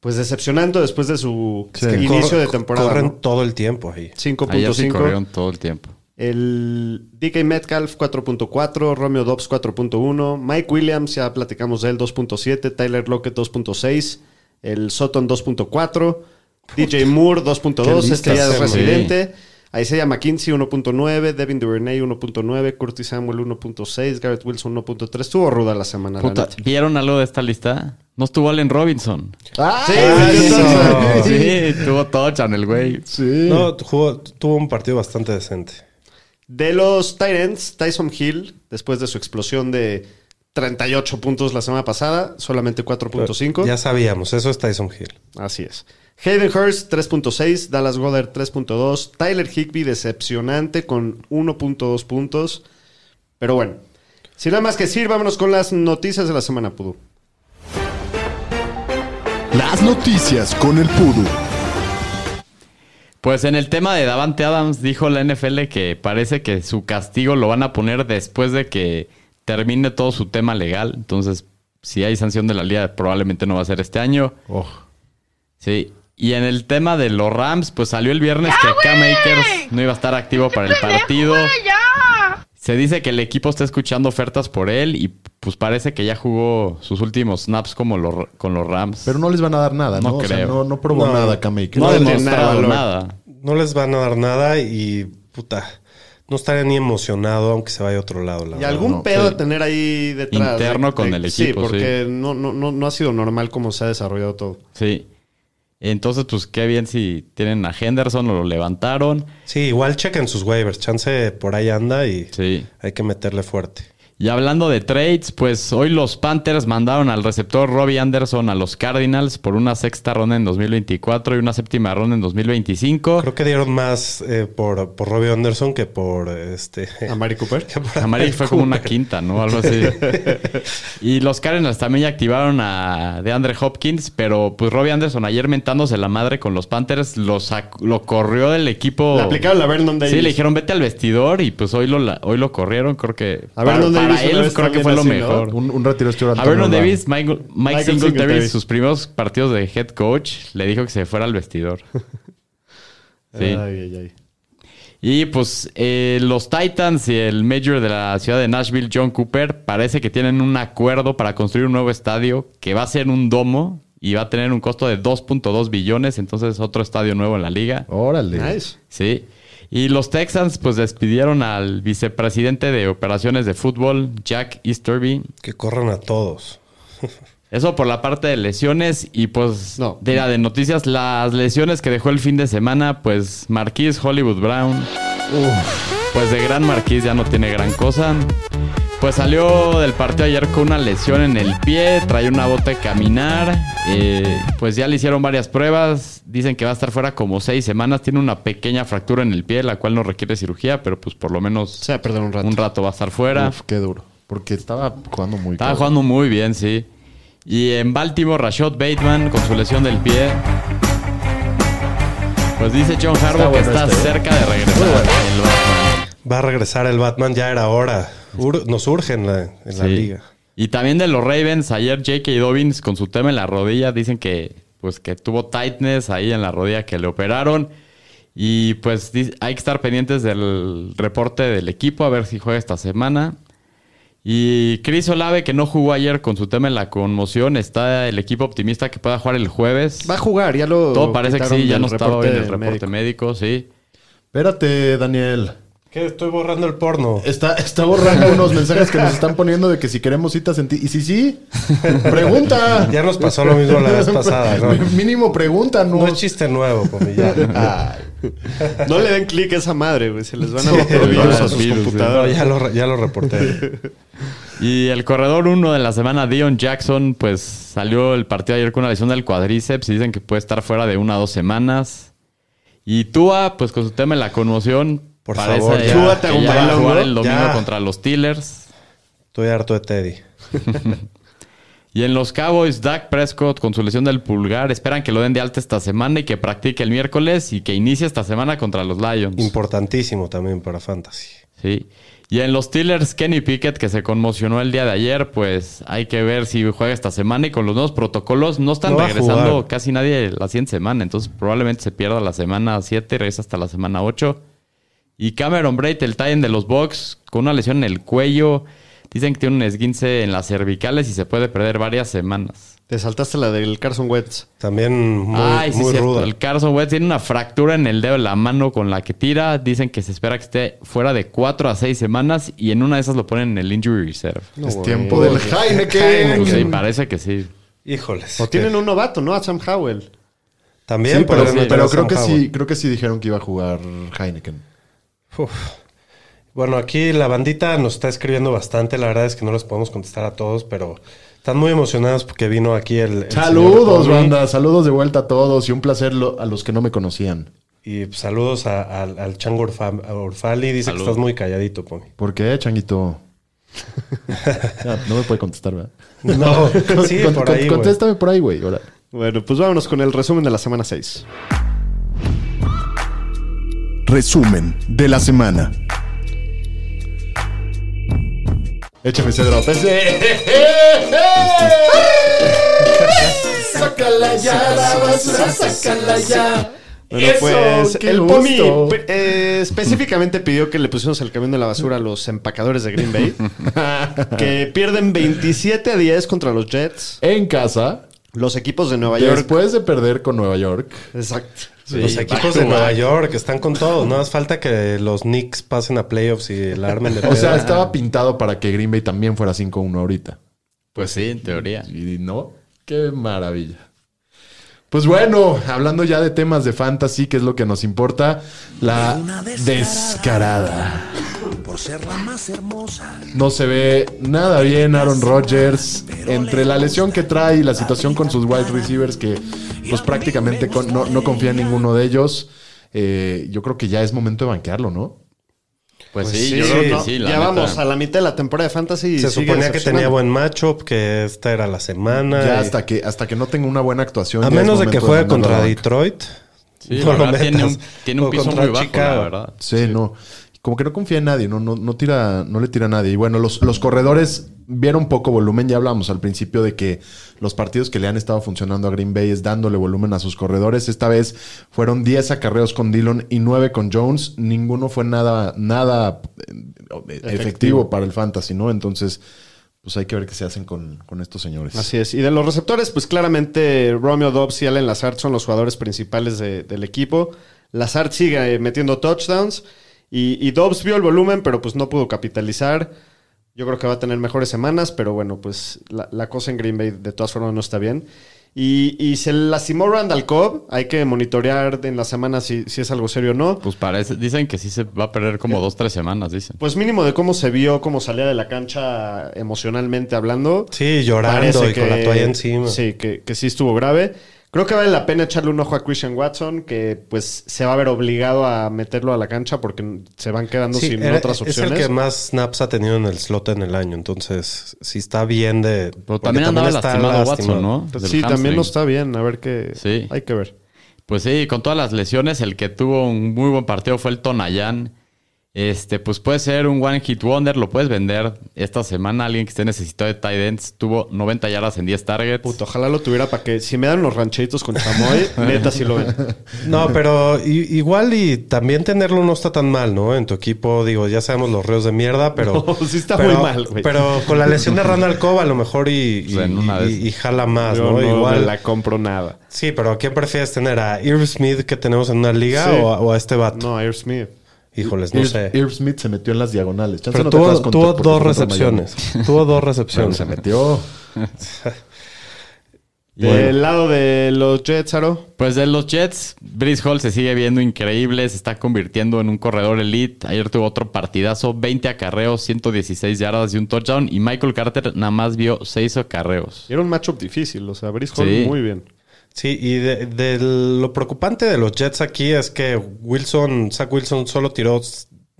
[SPEAKER 2] pues decepcionando después de su
[SPEAKER 5] Sí.
[SPEAKER 3] Que
[SPEAKER 2] inicio
[SPEAKER 3] cor-
[SPEAKER 2] de temporada.
[SPEAKER 3] Corren
[SPEAKER 2] ¿no?
[SPEAKER 3] todo el tiempo ahí.
[SPEAKER 4] Allá sí
[SPEAKER 2] 5.5.
[SPEAKER 4] corrieron todo el tiempo.
[SPEAKER 2] El DK Metcalf 4.4, Romeo Dobbs 4.1, Mike Williams, ya platicamos de él 2.7, Tyler Lockett 2.6, el Sutton 2.4, DJ Moore 2.2,
[SPEAKER 5] Qué
[SPEAKER 2] este ya
[SPEAKER 5] listas,
[SPEAKER 2] es
[SPEAKER 5] hermano.
[SPEAKER 2] residente, Isaiah McKinsey 1.9, Devin Duvernay 1.9, Curtis Samuel 1.6, Garrett Wilson 1.3, estuvo ruda la semana. la
[SPEAKER 4] Puta,
[SPEAKER 2] neta.
[SPEAKER 4] ¿Vieron algo de esta lista? No estuvo Allen Robinson.
[SPEAKER 5] ¡Ah!
[SPEAKER 2] Sí,
[SPEAKER 3] eso.
[SPEAKER 5] Sí.
[SPEAKER 4] Sí, tuvo touchdown el güey.
[SPEAKER 5] Sí.
[SPEAKER 3] No, jugó- tuvo un partido bastante decente.
[SPEAKER 2] De los Titans, Tyson Hill, después de su explosión de 38 puntos la semana pasada, solamente 4.5.
[SPEAKER 3] Ya sabíamos, eso es Tyson Hill.
[SPEAKER 2] Así es. Hayden Hurst 3.6, Dallas Goddard 3.2, Tyler Higby decepcionante con 1.2 puntos. Pero bueno, sin nada más que decir, vámonos con las noticias de la semana, Pudu.
[SPEAKER 1] Las noticias con el Pudu.
[SPEAKER 4] Pues en el tema de Davante Adams dijo la NFL que parece que su castigo lo van a poner después de que termine todo su tema legal. Entonces, si hay sanción de la liga, probablemente no va a ser este año.
[SPEAKER 5] Oh.
[SPEAKER 4] Sí. Y en el tema de los Rams, pues salió el viernes que Cam Akers no iba a estar activo para el partido. Se dice que el equipo está escuchando ofertas por él y pues parece que ya jugó sus últimos snaps como los- con los Rams.
[SPEAKER 5] Pero no les van a dar nada, ¿no?
[SPEAKER 4] No
[SPEAKER 5] O sea,
[SPEAKER 4] creo.
[SPEAKER 5] no, no probó
[SPEAKER 3] No.
[SPEAKER 5] nada Kameiker.
[SPEAKER 4] no
[SPEAKER 2] no
[SPEAKER 4] ha
[SPEAKER 2] tiene nada de
[SPEAKER 4] demostrado
[SPEAKER 2] valor.
[SPEAKER 4] nada.
[SPEAKER 3] No les van a dar nada y puta, no estaría ni emocionado aunque se vaya a otro lado. La
[SPEAKER 2] Y
[SPEAKER 3] verdad.
[SPEAKER 2] algún
[SPEAKER 5] no,
[SPEAKER 2] pedo
[SPEAKER 5] sí.
[SPEAKER 2] a tener ahí detrás.
[SPEAKER 4] Ah, Interno con el
[SPEAKER 2] Sí,
[SPEAKER 4] equipo,
[SPEAKER 2] porque No, no, no, no ha sido normal cómo se ha desarrollado todo.
[SPEAKER 4] Sí. Entonces, pues qué bien si tienen a Henderson o lo levantaron.
[SPEAKER 3] Sí, igual chequen sus waivers, chance por ahí anda y
[SPEAKER 4] Sí.
[SPEAKER 3] hay que meterle fuerte.
[SPEAKER 4] Y hablando de trades, pues hoy los Panthers mandaron al receptor Robbie Anderson a los Cardinals por una sexta ronda en 2024 y una séptima ronda en 2025.
[SPEAKER 3] Creo que dieron más eh, por, por Robbie Anderson que por este.
[SPEAKER 2] ¿A Mari Cooper?
[SPEAKER 3] que por-
[SPEAKER 4] Pues, Amarillo fue como una quinta, ¿no? Algo así. y los Cardinals también ya activaron a DeAndre Hopkins, pero pues Robbie Anderson ayer mentándose la madre con los Panthers, lo, sac- lo corrió del equipo.
[SPEAKER 2] Le aplicaron la Vernon Davis.
[SPEAKER 4] Oh. Sí, le dijeron vete al vestidor y pues hoy lo, la- hoy lo corrieron, creo que...
[SPEAKER 2] A Vernon Davis una
[SPEAKER 4] para, para él
[SPEAKER 2] vez
[SPEAKER 4] creo que
[SPEAKER 2] también
[SPEAKER 4] fue lo
[SPEAKER 2] así, ¿no?
[SPEAKER 4] mejor.
[SPEAKER 5] Un, un retiro estuvo
[SPEAKER 4] A
[SPEAKER 5] Antonio
[SPEAKER 4] Vernon
[SPEAKER 5] Brown.
[SPEAKER 4] Davis, Mike, Mike
[SPEAKER 2] Michael
[SPEAKER 4] Singletary,
[SPEAKER 2] Singletary.
[SPEAKER 4] sus primeros partidos de head coach, le dijo que se fuera al vestidor. Sí.
[SPEAKER 2] Ay, ay, ay.
[SPEAKER 4] Y pues eh, los Titans y el mayor de la ciudad de Nashville, John Cooper, parece que tienen un acuerdo para construir un nuevo estadio que va a ser un domo y va a tener un costo de 2.2 billones, entonces otro estadio nuevo en la liga.
[SPEAKER 5] Órale.
[SPEAKER 2] Nice.
[SPEAKER 4] Sí. Y los Texans pues despidieron al vicepresidente de operaciones de fútbol, Jack Easterby.
[SPEAKER 3] que corran a todos.
[SPEAKER 4] Eso por la parte de lesiones y pues
[SPEAKER 2] No.
[SPEAKER 4] de la de noticias, las lesiones que dejó el fin de semana, pues Marquis Hollywood Brown. Pues de gran Marquis ya no tiene gran cosa. Pues salió del partido ayer con una lesión en el pie, trae una bota de caminar. eh, pues ya le hicieron varias pruebas. Dicen que va a estar fuera como seis semanas. Tiene una pequeña fractura en el pie, la cual no requiere cirugía, pero pues por lo
[SPEAKER 2] O
[SPEAKER 4] menos
[SPEAKER 2] sea, perdón un rato.
[SPEAKER 4] un rato va a estar fuera.
[SPEAKER 5] Uf, qué duro. Porque estaba jugando muy
[SPEAKER 4] Estaba
[SPEAKER 5] cabrón.
[SPEAKER 4] jugando muy bien, sí. Y en Baltimore, Rashad Bateman con su lesión del pie. Pues dice John Harbaugh que
[SPEAKER 5] bueno
[SPEAKER 4] está
[SPEAKER 5] este, ¿eh?
[SPEAKER 4] cerca de regresar. El Batman.
[SPEAKER 3] Va a regresar el Batman, ya era hora. Ur- nos urge en la, en la
[SPEAKER 4] Sí.
[SPEAKER 3] liga.
[SPEAKER 4] Y también de los Ravens, ayer J.K. Dobbins con su tema en la rodilla. Dicen que, pues, que tuvo tightness ahí en la rodilla que le operaron. Y pues di- hay que estar pendientes del reporte del equipo a ver si juega esta semana. Y Chris Olave, que no jugó ayer con su tema de la conmoción, está el equipo optimista que pueda jugar el jueves.
[SPEAKER 2] Va a jugar, ya lo.
[SPEAKER 4] Todo parece que
[SPEAKER 2] quitaron
[SPEAKER 4] sí, ya
[SPEAKER 2] del
[SPEAKER 4] no estaba hoy en el
[SPEAKER 2] médico.
[SPEAKER 4] reporte médico, sí.
[SPEAKER 5] Espérate, Daniel.
[SPEAKER 3] ¿Qué? Estoy borrando el porno.
[SPEAKER 5] Está, está borrando unos mensajes que nos están poniendo de que si queremos citas en ti. Y si sí, pregunta.
[SPEAKER 3] Ya nos pasó lo mismo la vez pasada, ¿no?
[SPEAKER 5] Mínimo pregunta, no.
[SPEAKER 3] No es chiste nuevo, Pomilla.
[SPEAKER 2] No le den clic a esa madre, güey. Se les van a
[SPEAKER 3] Sí,
[SPEAKER 2] meter virus a
[SPEAKER 4] los
[SPEAKER 2] sus
[SPEAKER 4] virus,
[SPEAKER 3] No,
[SPEAKER 2] computadoras.
[SPEAKER 3] ya lo, re- ya lo reporté.
[SPEAKER 4] Y el corredor uno de la semana, Dion Jackson, pues salió el partido ayer con una lesión del cuadríceps. y Dicen que puede estar fuera de una o dos semanas. Y Tua, pues con su tema de la conmoción,
[SPEAKER 3] Por favor,
[SPEAKER 4] ya
[SPEAKER 2] Tua te
[SPEAKER 4] que ya va a
[SPEAKER 2] acompaña,
[SPEAKER 4] jugar
[SPEAKER 2] ¿no?
[SPEAKER 4] el domingo
[SPEAKER 3] Ya.
[SPEAKER 4] contra los Steelers.
[SPEAKER 3] Estoy harto de Teddy.
[SPEAKER 4] Y en los Cowboys, Dak Prescott con su lesión del pulgar. Esperan que lo den de alta esta semana y que practique el miércoles y que inicie esta semana contra los Lions.
[SPEAKER 3] Importantísimo también para Fantasy.
[SPEAKER 4] Sí. Y en los Steelers, Kenny Pickett, que se conmocionó el día de ayer, pues hay que ver si juega esta semana y con los nuevos protocolos no están
[SPEAKER 3] No va a
[SPEAKER 4] regresando
[SPEAKER 3] jugar.
[SPEAKER 4] casi nadie la siguiente semana, entonces probablemente se pierda la semana 7 y regresa hasta la semana 8. Y Cameron Braid, el tie de los Bucks, con una lesión en el cuello, dicen que tiene un esguince en las cervicales y se puede perder varias semanas.
[SPEAKER 2] Te saltaste la del Carson Wentz.
[SPEAKER 3] También muy,
[SPEAKER 4] Ay, sí,
[SPEAKER 3] muy
[SPEAKER 4] cierto.
[SPEAKER 3] ruda.
[SPEAKER 4] El Carson Wentz tiene una fractura en el dedo de la mano con la que tira. Dicen que se espera que esté fuera de 4 a 6 semanas y en una de esas lo ponen en el injury reserve.
[SPEAKER 5] es tiempo del
[SPEAKER 4] Pues
[SPEAKER 5] Heineken.
[SPEAKER 4] sí, parece que sí.
[SPEAKER 3] Híjoles.
[SPEAKER 2] O tienen un novato, ¿no? A Sam Howell.
[SPEAKER 3] También,
[SPEAKER 5] Sí, pero,
[SPEAKER 3] podrían meter
[SPEAKER 5] pero
[SPEAKER 3] a
[SPEAKER 5] creo
[SPEAKER 3] Sam
[SPEAKER 5] que sí,
[SPEAKER 3] Howell.
[SPEAKER 5] creo que sí dijeron que iba a jugar Heineken.
[SPEAKER 3] Uf. Bueno, aquí la bandita nos está escribiendo bastante. La verdad es que no les podemos contestar a todos, pero están muy emocionados porque vino aquí el. el señor
[SPEAKER 5] Saludos,
[SPEAKER 3] Tommy.
[SPEAKER 5] banda. Saludos de vuelta a todos y un placer lo- a los que no me conocían.
[SPEAKER 3] Y pues, saludos a- al- al Chango Orfa- a Orfali. Dice
[SPEAKER 4] Saludos.
[SPEAKER 3] que estás muy calladito, Pomi.
[SPEAKER 5] ¿Por qué, Changuito? Ya, no me puede contestar, ¿verdad?
[SPEAKER 3] No, sí,
[SPEAKER 5] Con-
[SPEAKER 3] por
[SPEAKER 5] con-
[SPEAKER 3] ahí. güey.
[SPEAKER 5] contéstame por ahí, güey. ahora.
[SPEAKER 2] Bueno, pues vámonos con el resumen de la semana 6.
[SPEAKER 1] Resumen de la semana.
[SPEAKER 5] Échame ese drop. Ese. Sácala ya, la basura, sácala ya.
[SPEAKER 2] Bueno,
[SPEAKER 5] Eso,
[SPEAKER 2] pues
[SPEAKER 5] qué
[SPEAKER 2] el
[SPEAKER 5] gusto.
[SPEAKER 2] Pomi pe- eh, específicamente pidió que le pusiéramos el camión de la basura a los empacadores de Green Bay, que pierden 27 a 10 contra los Jets,
[SPEAKER 5] En casa,
[SPEAKER 2] los equipos de Nueva York.
[SPEAKER 5] después de perder con Nueva York,
[SPEAKER 2] Exacto.
[SPEAKER 3] los equipos de Nueva York están con todo. No hace falta que los Knicks pasen a playoffs y la armen de
[SPEAKER 5] o sea,
[SPEAKER 3] pedo.
[SPEAKER 5] estaba pintado para que Green Bay también fuera 5-1 ahorita.
[SPEAKER 4] Pues sí, en teoría.
[SPEAKER 5] Y no, qué maravilla. Pues bueno, hablando ya de temas de fantasy, que es lo que nos importa, la descarada.
[SPEAKER 6] por ser la más hermosa.
[SPEAKER 5] No se ve nada bien Aaron Rodgers. Entre la lesión que trae y la situación con sus wide receivers, que pues prácticamente con- no, no confía en ninguno de ellos, eh, yo creo que ya es momento de banquearlo, ¿no?
[SPEAKER 4] Pues,
[SPEAKER 3] Pues
[SPEAKER 4] sí,
[SPEAKER 3] sí,
[SPEAKER 4] yo creo
[SPEAKER 3] ¿no?
[SPEAKER 4] que sí. la
[SPEAKER 2] ya
[SPEAKER 4] neta.
[SPEAKER 2] vamos a la mitad de la temporada de Fantasy. y
[SPEAKER 3] Se
[SPEAKER 2] sigue
[SPEAKER 3] suponía que tenía
[SPEAKER 2] decepcionando.
[SPEAKER 3] buen matchup, que esta era la semana.
[SPEAKER 5] Ya
[SPEAKER 3] y-
[SPEAKER 5] hasta que, hasta que no tenga una buena actuación.
[SPEAKER 3] a
[SPEAKER 5] ya es
[SPEAKER 3] menos de
[SPEAKER 5] momento
[SPEAKER 3] que juegue
[SPEAKER 5] mandarlo a la
[SPEAKER 3] contra
[SPEAKER 5] banca.
[SPEAKER 3] Detroit.
[SPEAKER 4] Sí,
[SPEAKER 3] no
[SPEAKER 4] la
[SPEAKER 3] lo
[SPEAKER 4] verdad, tiene
[SPEAKER 3] metas.
[SPEAKER 4] un, tiene un
[SPEAKER 3] O
[SPEAKER 4] piso
[SPEAKER 3] contra
[SPEAKER 4] muy bajo,
[SPEAKER 3] Chicago.
[SPEAKER 4] la verdad.
[SPEAKER 5] Sí, no. Como que no confía en nadie, no, no, no tira, no le tira a nadie. Y bueno, los, los corredores vieron poco volumen. Ya hablamos al principio de que los partidos que le han estado funcionando a Green Bay es dándole volumen a sus corredores. Esta vez fueron 10 acarreos con Dillon y 9 con Jones. Ninguno fue nada, nada eh, efectivo,
[SPEAKER 2] Efectivo.
[SPEAKER 5] para el fantasy, ¿no? Entonces, pues hay que ver qué se hacen con, con estos señores.
[SPEAKER 2] Así es. Y de los receptores, pues claramente Romeo Dobbs y Allen Lazard son los jugadores principales de- del equipo. Lazard sigue eh, metiendo touchdowns y, y Dobbs vio el volumen, pero pues no pudo capitalizar. Yo creo que va a tener mejores semanas, pero bueno, pues la, la cosa en Green Bay de todas formas no está bien. Y, y se lastimó Randall Cobb. Hay que monitorear en la semana si, si es algo serio o no.
[SPEAKER 4] Pues parece, dicen que sí se va a perder
[SPEAKER 3] Eh,
[SPEAKER 4] como dos, tres semanas, dicen.
[SPEAKER 2] Pues mínimo de cómo se vio, cómo salía de la cancha emocionalmente hablando.
[SPEAKER 3] Sí, llorando
[SPEAKER 2] Parece
[SPEAKER 3] y con la toalla encima.
[SPEAKER 2] Sí, que, que sí estuvo grave. Creo que vale la pena echarle un ojo a Christian Watson, que pues se va a ver obligado a meterlo a la cancha porque se van quedando
[SPEAKER 3] Sí,
[SPEAKER 2] sin
[SPEAKER 3] era-
[SPEAKER 2] otras opciones.
[SPEAKER 3] Es el que más snaps ha tenido en el slot en el año. Entonces, sí está bien de.
[SPEAKER 4] Pero
[SPEAKER 3] porque
[SPEAKER 4] también andaba lastimado Watson, ¿no? Del
[SPEAKER 2] sí, también
[SPEAKER 4] hamstring.
[SPEAKER 2] no está bien. A ver qué.
[SPEAKER 4] Sí.
[SPEAKER 2] Hay que ver.
[SPEAKER 4] Pues sí, con todas las lesiones, el que tuvo un muy buen partido fue el Tonayán. Este, pues puede ser un One Hit Wonder, lo puedes vender. Esta semana alguien que esté necesitado de tight ends tuvo 90 yardas en 10 targets.
[SPEAKER 2] Puta, ojalá lo tuviera para que si me dan los rancheritos con chamoy, neta sí lo ven.
[SPEAKER 3] No, pero i- igual y también tenerlo no está tan mal, ¿no? En tu equipo, digo, ya sabemos los reos de mierda, pero.
[SPEAKER 2] No, sí está
[SPEAKER 3] pero-
[SPEAKER 2] muy mal, güey.
[SPEAKER 3] Pero con la lesión de Randall Cobb, a lo mejor y, y-
[SPEAKER 4] O sea, en una
[SPEAKER 3] y-
[SPEAKER 4] vez.
[SPEAKER 3] y jala más,
[SPEAKER 2] Yo
[SPEAKER 3] ¿no?
[SPEAKER 2] no
[SPEAKER 3] igual.
[SPEAKER 2] me la compro nada.
[SPEAKER 3] Sí, pero ¿a quién prefieres tener? ¿A Irv Smith que tenemos en una liga
[SPEAKER 2] Sí.
[SPEAKER 3] o, a, o a este vato?
[SPEAKER 2] No, Air Smith.
[SPEAKER 3] Híjoles, no
[SPEAKER 5] Irv-
[SPEAKER 3] sé.
[SPEAKER 5] Irv Smith se metió en las diagonales. Chance
[SPEAKER 3] pero
[SPEAKER 5] no te
[SPEAKER 3] tuvo,
[SPEAKER 5] acuerdas con-
[SPEAKER 3] tuvo
[SPEAKER 5] porque
[SPEAKER 3] dos
[SPEAKER 5] fue contra
[SPEAKER 3] recepciones.
[SPEAKER 5] Miami.
[SPEAKER 3] tuvo dos
[SPEAKER 5] Pero
[SPEAKER 3] recepciones.
[SPEAKER 5] se metió.
[SPEAKER 2] Del lado de los Jets, Aro.
[SPEAKER 4] Pues de los Jets, Brice Hall se sigue viendo increíble, se está convirtiendo en un corredor elite. Ayer tuvo otro partidazo, 20 acarreos, 116 yardas y un touchdown. Y Michael Carter nada más vio 6 acarreos.
[SPEAKER 2] Era un matchup difícil, o sea, Brice Hall
[SPEAKER 4] Sí.
[SPEAKER 2] muy bien.
[SPEAKER 3] Sí, y de, de lo preocupante de los Jets aquí es que Wilson, Zach Wilson solo tiró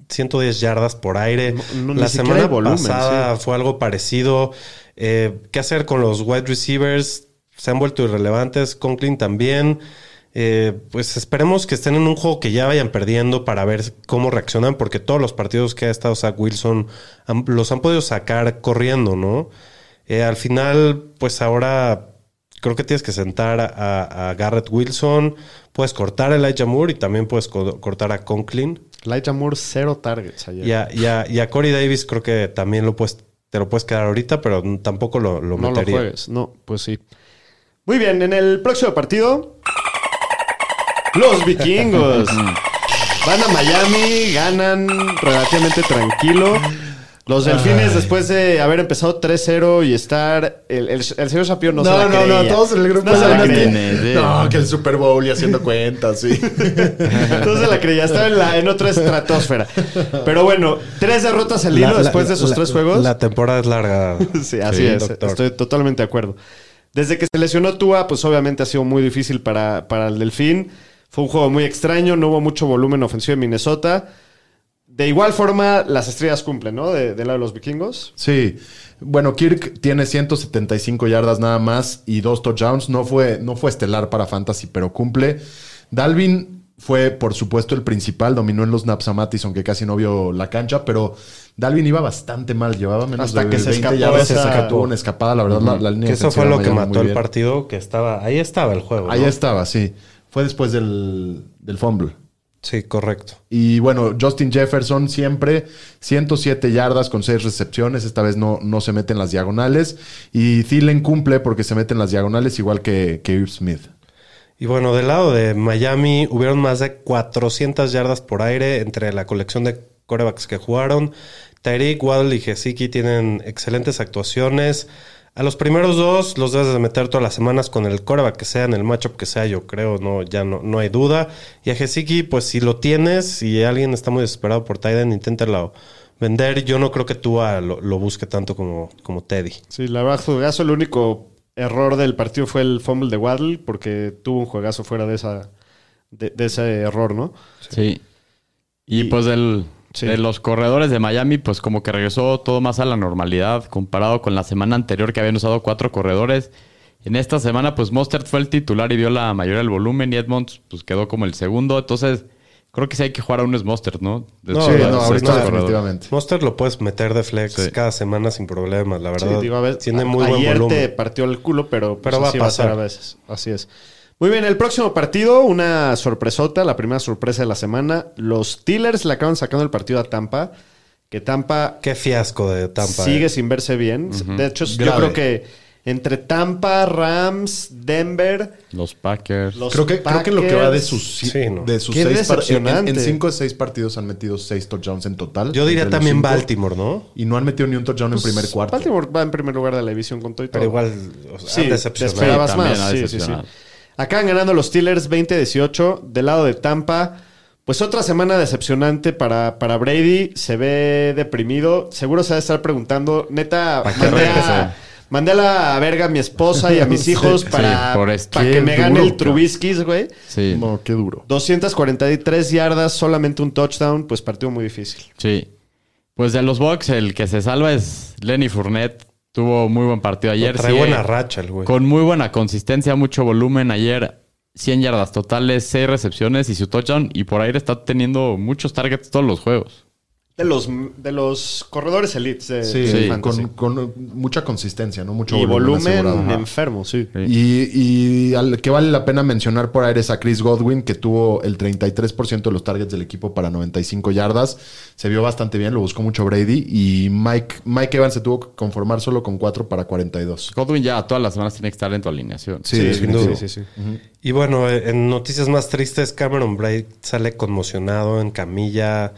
[SPEAKER 3] 110 yardas por aire.
[SPEAKER 2] No, no, ni
[SPEAKER 3] La
[SPEAKER 2] siquiera
[SPEAKER 3] semana
[SPEAKER 2] de volumen,
[SPEAKER 3] pasada fue algo parecido. Eh, ¿Qué hacer con los wide receivers? Se han vuelto irrelevantes. Conklin también. Eh, pues esperemos que estén en un juego que ya vayan perdiendo para ver cómo reaccionan, porque todos los partidos que ha estado Zach Wilson han- los han podido sacar corriendo, ¿no? Eh, al final, pues ahora creo que tienes que sentar a, a Garrett Wilson, puedes cortar a Elijah Moore y también puedes co- cortar a Conklin.
[SPEAKER 2] Light Moore, cero targets ayer.
[SPEAKER 3] Y a, y a- y a Corey Davis creo que también lo puedes, te lo puedes quedar ahorita, pero n- tampoco lo, lo
[SPEAKER 2] no lo
[SPEAKER 3] metería.
[SPEAKER 2] juegues. No, pues sí. Muy bien, en el próximo partido, los vikingos van a Miami, ganan relativamente tranquilo. Los delfines, después de haber empezado 3-0 y estar. El, el- el señor Shapiro no, se la
[SPEAKER 5] No, no, no,
[SPEAKER 2] creía.
[SPEAKER 5] todos en el grupo
[SPEAKER 2] No se la
[SPEAKER 5] saben
[SPEAKER 2] creía.
[SPEAKER 4] creen,
[SPEAKER 5] que-
[SPEAKER 4] sí.
[SPEAKER 5] No, que el Super Bowl y haciendo cuentas, sí.
[SPEAKER 2] No se la creía. Estaba en, la- en otra estratosfera. Pero bueno, tres derrotas al hilo
[SPEAKER 3] La- la-
[SPEAKER 2] después de esos
[SPEAKER 3] la-
[SPEAKER 2] tres juegos.
[SPEAKER 3] La temporada es larga.
[SPEAKER 2] Sí, así
[SPEAKER 3] Sí,
[SPEAKER 2] es.
[SPEAKER 3] doctor.
[SPEAKER 2] Estoy totalmente de acuerdo. Desde que se lesionó Tua, pues obviamente ha sido muy difícil para, para el Delfín. Fue un juego muy extraño, no hubo mucho volumen ofensivo en Minnesota. De igual forma, las estrellas cumplen, ¿no? De- Del lado de los vikingos.
[SPEAKER 5] Sí. Bueno, Kirk tiene 175 yardas nada más y dos touchdowns. No fue, no fue estelar para Fantasy, pero cumple. Dalvin fue, por supuesto, el principal. Dominó en los naps a Mattison, que casi no vio la cancha, pero Dalvin iba bastante mal. Llevaba menos
[SPEAKER 2] Hasta
[SPEAKER 5] de
[SPEAKER 2] que se
[SPEAKER 5] 20
[SPEAKER 2] escapó
[SPEAKER 5] yardas.
[SPEAKER 2] esa-
[SPEAKER 5] Hasta que tuvo una escapada, la verdad. la, la línea
[SPEAKER 3] Que eso
[SPEAKER 5] defensiva
[SPEAKER 3] fue lo
[SPEAKER 5] de
[SPEAKER 3] que
[SPEAKER 5] Miami muy
[SPEAKER 3] mató el
[SPEAKER 5] bien.
[SPEAKER 3] partido, que estaba... Ahí estaba el juego.
[SPEAKER 5] Ahí
[SPEAKER 3] ¿no?
[SPEAKER 5] estaba, sí. Fue después del, del fumble.
[SPEAKER 3] Sí, correcto.
[SPEAKER 5] Y bueno, Justin Jefferson siempre 107 yardas con 6 recepciones. Esta vez no, no se mete en las diagonales. Y Thielen cumple porque se mete en las diagonales igual que, que Irv Smith.
[SPEAKER 3] Y bueno, del lado de Miami hubieron más de 400 yardas por aire entre la colección de corebacks que jugaron. Tyreek, Waddle y Gesicki tienen excelentes actuaciones. A los primeros dos los debes de meter todas las semanas con el coreback que sea, en el matchup que sea, yo creo, no, ya no, no hay duda. Y a Gesicki, pues si lo tienes, si alguien está muy desesperado por Tyden, inténtalo vender. Yo no creo que tú lo, lo busque tanto como, como Teddy.
[SPEAKER 2] Sí, la verdad, juegazo. El único error del partido fue el fumble de Waddle, porque tuvo un juegazo fuera de, esa, de, de ese error, ¿no?
[SPEAKER 4] Sí. Y, pues del-
[SPEAKER 2] Sí.
[SPEAKER 4] de los corredores de Miami, pues como que regresó todo más a la normalidad comparado con la semana anterior que habían usado cuatro corredores. En esta semana, pues Mostert fue el titular y dio la mayoría del volumen y Edmonds pues quedó como el segundo. Entonces, creo que sí hay que jugar a un Mostert, ¿no?
[SPEAKER 3] No,
[SPEAKER 5] sí,
[SPEAKER 3] sí,
[SPEAKER 5] no,
[SPEAKER 3] sí,
[SPEAKER 5] ahorita
[SPEAKER 3] claro.
[SPEAKER 5] definitivamente.
[SPEAKER 3] Monster lo puedes meter de flex
[SPEAKER 4] Sí.
[SPEAKER 3] cada semana sin problemas, la verdad.
[SPEAKER 2] Sí, digo, a ver,
[SPEAKER 3] Tiene
[SPEAKER 2] a-
[SPEAKER 3] muy
[SPEAKER 2] ayer
[SPEAKER 3] buen
[SPEAKER 2] te
[SPEAKER 3] volumen.
[SPEAKER 2] partió el culo, pero, pues,
[SPEAKER 3] Pero va a
[SPEAKER 2] así
[SPEAKER 3] pasar.
[SPEAKER 2] a ser a veces. Así es. Muy bien, el próximo partido, una sorpresota, la primera sorpresa de la semana. Los Steelers le acaban sacando el partido a Tampa, que Tampa,
[SPEAKER 3] Qué fiasco de Tampa.
[SPEAKER 2] sigue
[SPEAKER 3] eh.
[SPEAKER 2] sin verse bien. De hecho,
[SPEAKER 5] Grave.
[SPEAKER 2] yo creo que entre Tampa, Rams, Denver,
[SPEAKER 4] Los Packers.
[SPEAKER 2] los
[SPEAKER 5] Creo que, creo que lo que va de sus,
[SPEAKER 3] Packers. Sí, no.
[SPEAKER 5] de sus
[SPEAKER 2] Qué
[SPEAKER 5] seis partidos. En,
[SPEAKER 2] decepcionante.
[SPEAKER 5] en cinco de seis partidos han metido seis touchdowns en total.
[SPEAKER 3] Yo diría
[SPEAKER 5] entre los
[SPEAKER 3] también
[SPEAKER 5] cinco.
[SPEAKER 3] Baltimore, ¿no?
[SPEAKER 5] Y no han metido ni un touchdown en primer cuarto.
[SPEAKER 2] Baltimore va en primer lugar de la división con todo y
[SPEAKER 3] Pero
[SPEAKER 2] todo.
[SPEAKER 3] igual, o sea,
[SPEAKER 2] Sí,
[SPEAKER 3] han
[SPEAKER 2] te
[SPEAKER 3] decepcionado.
[SPEAKER 2] esperabas
[SPEAKER 4] Sí,
[SPEAKER 2] más.
[SPEAKER 4] también ha
[SPEAKER 2] Sí, sí, sí.
[SPEAKER 4] decepcionado.
[SPEAKER 2] Acaban ganando los Steelers 20-18. Del lado de Tampa, pues otra semana decepcionante para, para Brady. Se ve deprimido. Seguro se va a estar preguntando, neta,
[SPEAKER 4] ¿Para qué
[SPEAKER 2] mandé
[SPEAKER 4] regresó?
[SPEAKER 2] a, mandé a la verga a mi esposa y a mis hijos para,
[SPEAKER 4] por esto.
[SPEAKER 2] para
[SPEAKER 5] Qué
[SPEAKER 2] que me gane
[SPEAKER 5] duro,
[SPEAKER 2] el Trubisky's, güey.
[SPEAKER 4] Sí,
[SPEAKER 5] No, qué duro.
[SPEAKER 2] 243 yardas, solamente un touchdown, pues partido muy difícil.
[SPEAKER 4] sí. Pues de los Bucks, el que se salva es Lenny Fournette. Tuvo muy buen partido ayer.
[SPEAKER 3] Trae
[SPEAKER 4] sigue-
[SPEAKER 3] buena racha el güey.
[SPEAKER 4] Con muy buena consistencia, mucho volumen. Ayer 100 yardas totales, 6 recepciones y su touchdown. Y por aire está teniendo muchos targets todos los juegos.
[SPEAKER 2] de los, de los corredores elites de
[SPEAKER 5] Sí,
[SPEAKER 2] del
[SPEAKER 5] sí,
[SPEAKER 2] fantasy.
[SPEAKER 5] con, con mucha consistencia, ¿no? Mucho
[SPEAKER 2] y volumen,
[SPEAKER 5] asegurado. Ajá.
[SPEAKER 2] enfermo, sí.
[SPEAKER 5] Y, y al que vale la pena mencionar por aire es a Chris Godwin, que tuvo el 33% de los targets del equipo para 95 yardas. Se vio bastante bien, lo buscó mucho Brady. Y Mike, Mike Evans se tuvo que conformar solo con 4 para 42.
[SPEAKER 4] Godwin ya todas las semanas tiene que estar en tu alineación.
[SPEAKER 5] Sí, definitivo.
[SPEAKER 3] Sí, sí, sí. Y bueno, eh, en noticias más tristes, Cameron Braid sale conmocionado en camilla.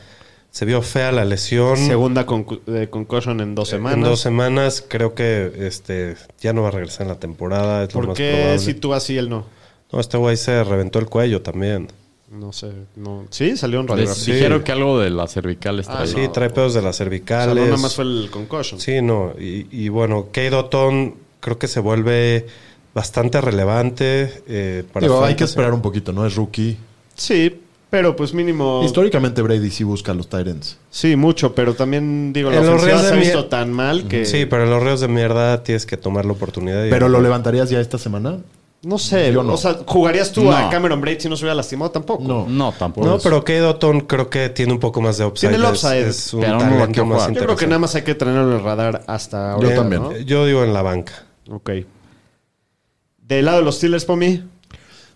[SPEAKER 3] Se vio fea la lesión.
[SPEAKER 2] Segunda concu- eh, concussion en dos semanas.
[SPEAKER 3] En dos semanas, creo que este ya no va a regresar en la temporada. Es lo
[SPEAKER 2] ¿Por
[SPEAKER 3] más
[SPEAKER 2] qué
[SPEAKER 3] probable.
[SPEAKER 2] si tú así él no?
[SPEAKER 3] No, este güey se reventó el cuello también.
[SPEAKER 2] No sé. No. Sí, salió en
[SPEAKER 4] Les
[SPEAKER 2] radiografía.
[SPEAKER 3] Sí.
[SPEAKER 4] dijeron que algo de las cervicales
[SPEAKER 2] Ah,
[SPEAKER 4] traía.
[SPEAKER 3] sí, trae pedos de las
[SPEAKER 2] O
[SPEAKER 3] cervicales.
[SPEAKER 2] sea, no nada más fue el concussion.
[SPEAKER 3] Sí, no. Y, y bueno, Kate O'Ton creo que se vuelve bastante relevante. eh, para
[SPEAKER 5] Digo, hay que
[SPEAKER 3] fantasy.
[SPEAKER 5] esperar un poquito, ¿no? Es rookie.
[SPEAKER 2] Sí, pero pues mínimo.
[SPEAKER 5] Históricamente Brady sí busca a los Tyrants.
[SPEAKER 2] Sí, mucho, pero también digo, la
[SPEAKER 3] En los
[SPEAKER 2] ofensiva
[SPEAKER 3] Reds de
[SPEAKER 2] se ha
[SPEAKER 3] mi-
[SPEAKER 2] visto tan mal que.
[SPEAKER 3] Sí, pero en los reos de mierda tienes que tomar la oportunidad. y-
[SPEAKER 5] ¿Pero lo levantarías ya esta semana?
[SPEAKER 2] No sé.
[SPEAKER 5] Yo no.
[SPEAKER 2] O sea, ¿jugarías tú a
[SPEAKER 4] No.
[SPEAKER 2] Cameron Braid si no se hubiera lastimado tampoco?
[SPEAKER 4] No, tampoco.
[SPEAKER 3] No, pero Kate O'Ton creo que tiene un poco más de upside.
[SPEAKER 2] Tiene el
[SPEAKER 3] Es-
[SPEAKER 2] upside,
[SPEAKER 3] Es, un
[SPEAKER 4] pero no lo
[SPEAKER 3] talento
[SPEAKER 4] quiero
[SPEAKER 3] más
[SPEAKER 4] jugar.
[SPEAKER 2] Yo creo que nada
[SPEAKER 3] interesante.
[SPEAKER 2] más hay que tenerlo en el radar hasta ahora.
[SPEAKER 5] también.
[SPEAKER 2] ¿no?
[SPEAKER 3] Yo digo en la banca.
[SPEAKER 2] Ok. Del lado de los Steelers, Pomi.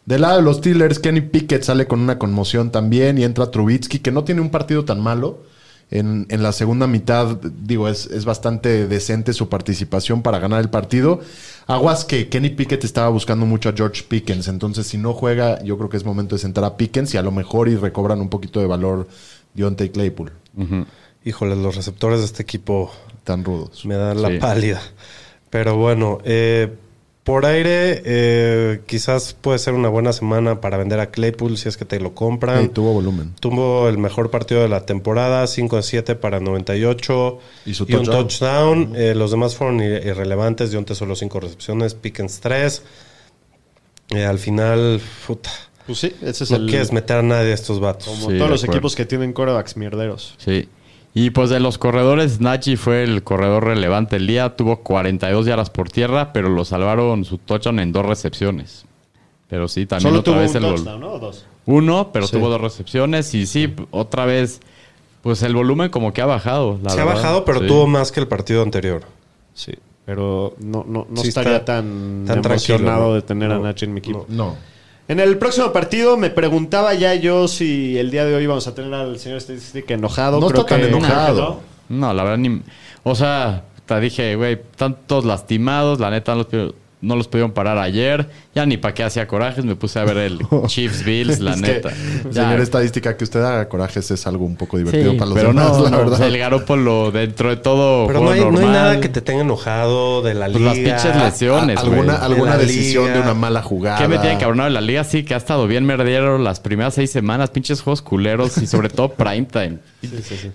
[SPEAKER 5] Del lado de los Steelers, Kenny Pickett sale con una conmoción también y entra Trubitsky, que no tiene un partido tan malo. En, en la segunda mitad, digo, es, es bastante decente su participación para ganar el partido. Aguas que Kenny Pickett estaba buscando mucho a George Pickens, entonces si no juega, yo creo que es momento de sentar a Pickens y a lo mejor y recobran un poquito de valor Deontay Claypool,
[SPEAKER 3] Híjole, los receptores de este equipo
[SPEAKER 5] tan rudos.
[SPEAKER 3] me dan la
[SPEAKER 4] Sí.
[SPEAKER 3] pálida. Pero bueno, eh, por aire, eh, quizás puede ser una buena semana para vender a Claypool si es que te lo compran.
[SPEAKER 5] Y tuvo volumen.
[SPEAKER 3] Tuvo el mejor partido de la temporada, 5 de 7 para 98
[SPEAKER 5] Y su
[SPEAKER 3] un
[SPEAKER 5] touchdown.
[SPEAKER 3] touchdown. Eh, los demás fueron ir- irrelevantes, Dionte solo 5 recepciones, Pickens 3. al final, puta,
[SPEAKER 2] Pues sí, ese es
[SPEAKER 3] no
[SPEAKER 2] el.
[SPEAKER 3] quieres meter a nadie a estos vatos.
[SPEAKER 2] Como
[SPEAKER 4] Sí, de
[SPEAKER 2] todos los
[SPEAKER 4] acuerdo.
[SPEAKER 2] equipos que tienen corebacks mierderos.
[SPEAKER 4] Sí. Y pues de los corredores, Nachi fue el corredor relevante el día. Tuvo 42 yardas por tierra, pero lo salvaron su touchdown en dos recepciones. Pero sí, también
[SPEAKER 2] Solo
[SPEAKER 4] otra
[SPEAKER 2] tuvo un
[SPEAKER 4] vez el vol-
[SPEAKER 2] touchdown, ¿no? O Dos.
[SPEAKER 4] Uno, pero tuvo dos recepciones. Y sí, p- otra vez, pues el volumen como que ha bajado. la
[SPEAKER 3] Se ha
[SPEAKER 4] verdad.
[SPEAKER 3] bajado, pero
[SPEAKER 4] Sí.
[SPEAKER 3] tuvo más que el partido anterior.
[SPEAKER 2] Sí, pero no, no, no
[SPEAKER 3] Sí,
[SPEAKER 2] estaría
[SPEAKER 3] está
[SPEAKER 2] tan,
[SPEAKER 3] tan tranquilo,
[SPEAKER 2] emocionado
[SPEAKER 3] ¿no?
[SPEAKER 2] de tener a
[SPEAKER 3] No,
[SPEAKER 2] Nachi en mi equipo.
[SPEAKER 5] No.
[SPEAKER 2] En el próximo partido me preguntaba ya yo si el día de hoy vamos a tener al señor Statistic enojado.
[SPEAKER 5] No
[SPEAKER 2] Creo
[SPEAKER 5] está tan
[SPEAKER 2] que-
[SPEAKER 5] enojado.
[SPEAKER 2] creo que no.
[SPEAKER 4] No, la verdad ni... O sea, te dije, güey, tantos lastimados, la neta no los, pu- no los pudieron parar ayer. Ya ni para qué hacía corajes, me puse a ver el Chiefs Bills, la
[SPEAKER 5] Es que,
[SPEAKER 4] neta. Ya.
[SPEAKER 5] señor estadística, que usted haga corajes es algo un poco divertido
[SPEAKER 4] Sí,
[SPEAKER 5] para los
[SPEAKER 4] pero
[SPEAKER 5] demás,
[SPEAKER 4] no,
[SPEAKER 5] la
[SPEAKER 4] no,
[SPEAKER 5] verdad.
[SPEAKER 4] o sea, el Garópolo dentro de todo
[SPEAKER 3] Pero no
[SPEAKER 4] juego
[SPEAKER 3] hay, no hay
[SPEAKER 4] normal.
[SPEAKER 3] nada que te tenga enojado de la
[SPEAKER 4] Pues
[SPEAKER 3] liga.
[SPEAKER 4] las pinches lesiones,
[SPEAKER 5] A-
[SPEAKER 4] güey.
[SPEAKER 5] alguna alguna
[SPEAKER 3] De la
[SPEAKER 5] decisión
[SPEAKER 3] liga.
[SPEAKER 5] de una mala jugada.
[SPEAKER 4] ¿Qué me tienen que hablar de la liga? Sí, que ha estado bien merdero las primeras seis semanas, pinches juegos culeros y sobre todo prime time.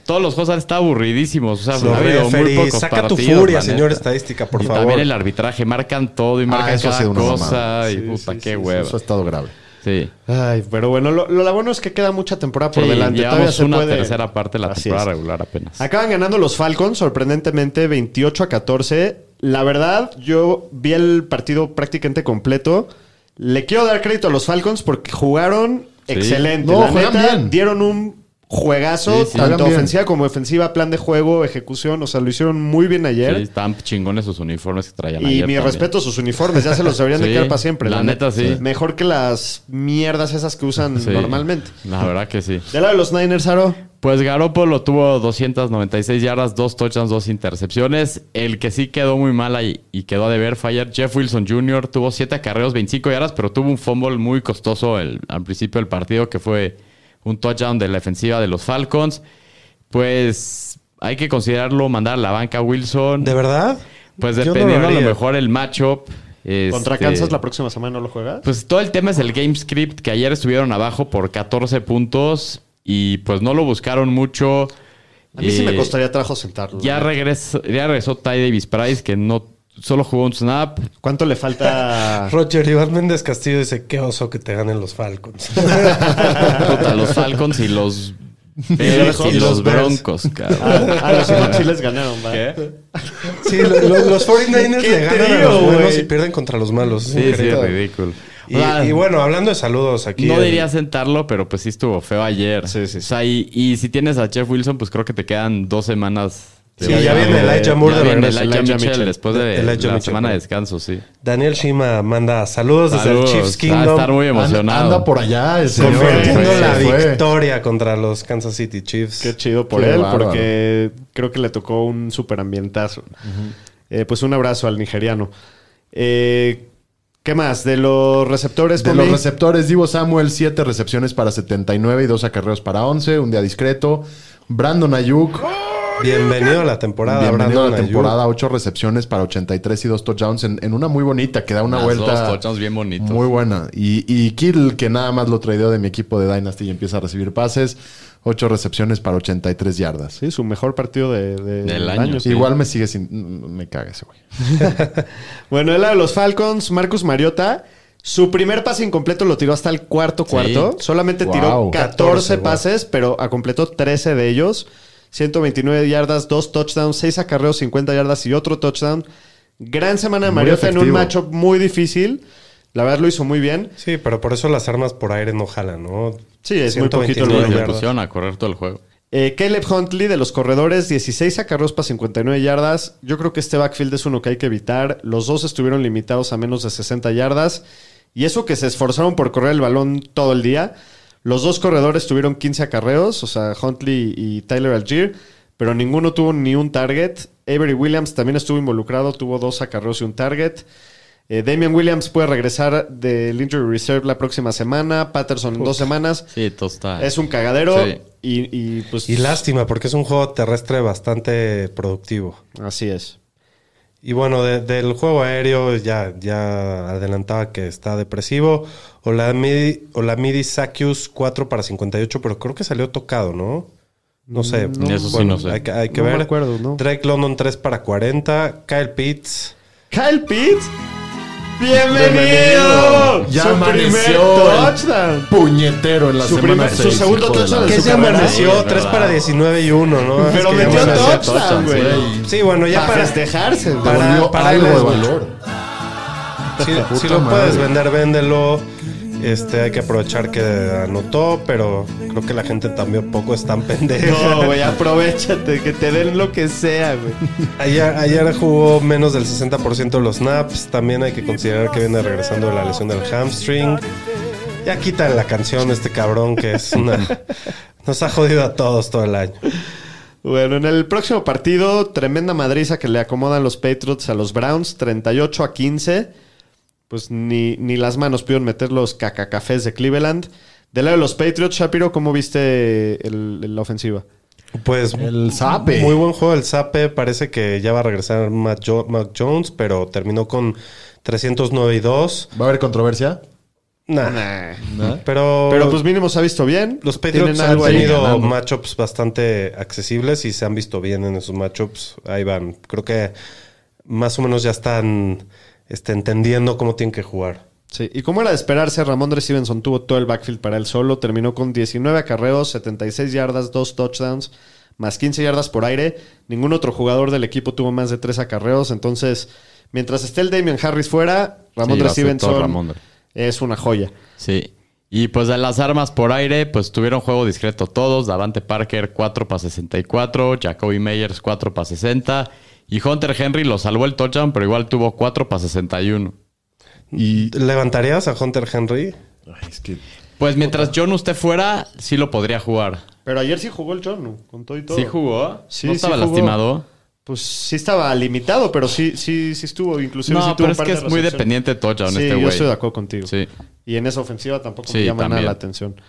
[SPEAKER 4] Todos los juegos han estado aburridísimos. O sea,
[SPEAKER 3] Los
[SPEAKER 4] ha habido muy
[SPEAKER 3] referees.
[SPEAKER 4] pocos
[SPEAKER 3] Saca tu
[SPEAKER 4] partidos,
[SPEAKER 3] furia,
[SPEAKER 4] la neta.
[SPEAKER 3] señor estadística, por
[SPEAKER 4] y
[SPEAKER 3] favor. Ah,
[SPEAKER 4] también el arbitraje. Marcan todo y marcan
[SPEAKER 5] eso ha
[SPEAKER 4] cada
[SPEAKER 5] sido una
[SPEAKER 4] cosa.
[SPEAKER 5] mamada.
[SPEAKER 4] Y puta, qué hueva.
[SPEAKER 5] Eso ha estado grave.
[SPEAKER 4] Sí.
[SPEAKER 2] Ay, pero bueno, lo, lo- lo bueno es que queda mucha temporada por
[SPEAKER 4] Sí,
[SPEAKER 2] delante. Todavía
[SPEAKER 4] llevamos
[SPEAKER 2] se
[SPEAKER 4] una
[SPEAKER 2] puede-
[SPEAKER 4] tercera parte de la
[SPEAKER 2] Así
[SPEAKER 4] temporada
[SPEAKER 2] es.
[SPEAKER 4] regular apenas.
[SPEAKER 2] Acaban ganando los Falcons, sorprendentemente 28 a 14. La verdad, yo vi el partido prácticamente completo. Le quiero dar crédito a los Falcons porque jugaron
[SPEAKER 4] Sí.
[SPEAKER 2] excelente.
[SPEAKER 5] No,
[SPEAKER 2] La
[SPEAKER 5] juegan
[SPEAKER 2] neta,
[SPEAKER 5] bien.
[SPEAKER 2] dieron un juegazo,
[SPEAKER 4] Sí, sí.
[SPEAKER 2] tanto
[SPEAKER 5] Juegan bien.
[SPEAKER 2] ofensiva como defensiva, plan de juego, ejecución. O sea, lo hicieron muy bien
[SPEAKER 4] Sí,
[SPEAKER 2] ayer.
[SPEAKER 4] estaban chingones sus uniformes que traían
[SPEAKER 2] Y
[SPEAKER 4] ayer
[SPEAKER 2] mi
[SPEAKER 4] también.
[SPEAKER 2] respeto a sus uniformes, ya se los deberían de
[SPEAKER 4] Sí,
[SPEAKER 2] quedar para siempre.
[SPEAKER 4] la neta, sí.
[SPEAKER 2] Mejor que las mierdas esas que usan
[SPEAKER 4] Sí.
[SPEAKER 2] normalmente.
[SPEAKER 4] La verdad que sí.
[SPEAKER 2] De lado de los Niners, Aro.
[SPEAKER 4] Pues Garoppolo tuvo 296 yardas, dos touchdowns, dos intercepciones. El que sí quedó muy mal ahí y quedó a deber fue ayer Jeff Wilson Jr. Tuvo 7 acarreos, 25 yardas, pero tuvo un fumble muy costoso el- al principio del partido que fue un touchdown de la defensiva de los Falcons. Pues hay que considerarlo mandar a la banca a Wilson.
[SPEAKER 3] ¿De verdad?
[SPEAKER 4] Pues
[SPEAKER 3] Yo no lo
[SPEAKER 4] dependiendo a lo
[SPEAKER 3] haría.
[SPEAKER 4] mejor el matchup.
[SPEAKER 2] Contra
[SPEAKER 4] este,
[SPEAKER 2] Kansas la próxima semana no lo juegas.
[SPEAKER 4] pues todo el tema es el game script que ayer estuvieron abajo por 14 puntos y pues no lo buscaron mucho.
[SPEAKER 2] A mí sí me
[SPEAKER 4] Eh,
[SPEAKER 2] costaría trabajo sentarlo.
[SPEAKER 4] Ya regresó, ya regresó Ty Davis Price que no solo jugó un snap.
[SPEAKER 2] ¿Cuánto le falta?
[SPEAKER 3] Roger Iván Méndez Castillo dice, qué oso que te ganen los Falcons.
[SPEAKER 4] Contra los Falcons y los Phoenix
[SPEAKER 5] Bears.
[SPEAKER 4] y los
[SPEAKER 5] Los Bears.
[SPEAKER 4] Broncos, cabrón.
[SPEAKER 2] A, a los Seahawks sí les ganaron, va.
[SPEAKER 4] ¿Qué?
[SPEAKER 3] Sí, lo- lo- los 49ers
[SPEAKER 2] ¿Qué
[SPEAKER 3] le
[SPEAKER 2] te
[SPEAKER 3] ganan a
[SPEAKER 2] digo,
[SPEAKER 3] los buenos
[SPEAKER 2] güey?
[SPEAKER 3] y pierden contra los malos.
[SPEAKER 4] Sí, sí, es
[SPEAKER 3] Increíble.
[SPEAKER 4] ridículo. Ah.
[SPEAKER 3] Y,
[SPEAKER 4] O sea,
[SPEAKER 3] y bueno, hablando de saludos aquí.
[SPEAKER 4] no
[SPEAKER 3] el-
[SPEAKER 4] diría sentarlo, pero pues sí estuvo feo ayer.
[SPEAKER 2] Sí, sí,
[SPEAKER 4] O sea, y, y si tienes a Jeff Wilson, pues creo que te quedan dos semanas.
[SPEAKER 3] Sí, ya viene Elijah Moore
[SPEAKER 4] Ya
[SPEAKER 3] de
[SPEAKER 4] viene
[SPEAKER 3] regreso,
[SPEAKER 4] Elijah
[SPEAKER 3] Elijah
[SPEAKER 4] Mitchell,
[SPEAKER 3] Mitchell.
[SPEAKER 4] después de,
[SPEAKER 3] Elijah
[SPEAKER 4] la
[SPEAKER 3] Mitchell,
[SPEAKER 4] semana de
[SPEAKER 3] perdón.
[SPEAKER 4] descanso, sí.
[SPEAKER 3] Daniel Shima manda saludos,
[SPEAKER 4] Saludos.
[SPEAKER 3] desde el Chiefs
[SPEAKER 4] Va a
[SPEAKER 3] Kingdom.
[SPEAKER 4] estar muy emocionado.
[SPEAKER 5] Anda por allá. el señor.
[SPEAKER 3] Convirtiendo
[SPEAKER 5] Se
[SPEAKER 3] la
[SPEAKER 5] fue.
[SPEAKER 3] victoria contra los Kansas City Chiefs.
[SPEAKER 2] Qué chido por
[SPEAKER 5] Qué
[SPEAKER 2] él,
[SPEAKER 5] bárbaro.
[SPEAKER 2] porque creo que le tocó un super ambientazo. pues un abrazo al nigeriano. Eh, ¿Qué más? De los receptores,
[SPEAKER 5] De
[SPEAKER 2] Pomi?
[SPEAKER 5] los receptores, Divo Samuel, 7 recepciones para 79 y 2 acarreos para 11. Un día discreto. Brandon Ayuk,
[SPEAKER 3] Bienvenido a la temporada,
[SPEAKER 5] bienvenido a la
[SPEAKER 3] Brandon Ayuk.
[SPEAKER 5] temporada. 8 recepciones para 83 y 2 touchdowns en, en una muy bonita que da una
[SPEAKER 4] Unas Dos
[SPEAKER 5] vuelta
[SPEAKER 4] touchdowns bien bonitos.
[SPEAKER 5] muy buena. Y, y Kittle, que nada más lo traideo de mi equipo de Dynasty y empieza a recibir pases. 8 recepciones para 83 yardas.
[SPEAKER 2] Sí, su mejor partido de- de- del año.
[SPEAKER 4] año. sí.
[SPEAKER 5] Igual me sigue sin... Me caga ese güey.
[SPEAKER 2] Bueno, él a los Falcons, Marcus Mariota. Su primer pase incompleto lo tiró hasta el cuarto cuarto. Solamente tiró
[SPEAKER 5] Wow.
[SPEAKER 2] 14
[SPEAKER 3] 14, wow.
[SPEAKER 2] pases, pero a- completó 13 de ellos. 129 yardas, 2 touchdowns, 6 acarreos, 50 yardas y otro touchdown. Gran semana de
[SPEAKER 5] Muy
[SPEAKER 2] Mariota en un
[SPEAKER 5] efectivo.
[SPEAKER 2] matchup muy difícil. La verdad lo hizo muy bien.
[SPEAKER 3] Sí, pero por eso las armas por aire no jalan, ¿no?
[SPEAKER 2] Sí, es muy poquito
[SPEAKER 4] Sí,
[SPEAKER 2] lo
[SPEAKER 3] 129
[SPEAKER 2] de
[SPEAKER 4] se
[SPEAKER 3] yardas.
[SPEAKER 4] pusieron a correr todo el juego.
[SPEAKER 2] Eh, Caleb Huntley de los corredores, 16 acarreos para 59 yardas. Yo creo que este backfield es uno que hay que evitar. Los dos estuvieron limitados a menos de 60 yardas. Y eso que se esforzaron por correr el balón todo el día. Los dos corredores tuvieron 15 acarreos, o sea, Huntley y Tyler Algier, pero ninguno tuvo ni un target. Avery Williams también estuvo involucrado, tuvo dos acarreos y un target. Eh, Damian Williams puede regresar del Injury Reserve la próxima semana. Patterson en dos semanas.
[SPEAKER 4] Sí, todo está.
[SPEAKER 2] Es un cagadero.
[SPEAKER 4] Ah. Sí.
[SPEAKER 2] Y, y, pues.
[SPEAKER 3] Y lástima, porque es un juego terrestre bastante productivo.
[SPEAKER 2] Así es.
[SPEAKER 3] Y bueno, de- del juego aéreo ya, ya adelantaba que está depresivo. Olamidi, Olamidi Sakius 4 para 58, pero creo que salió tocado, ¿no? No sé.
[SPEAKER 4] No, Eso sí no sé.
[SPEAKER 3] Hay que, hay que
[SPEAKER 2] Mm, No me
[SPEAKER 3] ver.
[SPEAKER 2] acuerdo, ¿no?
[SPEAKER 3] Drake London 3 para 40. Kyle Pitts.
[SPEAKER 2] Kyle Pitts. Bienvenido.
[SPEAKER 5] Ya
[SPEAKER 2] su primer
[SPEAKER 5] amaneció el-
[SPEAKER 2] touchdown.
[SPEAKER 5] puñetero en la
[SPEAKER 2] Su
[SPEAKER 5] semana
[SPEAKER 2] primer- su
[SPEAKER 5] seis,
[SPEAKER 2] segundo
[SPEAKER 5] hijo de
[SPEAKER 2] touchdown
[SPEAKER 5] la-
[SPEAKER 2] de su
[SPEAKER 3] Que se
[SPEAKER 2] carrera.
[SPEAKER 4] Sí,
[SPEAKER 3] amaneció
[SPEAKER 4] es
[SPEAKER 3] 3
[SPEAKER 4] verdad.
[SPEAKER 3] para 19 y 1, ¿no?
[SPEAKER 2] Pero
[SPEAKER 3] Es que ya Ah,
[SPEAKER 2] metió
[SPEAKER 3] van a
[SPEAKER 2] touchdown,
[SPEAKER 3] hacer
[SPEAKER 2] güey.
[SPEAKER 3] Sí, bueno, ya
[SPEAKER 2] Para
[SPEAKER 3] para,
[SPEAKER 2] festejarse. güey.
[SPEAKER 3] Para-
[SPEAKER 5] Devolvió
[SPEAKER 3] para
[SPEAKER 5] algo
[SPEAKER 3] él
[SPEAKER 5] de
[SPEAKER 3] es mucho.
[SPEAKER 5] valor.
[SPEAKER 3] Si,
[SPEAKER 5] Puta
[SPEAKER 3] si lo
[SPEAKER 5] madre.
[SPEAKER 3] puedes vender, véndelo. Este, hay que aprovechar que anotó, pero creo que la gente también poco es tan pendeja.
[SPEAKER 2] No, güey, aprovechate, que te den lo que sea, güey.
[SPEAKER 3] Ayer, ayer jugó menos del 60% de los snaps. También hay que considerar que viene regresando de la lesión del hamstring. Ya quitan la canción este cabrón que es una... Nos ha jodido a todos todo el año.
[SPEAKER 2] Bueno, en el próximo partido, tremenda madriza que le acomodan los Patriots a los Browns, 38 a 15. Pues ni, ni las manos pudieron meter los cacacafés de Cleveland. Del lado de los Patriots, Shapiro, ¿cómo viste el- la ofensiva?
[SPEAKER 3] Pues
[SPEAKER 5] El sape.
[SPEAKER 3] Muy buen juego el Zape. Parece que ya va a regresar Mac, Jo- Mac Jones, pero terminó con 309 y 2.
[SPEAKER 5] ¿Va a haber controversia?
[SPEAKER 3] Nah.
[SPEAKER 2] Nah.
[SPEAKER 3] Pero,
[SPEAKER 2] Pero pues mínimo se ha visto bien.
[SPEAKER 3] los
[SPEAKER 2] Tienen
[SPEAKER 3] Patriots han
[SPEAKER 2] algo ahí.
[SPEAKER 3] tenido
[SPEAKER 5] ganando.
[SPEAKER 3] matchups bastante accesibles y se han visto bien en esos matchups. Ahí van. Creo que más o menos ya están este, entendiendo cómo tienen que jugar.
[SPEAKER 2] Sí, y como era de esperarse, Ramón Stevenson tuvo todo el backfield para él solo. Terminó con 19 acarreos, 76 yardas, 2 touchdowns, más 15 yardas por aire. Ningún otro jugador del equipo tuvo más de 3 acarreos. Entonces, mientras esté el Damian Harris fuera, Ramón
[SPEAKER 4] Sí, va a ser todo
[SPEAKER 2] Stevenson
[SPEAKER 4] Ramondre.
[SPEAKER 2] es una joya.
[SPEAKER 4] Sí. Y pues de las armas por aire, pues tuvieron juego discreto todos. Davante Parker 4 para 64, Jacoby Meyers 4 para 60 y Hunter Henry lo salvó el touchdown, pero igual tuvo 4 para 61.
[SPEAKER 5] Y...
[SPEAKER 3] ¿Levantarías a Hunter Henry?
[SPEAKER 5] Ay, es que...
[SPEAKER 4] Pues mientras John usted fuera, sí lo podría jugar.
[SPEAKER 2] Pero ayer sí jugó el Chorno, con todo y todo.
[SPEAKER 4] ¿Sí jugó?
[SPEAKER 2] Sí,
[SPEAKER 4] ¿No estaba
[SPEAKER 2] sí jugó.
[SPEAKER 4] lastimado?
[SPEAKER 2] Pues sí estaba limitado, pero sí, sí, sí estuvo. Inclusive sí
[SPEAKER 4] No,
[SPEAKER 2] tuvo
[SPEAKER 4] pero
[SPEAKER 2] un
[SPEAKER 4] es
[SPEAKER 2] par
[SPEAKER 4] que
[SPEAKER 2] de
[SPEAKER 4] es muy
[SPEAKER 2] recepciones.
[SPEAKER 4] dependiente de touchdown
[SPEAKER 2] Sí,
[SPEAKER 4] este
[SPEAKER 2] yo
[SPEAKER 4] güey.
[SPEAKER 2] estoy de acuerdo contigo.
[SPEAKER 4] Sí.
[SPEAKER 2] Y en esa ofensiva tampoco
[SPEAKER 4] Sí,
[SPEAKER 2] me llama nada
[SPEAKER 4] también.
[SPEAKER 2] la atención.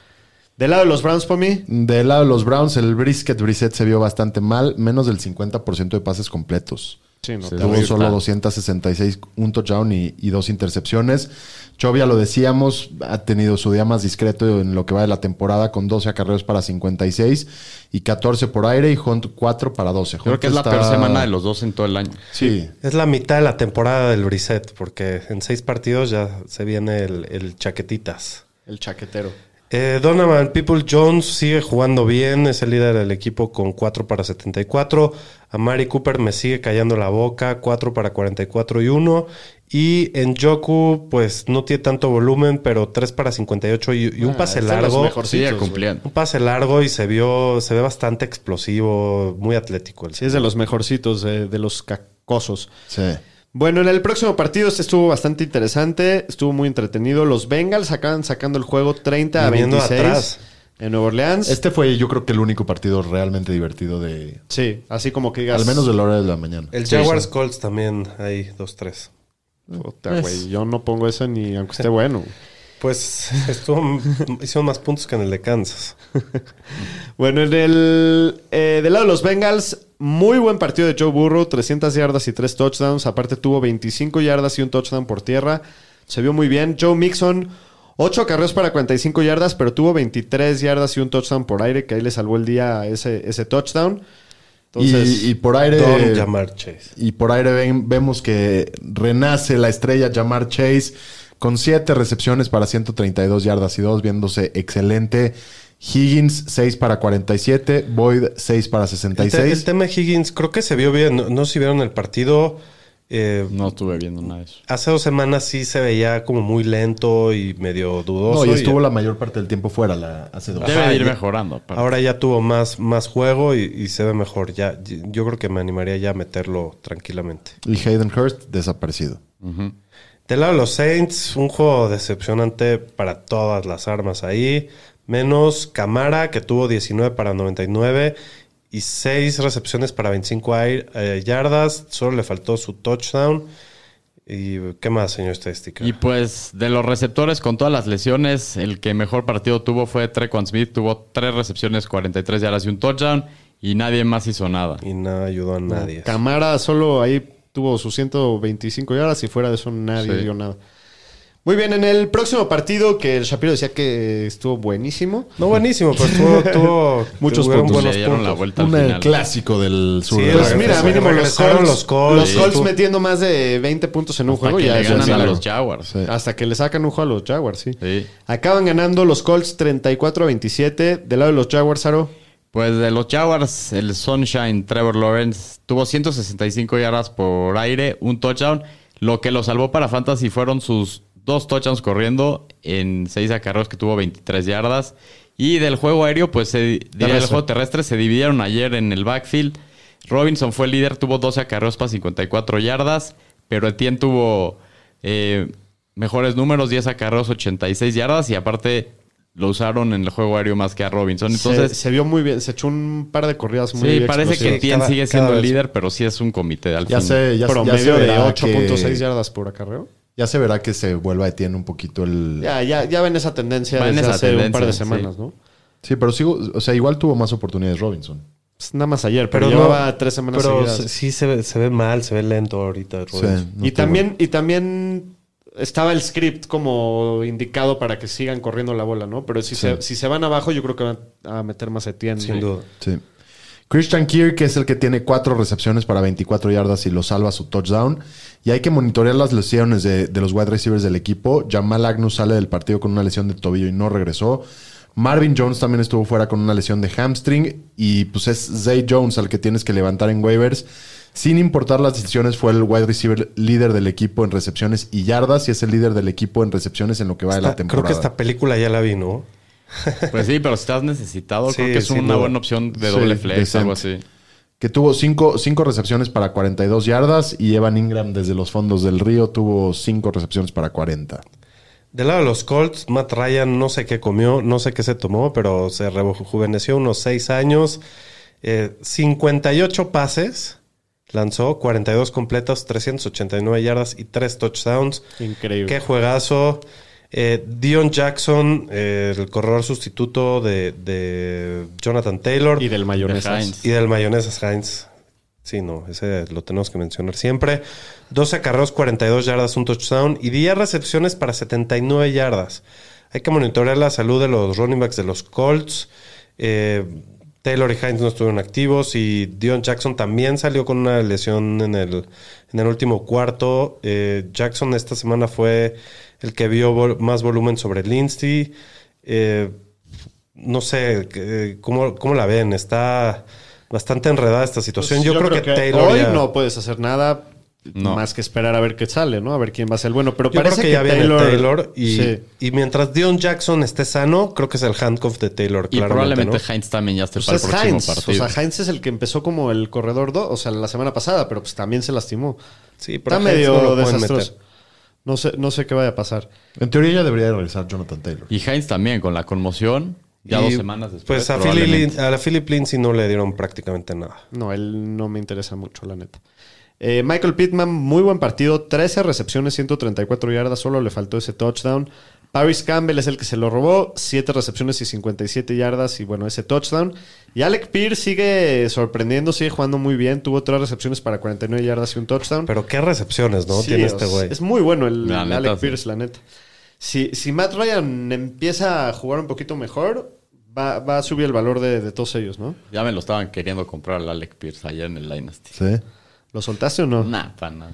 [SPEAKER 2] Del lado de los Browns, por mí,
[SPEAKER 5] Del lado de los Browns, el brisket brisket se vio bastante mal. Menos del 50% de pases completos.
[SPEAKER 2] sí, no.
[SPEAKER 5] Tuvo solo 266, un touchdown y, y dos intercepciones. Chovia, lo decíamos, ha tenido su día más discreto en lo que va de la temporada con 12 acarreos para 56 y 14 por aire y Hunt 4 para 12.
[SPEAKER 4] Creo
[SPEAKER 5] Hunt
[SPEAKER 4] que es la
[SPEAKER 5] está-
[SPEAKER 4] peor semana de los dos en todo el año.
[SPEAKER 5] Sí.
[SPEAKER 3] Es la mitad de la temporada del Brissett, porque en seis partidos ya se viene el, el chaquetitas.
[SPEAKER 2] el chaquetero.
[SPEAKER 3] Eh, Donovan People Jones sigue jugando bien, es el líder del equipo con 4 para 74. Amari Cooper me sigue callando la boca, 4 para 44 y 1. Y en Joku, pues no tiene tanto volumen, pero 3 para 58 y,
[SPEAKER 2] Ah,
[SPEAKER 3] y un pase
[SPEAKER 5] están los
[SPEAKER 3] largo.
[SPEAKER 5] mejor-
[SPEAKER 4] Sí, ya
[SPEAKER 5] Cortitos,
[SPEAKER 4] cumplían.
[SPEAKER 3] Un pase largo y se vio, se ve bastante explosivo, muy atlético. el-
[SPEAKER 2] Sí, es de los mejorcitos, de, de los cacosos.
[SPEAKER 5] Sí.
[SPEAKER 2] Bueno, en el próximo partido este estuvo bastante interesante, estuvo muy entretenido. Los Bengals acaban sacando el juego 30 a
[SPEAKER 3] Viniendo
[SPEAKER 2] 26
[SPEAKER 3] atrás.
[SPEAKER 2] en Nueva Orleans.
[SPEAKER 5] Este fue, yo creo que el único partido realmente divertido de.
[SPEAKER 2] Sí, así como que digas.
[SPEAKER 5] Al menos de la hora de la mañana.
[SPEAKER 3] El Jaguars Colts también, ahí, 2-3.
[SPEAKER 2] Puta, güey, yo no pongo eso ni aunque esté bueno.
[SPEAKER 3] Pues estuvo, hicieron más puntos que en el de Kansas.
[SPEAKER 2] Bueno, en el, eh, del lado de los Bengals, muy buen partido de Joe Burrow, 300 yardas y 3 touchdowns. Aparte tuvo 25 yardas y un touchdown por tierra. Se vio muy bien. Joe Mixon, 8 carreos para 45 yardas, pero tuvo 23 yardas y un touchdown por aire, que ahí le salvó el día ese, ese touchdown. Entonces,
[SPEAKER 5] y, y por aire.
[SPEAKER 3] Don Jamar Chase.
[SPEAKER 5] Y por aire ven- vemos que renace la estrella Jamar Chase con 7 recepciones para 132 yardas y 2, viéndose excelente. Higgins 6 para 47, Boyd 6 para
[SPEAKER 3] El, te-
[SPEAKER 5] 66.
[SPEAKER 3] el tema de Higgins creo que se vio bien. No, no sé si vieron el partido. Eh,
[SPEAKER 4] No estuve viendo nada de eso.
[SPEAKER 3] hace dos semanas sí se veía como muy lento y medio dudoso.
[SPEAKER 5] No, y
[SPEAKER 3] y
[SPEAKER 5] estuvo la mayor parte del tiempo fuera la, hace dos.
[SPEAKER 4] Debe
[SPEAKER 3] Ajá,
[SPEAKER 4] de ir
[SPEAKER 3] ya-
[SPEAKER 4] mejorando. aparte.
[SPEAKER 3] Ahora ya tuvo más, más juego y, y se ve mejor. Ya, y- yo creo que me animaría ya a meterlo tranquilamente.
[SPEAKER 5] Y Hayden Hurst desaparecido.
[SPEAKER 3] Del lado de los Saints, un juego decepcionante para todas las armas ahí. Menos Camara, que tuvo 19 para 99 y 6 recepciones para 25 air- eh, yardas. Solo le faltó su touchdown. ¿Y qué más, señor estadística?
[SPEAKER 4] Y pues de los receptores con todas las lesiones, el que mejor partido tuvo fue Trequan Smith, tuvo tres recepciones, 43 yardas y un touchdown y nadie más hizo nada.
[SPEAKER 3] Y nada ayudó a nadie.
[SPEAKER 2] Camara solo ahí tuvo sus 125 yardas y fuera de eso nadie
[SPEAKER 4] Sí.
[SPEAKER 2] dio nada. Muy bien, en el próximo partido que el Shapiro decía que estuvo buenísimo.
[SPEAKER 3] No buenísimo, pero tuvo, tuvo
[SPEAKER 2] Muchos
[SPEAKER 3] tuvieron
[SPEAKER 2] puntos.
[SPEAKER 4] Le
[SPEAKER 3] buenos
[SPEAKER 4] dieron la
[SPEAKER 3] puntos.
[SPEAKER 4] vuelta al
[SPEAKER 5] Un
[SPEAKER 4] final.
[SPEAKER 5] clásico del sur.
[SPEAKER 3] Sí,
[SPEAKER 5] de la
[SPEAKER 2] Pues
[SPEAKER 3] Regresaron-
[SPEAKER 2] mira, mínimo los
[SPEAKER 3] regresaron
[SPEAKER 2] Colts,
[SPEAKER 3] los Colts.
[SPEAKER 2] los Colts
[SPEAKER 3] Sí.
[SPEAKER 2] metiendo más de 20 puntos en un
[SPEAKER 4] Hasta
[SPEAKER 2] juego
[SPEAKER 4] que
[SPEAKER 2] ya
[SPEAKER 4] le
[SPEAKER 2] es
[SPEAKER 4] ganan a
[SPEAKER 2] milagro.
[SPEAKER 4] los Jaguars.
[SPEAKER 5] Sí.
[SPEAKER 2] Hasta que le sacan un juego a los Jaguars, sí.
[SPEAKER 4] Sí.
[SPEAKER 2] Acaban ganando los Colts 34 a 27 del lado de los Jaguars, Aro.
[SPEAKER 4] Pues de los Jaguars, el Sunshine Trevor Lawrence tuvo 165 yardas por aire, un touchdown. Lo que lo salvó para Fantasy fueron sus dos touchdowns corriendo en seis acarreos que tuvo 23 yardas. Y del juego aéreo, pues se, diría el juego terrestre, se dividieron ayer en el backfield. Robinson fue el líder, tuvo 12 acarreos para 54 yardas, pero Etienne tuvo eh, mejores números, 10 acarreos, 86 yardas y aparte lo usaron en el juego aéreo más que a Robinson. Entonces,
[SPEAKER 2] se, se vio muy bien, se echó un par de corridas muy
[SPEAKER 4] Sí, parece que
[SPEAKER 2] explosivas. Eh,
[SPEAKER 4] Tien
[SPEAKER 3] Cada-
[SPEAKER 4] sigue
[SPEAKER 3] cada
[SPEAKER 4] siendo el
[SPEAKER 3] vez.
[SPEAKER 4] líder, pero sí es un comité al
[SPEAKER 5] Ya
[SPEAKER 4] fin.
[SPEAKER 5] se, ya, ya se
[SPEAKER 2] promedio de
[SPEAKER 5] verá
[SPEAKER 2] 8.6
[SPEAKER 5] que-
[SPEAKER 2] yardas por acarreo.
[SPEAKER 5] Ya se verá que se vuelva a Etienne un poquito el.
[SPEAKER 2] Ya, ya, ya ven esa tendencia
[SPEAKER 4] Va en
[SPEAKER 2] desde
[SPEAKER 4] esa
[SPEAKER 2] hace un par de
[SPEAKER 4] tendencia,
[SPEAKER 2] semanas,
[SPEAKER 4] sí.
[SPEAKER 2] ¿no?
[SPEAKER 5] Sí, pero sigo. O sea, igual tuvo más oportunidades Robinson.
[SPEAKER 2] Pues nada más ayer, pero,
[SPEAKER 3] Pero no-
[SPEAKER 2] llevaba tres semanas
[SPEAKER 3] Pero
[SPEAKER 2] seguidas.
[SPEAKER 3] se- sí se ve, se ve mal, se ve lento ahorita. Rodgers.
[SPEAKER 5] Sí, no
[SPEAKER 2] y
[SPEAKER 5] tuvo-
[SPEAKER 2] también, y también estaba el script como indicado para que sigan corriendo la bola, ¿no? Pero si, se, si se van abajo, yo creo que van a meter más Etienne.
[SPEAKER 3] Sin duda.
[SPEAKER 5] Sí. Christian Kirk es el que tiene cuatro recepciones para 24 yardas y lo salva su touchdown. Y hay que monitorear las lesiones de, de los wide receivers del equipo. Jamal Agnew sale del partido con una lesión de tobillo y no regresó. Marvin Jones también estuvo fuera con una lesión de hamstring. Y pues es Zay Jones al que tienes que levantar en waivers. Sin importar las decisiones, fue el wide receiver líder del equipo en recepciones y yardas. Y es el líder del equipo en recepciones en lo que va de la
[SPEAKER 3] Esta-
[SPEAKER 5] temporada.
[SPEAKER 3] creo que esta película ya la vi, ¿no?
[SPEAKER 4] Pues sí, pero si estás necesitado,
[SPEAKER 3] Sí,
[SPEAKER 4] creo que es
[SPEAKER 3] sin
[SPEAKER 4] una
[SPEAKER 3] duda.
[SPEAKER 4] buena opción de
[SPEAKER 5] Sí,
[SPEAKER 4] doble flex,
[SPEAKER 5] decente.
[SPEAKER 4] algo así.
[SPEAKER 5] que tuvo cinco, cinco recepciones para 42 yardas y Evan Ingram desde los fondos del río tuvo cinco recepciones para 40.
[SPEAKER 3] Del lado de los Colts, Matt Ryan no sé qué comió, no sé qué se tomó, pero se rejuveneció unos 6 años. Eh, 58 pases lanzó, 42 completos, 389 yardas y 3 touchdowns.
[SPEAKER 2] Increíble.
[SPEAKER 3] Qué juegazo. Eh, Dion Jackson, eh, el corredor sustituto de, de Jonathan Taylor.
[SPEAKER 2] Y del
[SPEAKER 4] De
[SPEAKER 2] mayonesas.
[SPEAKER 4] Hines.
[SPEAKER 3] Y del mayonesas Heinz. Sí, no, ese lo tenemos que mencionar siempre. 12 carreos, 42 yardas, un touchdown y 10 recepciones para 79 yardas. Hay que monitorear la salud de los running backs de los Colts. Eh, Taylor y Hines no estuvieron activos y Dion Jackson también salió con una lesión en el, en el último cuarto. Eh, Jackson esta semana fue el que vio vol- más volumen sobre Lindsay. eh, no sé, eh, ¿cómo, ¿cómo la ven? Está bastante enredada esta situación.
[SPEAKER 2] Pues,
[SPEAKER 3] yo, creo, que, Taylor
[SPEAKER 2] hoy
[SPEAKER 3] ya-
[SPEAKER 2] no puedes hacer nada
[SPEAKER 4] No.
[SPEAKER 2] más que esperar a ver qué sale, ¿no? A ver quién va a ser el bueno. Pero
[SPEAKER 3] Yo creo
[SPEAKER 2] parece
[SPEAKER 3] que,
[SPEAKER 2] que,
[SPEAKER 3] ya viene
[SPEAKER 2] Taylor,
[SPEAKER 3] Taylor, y,
[SPEAKER 2] sí.
[SPEAKER 3] y mientras Dion Jackson esté sano, creo que es el handcuff de Taylor,
[SPEAKER 4] Y
[SPEAKER 3] claramente,
[SPEAKER 4] probablemente
[SPEAKER 3] ¿no?
[SPEAKER 4] Heinz también ya esté
[SPEAKER 2] Pues
[SPEAKER 4] para el
[SPEAKER 2] es
[SPEAKER 4] próximo
[SPEAKER 2] Heinz.
[SPEAKER 4] partido.
[SPEAKER 2] O sea, Heinz es el que empezó como el corredor 2, o sea, la semana pasada, pero pues también se lastimó.
[SPEAKER 3] Sí, pero
[SPEAKER 2] Está
[SPEAKER 3] a Heinz
[SPEAKER 2] medio
[SPEAKER 3] no lo pueden
[SPEAKER 2] desastroso.
[SPEAKER 3] meter.
[SPEAKER 2] No sé, no sé qué vaya a pasar.
[SPEAKER 5] En teoría ya debería de regresar Jonathan Taylor.
[SPEAKER 4] y Heinz también con la conmoción. Ya
[SPEAKER 3] Y,
[SPEAKER 4] dos semanas después.
[SPEAKER 3] Pues a, Philly
[SPEAKER 4] probablemente.
[SPEAKER 3] Lin- a la Philip Lindsay no le dieron prácticamente nada.
[SPEAKER 2] No, él no me interesa mucho, la neta. Eh, Michael Pittman, muy buen partido. 13 recepciones, 134 yardas. Solo le faltó ese touchdown. Paris Campbell es el que se lo robó. 7 recepciones y 57 yardas. Y bueno, ese touchdown. Y Alec Pierce sigue sorprendiendo, sigue jugando muy bien. Tuvo 3 recepciones para 49 yardas y un touchdown.
[SPEAKER 3] Pero qué recepciones, ¿no?
[SPEAKER 2] Sí,
[SPEAKER 3] Tiene
[SPEAKER 2] o
[SPEAKER 3] este
[SPEAKER 2] sea,
[SPEAKER 3] güey.
[SPEAKER 2] Es muy bueno el,
[SPEAKER 4] La
[SPEAKER 2] el
[SPEAKER 4] neta,
[SPEAKER 2] Alec
[SPEAKER 4] sí.
[SPEAKER 2] Pierce, la neta. Si, si Matt Ryan empieza a jugar un poquito mejor, va, va a subir el valor de, de todos ellos, ¿no?
[SPEAKER 4] Ya me lo estaban queriendo comprar al Alec Pierce ayer en el Dynasty.
[SPEAKER 5] Sí.
[SPEAKER 2] ¿Lo soltaste o no?
[SPEAKER 4] Nah, pa' nada.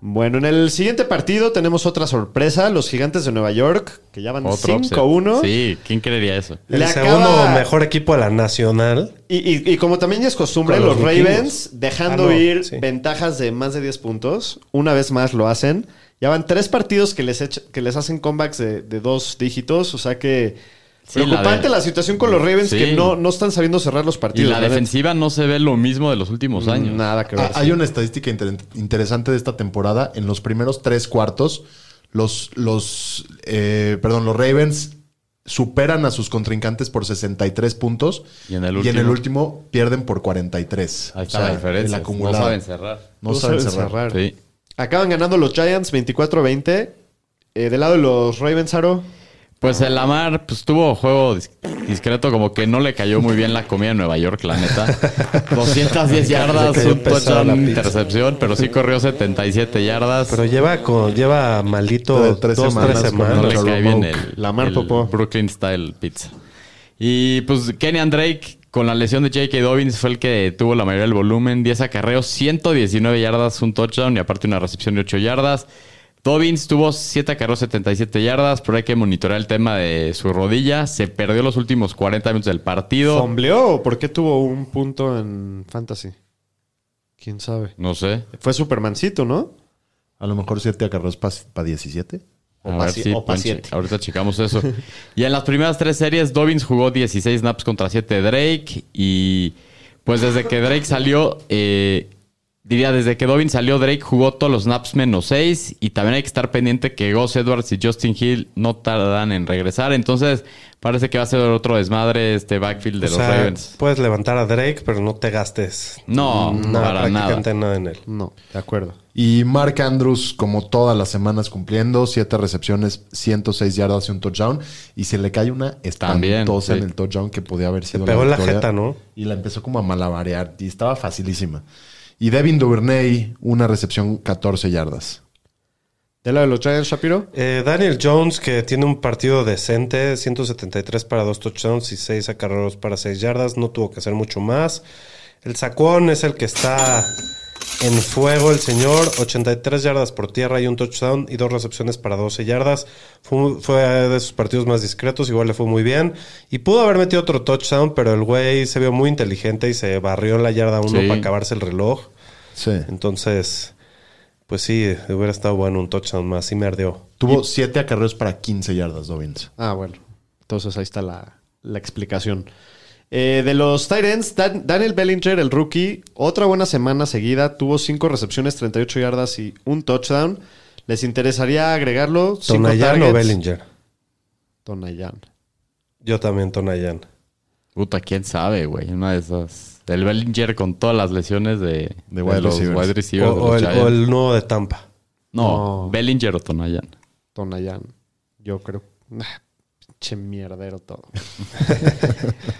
[SPEAKER 2] Bueno, en el siguiente partido tenemos otra sorpresa. Los gigantes de Nueva York, que ya van
[SPEAKER 4] Otro upset.
[SPEAKER 2] 5-1.
[SPEAKER 4] Sí, ¿quién creería eso?
[SPEAKER 2] Le
[SPEAKER 3] El
[SPEAKER 2] acaba-
[SPEAKER 3] segundo mejor equipo de la nacional.
[SPEAKER 2] Y, y- y como también ya es costumbre,
[SPEAKER 3] Con
[SPEAKER 2] los,
[SPEAKER 3] los
[SPEAKER 2] Ravens
[SPEAKER 3] vikingos.
[SPEAKER 2] dejando
[SPEAKER 3] Ah, no,
[SPEAKER 2] ir
[SPEAKER 3] sí.
[SPEAKER 2] ventajas de más de 10 puntos, una vez más lo hacen. Ya van tres partidos que les, echa- que les hacen comebacks de, de dos dígitos, o sea que
[SPEAKER 4] Sí,
[SPEAKER 2] preocupante la,
[SPEAKER 4] la de-
[SPEAKER 2] situación con los Ravens
[SPEAKER 4] Sí.
[SPEAKER 2] que no, no están sabiendo cerrar los
[SPEAKER 4] Y
[SPEAKER 2] partidos.
[SPEAKER 4] la
[SPEAKER 2] neta.
[SPEAKER 4] defensiva no se ve lo mismo de los últimos años.
[SPEAKER 2] Mm, Nada que ver.
[SPEAKER 5] Ah, hay una estadística inter- interesante de esta temporada. En los primeros tres cuartos, los, los, eh, perdón, los Ravens superan a sus contrincantes por 63 puntos
[SPEAKER 4] Y en el
[SPEAKER 5] y en el
[SPEAKER 4] último.
[SPEAKER 5] último pierden por 43.
[SPEAKER 4] Ahí
[SPEAKER 5] O
[SPEAKER 4] está
[SPEAKER 5] sea,
[SPEAKER 4] la diferencia.
[SPEAKER 5] el
[SPEAKER 4] No
[SPEAKER 5] acumulado.
[SPEAKER 4] saben cerrar.
[SPEAKER 5] No saben cerrar.
[SPEAKER 4] Sí.
[SPEAKER 2] Acaban ganando los Giants 24-20. Eh, del lado de los Ravens, Aro.
[SPEAKER 4] Pues el Lamar pues, tuvo juego dis- discreto, como que no le cayó muy bien la comida en Nueva York, la neta. 210 yardas,
[SPEAKER 3] cayó
[SPEAKER 4] un
[SPEAKER 3] pesada
[SPEAKER 4] touchdown,
[SPEAKER 3] la pizza.
[SPEAKER 4] intercepción, pero sí corrió 77 yardas.
[SPEAKER 3] Pero lleva con, lleva maldito
[SPEAKER 5] Tres-
[SPEAKER 3] dos,
[SPEAKER 5] tres
[SPEAKER 3] tres
[SPEAKER 5] semanas
[SPEAKER 3] semanas.
[SPEAKER 5] con
[SPEAKER 4] no le
[SPEAKER 5] Lamar
[SPEAKER 4] cae bien
[SPEAKER 5] Remote.
[SPEAKER 4] el,
[SPEAKER 2] Lamar
[SPEAKER 4] el
[SPEAKER 2] popó.
[SPEAKER 4] Brooklyn Style Pizza. Y pues Kenyan Drake, con la lesión de J.K. Dobbins, fue el que tuvo la mayoría del volumen. 10 acarreos, 119 yardas, un touchdown y aparte una recepción de 8 yardas. Dobbins tuvo 7 acarreos, 77 yardas, pero hay que monitorear el tema de su rodilla. Se perdió los últimos 40 minutos del partido.
[SPEAKER 2] ¿Fombleó o por qué tuvo un punto en Fantasy? ¿Quién sabe?
[SPEAKER 4] No sé.
[SPEAKER 2] Fue Supermancito, ¿no?
[SPEAKER 5] A lo mejor 7 acarreos para 17.
[SPEAKER 4] A
[SPEAKER 2] O
[SPEAKER 4] ver
[SPEAKER 2] pa' si-
[SPEAKER 4] si
[SPEAKER 2] o pa'
[SPEAKER 4] pueden
[SPEAKER 2] siete.
[SPEAKER 4] che- Ahorita checamos eso. y en las primeras tres series, Dobbins jugó 16 snaps contra 7 de Drake. Y pues desde que Drake salió, eh, diría, desde que Dobbins salió, Drake jugó todos los snaps menos 6. Y también hay que estar pendiente que Gus Edwards y Justin Hill no tardan en regresar. Entonces parece que va a ser otro desmadre este backfield de
[SPEAKER 3] O
[SPEAKER 4] los
[SPEAKER 3] sea,
[SPEAKER 4] Ravens.
[SPEAKER 3] Puedes levantar a Drake, pero no te gastes
[SPEAKER 4] No, para nada.
[SPEAKER 3] mm, prácticamente nada en él.
[SPEAKER 2] No, de acuerdo.
[SPEAKER 5] Y Mark Andrews, como todas las semanas, cumpliendo 7 recepciones, 106 yardas y un touchdown. Y se le cae una
[SPEAKER 4] También,
[SPEAKER 5] espantosa
[SPEAKER 4] sí.
[SPEAKER 5] en el touchdown que podía haber sido
[SPEAKER 3] pegó en la
[SPEAKER 5] victoria.
[SPEAKER 3] jeta, ¿no?
[SPEAKER 5] Y la empezó como a malabarear. Y estaba facilísima. Y Devin Duvernay, una recepción, 14 yardas.
[SPEAKER 2] ¿Del lado de los Giants, Shapiro?
[SPEAKER 3] Eh, Daniel Jones, que tiene un partido decente, 173 para dos touchdowns y 6 acarreos para 6 yardas, no tuvo que hacer mucho más. El Sacón es el que está en fuego, el señor, 83 yardas por tierra y un touchdown y dos recepciones para 12 yardas. Fue, fue de sus partidos más discretos, igual le fue muy bien. Y pudo haber metido otro touchdown, pero el güey se vio muy inteligente y se barrió en la yarda 1
[SPEAKER 4] Sí.
[SPEAKER 3] para acabarse el reloj.
[SPEAKER 5] Sí.
[SPEAKER 3] Entonces, pues sí, hubiera estado bueno un touchdown más y me ardió.
[SPEAKER 5] Tuvo 7 acarreos para 15 yardas, Dobbins.
[SPEAKER 2] Ah, bueno. Entonces ahí está la, la explicación. Eh, de los Titans, Dan- Daniel Bellinger, el rookie, otra buena semana seguida. Tuvo 5 recepciones, 38 yardas y un touchdown. ¿Les interesaría agregarlo? Cinco
[SPEAKER 3] Tonayan o
[SPEAKER 2] targets.
[SPEAKER 3] Bellinger.
[SPEAKER 2] Tonayan.
[SPEAKER 3] Yo también Tonayan.
[SPEAKER 4] Puta, quién sabe, güey. Una de esas. El Bellinger con todas las lesiones de,
[SPEAKER 5] De wide
[SPEAKER 4] los
[SPEAKER 5] receivers.
[SPEAKER 4] wide
[SPEAKER 3] O,
[SPEAKER 4] receivers de
[SPEAKER 3] o
[SPEAKER 4] los
[SPEAKER 3] el,
[SPEAKER 4] Giants.
[SPEAKER 3] o el nuevo de Tampa.
[SPEAKER 4] No,
[SPEAKER 2] No.
[SPEAKER 4] Bellinger o Tonayan.
[SPEAKER 2] Tonayan. Yo creo. Ah, Pinche mierdero todo.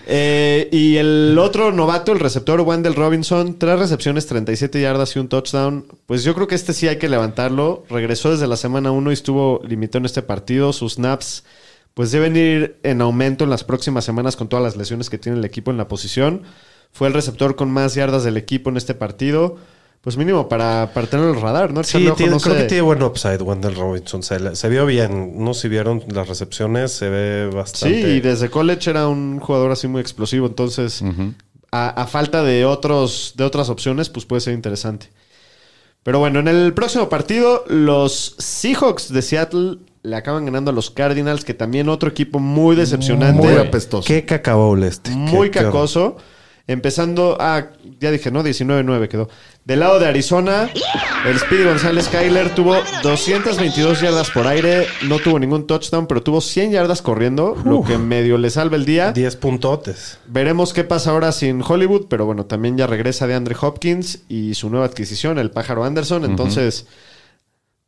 [SPEAKER 2] Eh, y el otro novato, el receptor Wendell Robinson, tres recepciones, 37 yardas y un touchdown. Pues yo creo que este sí hay que levantarlo. Regresó desde la semana 1 y estuvo limitado en este partido. Sus snaps, pues deben ir en aumento en las próximas semanas con todas las lesiones que tiene el equipo en la posición. Fue el receptor con más yardas del equipo en este partido. Pues mínimo para, para tener el radar, ¿no? Echarle
[SPEAKER 3] Sí,
[SPEAKER 2] ojo,
[SPEAKER 3] tiene-
[SPEAKER 2] no
[SPEAKER 3] creo
[SPEAKER 2] sé.
[SPEAKER 3] que tiene buen upside Wendell Robinson. Se, le- se vio bien. No si vieron las recepciones, se ve
[SPEAKER 2] Sí,
[SPEAKER 3] bastante.
[SPEAKER 2] y desde college era un jugador así muy explosivo, entonces a, a falta de otros de otras opciones, pues puede ser interesante. Pero bueno, en el próximo partido los Seahawks de Seattle le acaban ganando a los Cardinals, que también otro equipo muy decepcionante,
[SPEAKER 5] Muy
[SPEAKER 2] muy,
[SPEAKER 5] apestoso.
[SPEAKER 3] Qué cacaboble este. Qué- qué horror.
[SPEAKER 2] cacoso. Empezando a, ya dije, ¿no? 19-9 quedó. Del lado de Arizona, el Speedy González Kyler tuvo 222 yardas por aire, no tuvo ningún touchdown, pero tuvo 100 yardas corriendo, lo que medio le salva el día.
[SPEAKER 3] 10 puntotes.
[SPEAKER 2] Veremos qué pasa ahora sin Hollywood, pero bueno, también ya regresa de Andre Hopkins y su nueva adquisición, el pájaro Anderson. Entonces,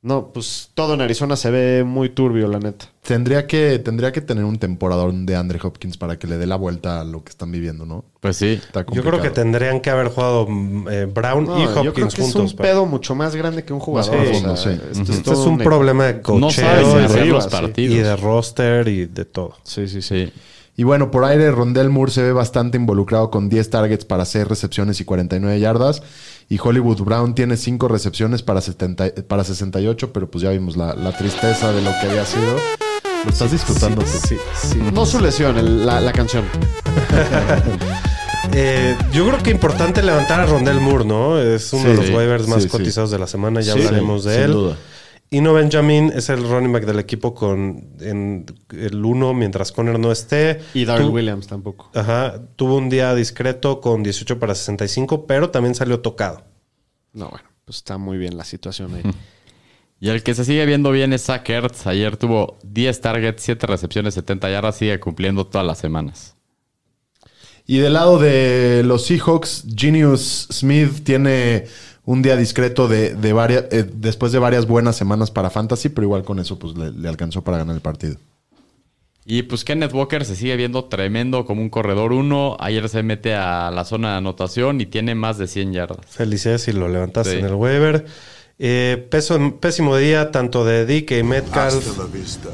[SPEAKER 2] no, pues todo en Arizona se ve muy turbio, la neta.
[SPEAKER 5] Tendría que, tendría que tener un temporadón de Andre Hopkins para que le dé la vuelta a lo que están viviendo, ¿no?
[SPEAKER 4] Pues sí.
[SPEAKER 5] Está
[SPEAKER 3] Yo creo que
[SPEAKER 5] complicado.
[SPEAKER 3] tendrían que haber jugado mm, eh, Brown
[SPEAKER 2] No,
[SPEAKER 3] y
[SPEAKER 2] yo creo
[SPEAKER 3] Hopkins
[SPEAKER 2] que
[SPEAKER 3] juntos.
[SPEAKER 2] es un
[SPEAKER 3] pa-
[SPEAKER 2] pedo mucho más grande que un jugador.
[SPEAKER 3] Sí,
[SPEAKER 2] o sea,
[SPEAKER 5] no sé.
[SPEAKER 2] esto
[SPEAKER 4] Ujú.
[SPEAKER 2] es,
[SPEAKER 3] Este es
[SPEAKER 2] todo
[SPEAKER 3] un problema de cocheo
[SPEAKER 4] No sabes si
[SPEAKER 2] de
[SPEAKER 4] hacer
[SPEAKER 2] arriba,
[SPEAKER 4] los
[SPEAKER 2] sí.
[SPEAKER 4] partidos.
[SPEAKER 3] y de roster y de todo.
[SPEAKER 4] Sí, sí, sí.
[SPEAKER 5] Y bueno, por aire, Rondell Moore se ve bastante involucrado con 10 targets para 6 recepciones y 49 yardas. Y Hollywood Brown tiene 5 recepciones para, 70 y- para 68, pero pues ya vimos la, la tristeza de lo que había sido. Lo estás disfrutando tú.
[SPEAKER 3] Sí, sí.
[SPEAKER 2] No su lesión, el- la, la canción.
[SPEAKER 3] Eh, yo creo que importante levantar a Rondell Moore, ¿no? Es uno de los waivers más
[SPEAKER 5] sí, sí.
[SPEAKER 3] cotizados de la semana, ya
[SPEAKER 2] Sí,
[SPEAKER 3] hablaremos de
[SPEAKER 5] sin
[SPEAKER 3] él.
[SPEAKER 5] duda.
[SPEAKER 3] Ino Benjamin es el running back del equipo con en el 1 mientras Conner no esté.
[SPEAKER 2] Y Darrell
[SPEAKER 3] Tu-
[SPEAKER 2] Williams tampoco.
[SPEAKER 3] Ajá, tuvo un día discreto con 18 para 65, pero también salió tocado.
[SPEAKER 2] No, bueno, pues está muy bien la situación ahí.
[SPEAKER 4] Y el que se sigue viendo bien es Zach Ertz. Ayer tuvo 10 targets, 7 recepciones, 70 yardas. Sigue cumpliendo todas las semanas.
[SPEAKER 5] Y del lado de los Seahawks, Genius Smith tiene un día discreto de, de varias, eh, después de varias buenas semanas para Fantasy, pero igual con eso pues le, le alcanzó para ganar el partido.
[SPEAKER 4] Y pues Kenneth Walker se sigue viendo tremendo como un corredor 1. Ayer se mete a la zona de anotación y tiene más de 100 yardas.
[SPEAKER 3] Felicidades si lo levantaste
[SPEAKER 4] Sí.
[SPEAKER 3] en el waiver. Eh, peso- pésimo día tanto de Dick y Metcalf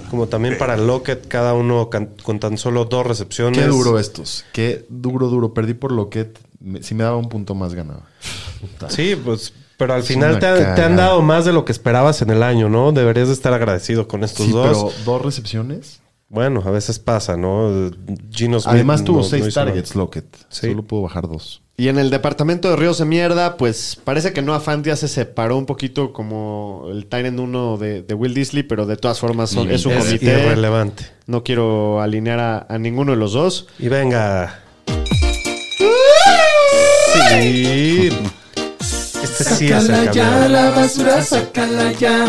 [SPEAKER 3] como también para Lockett, cada uno can- con tan solo dos recepciones.
[SPEAKER 5] Qué duro estos, qué duro, duro. Perdí por lo que me- si me daba un punto más ganaba.
[SPEAKER 3] Sí, pues, pero al
[SPEAKER 5] Es
[SPEAKER 3] final
[SPEAKER 5] una
[SPEAKER 3] te, han- te han
[SPEAKER 5] cagada.
[SPEAKER 3] dado más de lo que esperabas en el año, ¿no? Deberías de estar agradecido con estos
[SPEAKER 5] Sí,
[SPEAKER 3] dos.
[SPEAKER 5] pero dos recepciones.
[SPEAKER 3] Bueno, a veces pasa, ¿no? Gino Smith
[SPEAKER 5] Además tuvo
[SPEAKER 3] Pues, no-
[SPEAKER 5] seis
[SPEAKER 3] no hizo nada.
[SPEAKER 5] targets, Lockett.
[SPEAKER 3] Sí.
[SPEAKER 5] Solo pudo bajar dos.
[SPEAKER 2] Y en el departamento de Ríos de Mierda, pues parece que Noah Fant ya se separó un poquito como el Tyrant 1 de, de Will Disley, pero de todas formas son- es un
[SPEAKER 3] Es
[SPEAKER 2] comité.
[SPEAKER 3] irrelevante.
[SPEAKER 2] No quiero alinear a, a ninguno de los dos.
[SPEAKER 3] Y venga. Sí. Este sí es el campeón.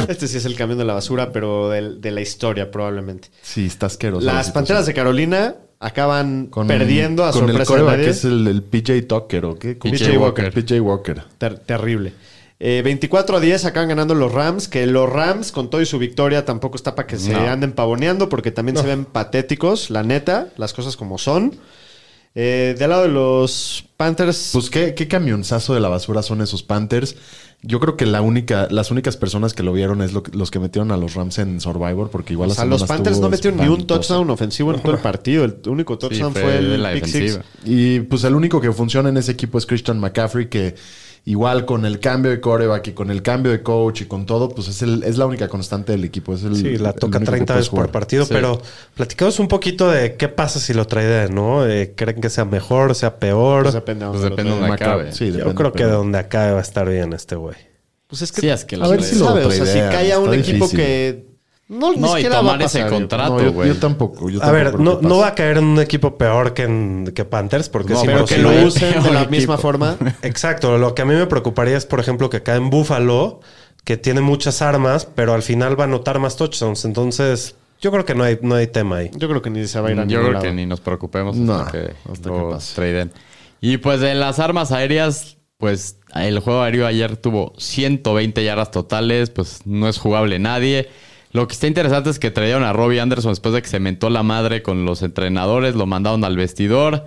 [SPEAKER 2] Este sí es el camión de la basura, pero del- de la historia probablemente.
[SPEAKER 5] Sí, está asqueroso. la
[SPEAKER 2] Las
[SPEAKER 5] situación.
[SPEAKER 2] Panteras de Carolina acaban
[SPEAKER 5] Con-
[SPEAKER 2] perdiendo a
[SPEAKER 5] con
[SPEAKER 2] sorpresa de
[SPEAKER 5] el coreback,
[SPEAKER 2] nadie.
[SPEAKER 5] que es el, el PJ Tucker o qué? ¿Cómo
[SPEAKER 4] PJ
[SPEAKER 5] se llama?
[SPEAKER 4] Walker.
[SPEAKER 5] PJ Walker.
[SPEAKER 2] Ter- terrible. Eh, 24 a 10 acaban ganando los Rams, que los Rams con todo y su victoria tampoco está para que se
[SPEAKER 4] No.
[SPEAKER 2] anden pavoneando porque también se ven patéticos, la neta, las cosas como son. Eh, del lado de los Panthers,
[SPEAKER 5] Pues qué, qué camionzazo de la basura son esos Panthers. Yo creo que la única, las únicas personas que lo vieron es lo que- los que metieron a los Rams en Survivor, porque igual
[SPEAKER 2] o
[SPEAKER 5] la
[SPEAKER 2] sea,
[SPEAKER 5] semana
[SPEAKER 2] los Panthers
[SPEAKER 5] estuvo
[SPEAKER 2] no metieron ni un
[SPEAKER 5] espantosa.
[SPEAKER 2] touchdown ofensivo en todo el partido. El único
[SPEAKER 4] Sí,
[SPEAKER 2] touchdown
[SPEAKER 4] fue
[SPEAKER 2] fue
[SPEAKER 4] de
[SPEAKER 2] el
[SPEAKER 4] la
[SPEAKER 2] pick six.
[SPEAKER 4] defensiva.
[SPEAKER 5] Y pues el único que funciona en ese equipo es Christian McCaffrey, que igual con el cambio de coreback y con el cambio de coach y con todo, pues es, el, es la única constante del equipo. Es el,
[SPEAKER 3] Sí, la
[SPEAKER 5] el
[SPEAKER 3] toca
[SPEAKER 5] único que
[SPEAKER 3] 30
[SPEAKER 5] puedes
[SPEAKER 3] veces por
[SPEAKER 5] jugar.
[SPEAKER 3] partido,
[SPEAKER 4] Sí.
[SPEAKER 3] pero platicamos un poquito de qué pasa si lo trae ¿no? Eh, ¿Creen que sea mejor, sea peor?
[SPEAKER 2] Pues depende de
[SPEAKER 4] Pues
[SPEAKER 2] dónde lo
[SPEAKER 4] depende
[SPEAKER 2] traigan.
[SPEAKER 4] donde acabe.
[SPEAKER 5] Sí,
[SPEAKER 3] Yo
[SPEAKER 5] depende,
[SPEAKER 3] creo que de
[SPEAKER 5] pero-
[SPEAKER 3] donde acabe va a estar bien este güey.
[SPEAKER 2] Pues es que,
[SPEAKER 4] Sí, es que
[SPEAKER 5] A ver si lo
[SPEAKER 2] ¿sabe? O
[SPEAKER 5] otra
[SPEAKER 2] sea, si
[SPEAKER 5] idea,
[SPEAKER 2] cae a
[SPEAKER 5] está
[SPEAKER 2] un equipo
[SPEAKER 5] difícil.
[SPEAKER 2] que no, ni
[SPEAKER 4] No, y
[SPEAKER 2] siquiera va
[SPEAKER 4] tomar
[SPEAKER 2] a
[SPEAKER 4] ese
[SPEAKER 2] pasar, yo-
[SPEAKER 4] contrato,
[SPEAKER 5] No, yo- yo,
[SPEAKER 4] güey.
[SPEAKER 5] tampoco. yo
[SPEAKER 3] A ver,
[SPEAKER 5] tampoco
[SPEAKER 3] no,
[SPEAKER 5] creo que
[SPEAKER 3] no
[SPEAKER 5] pase.
[SPEAKER 3] va a caer en un equipo peor que, en- que Panthers, porque
[SPEAKER 4] No,
[SPEAKER 3] es
[SPEAKER 2] Pero que
[SPEAKER 3] imposible.
[SPEAKER 2] lo
[SPEAKER 4] Peor
[SPEAKER 2] usen de la
[SPEAKER 4] equipo.
[SPEAKER 2] misma forma.
[SPEAKER 3] Exacto, lo que a mí me preocuparía es, por ejemplo, que acá en Buffalo, que tiene muchas armas, pero al final va a anotar más touchdowns. Entonces, yo creo que no hay, no hay tema ahí.
[SPEAKER 2] Yo creo que ni se va a ir a
[SPEAKER 4] Yo
[SPEAKER 2] ningún
[SPEAKER 4] creo
[SPEAKER 2] lado.
[SPEAKER 4] que ni nos preocupemos
[SPEAKER 5] No,
[SPEAKER 4] hasta que
[SPEAKER 5] hasta
[SPEAKER 4] lo
[SPEAKER 5] que pase.
[SPEAKER 4] traden. Y pues de las armas aéreas, pues el juego aéreo ayer tuvo 120 yardas totales, pues no es jugable nadie. Lo que está interesante es que trajeron a Robbie Anderson después de que se mentó la madre con los entrenadores, lo mandaron al vestidor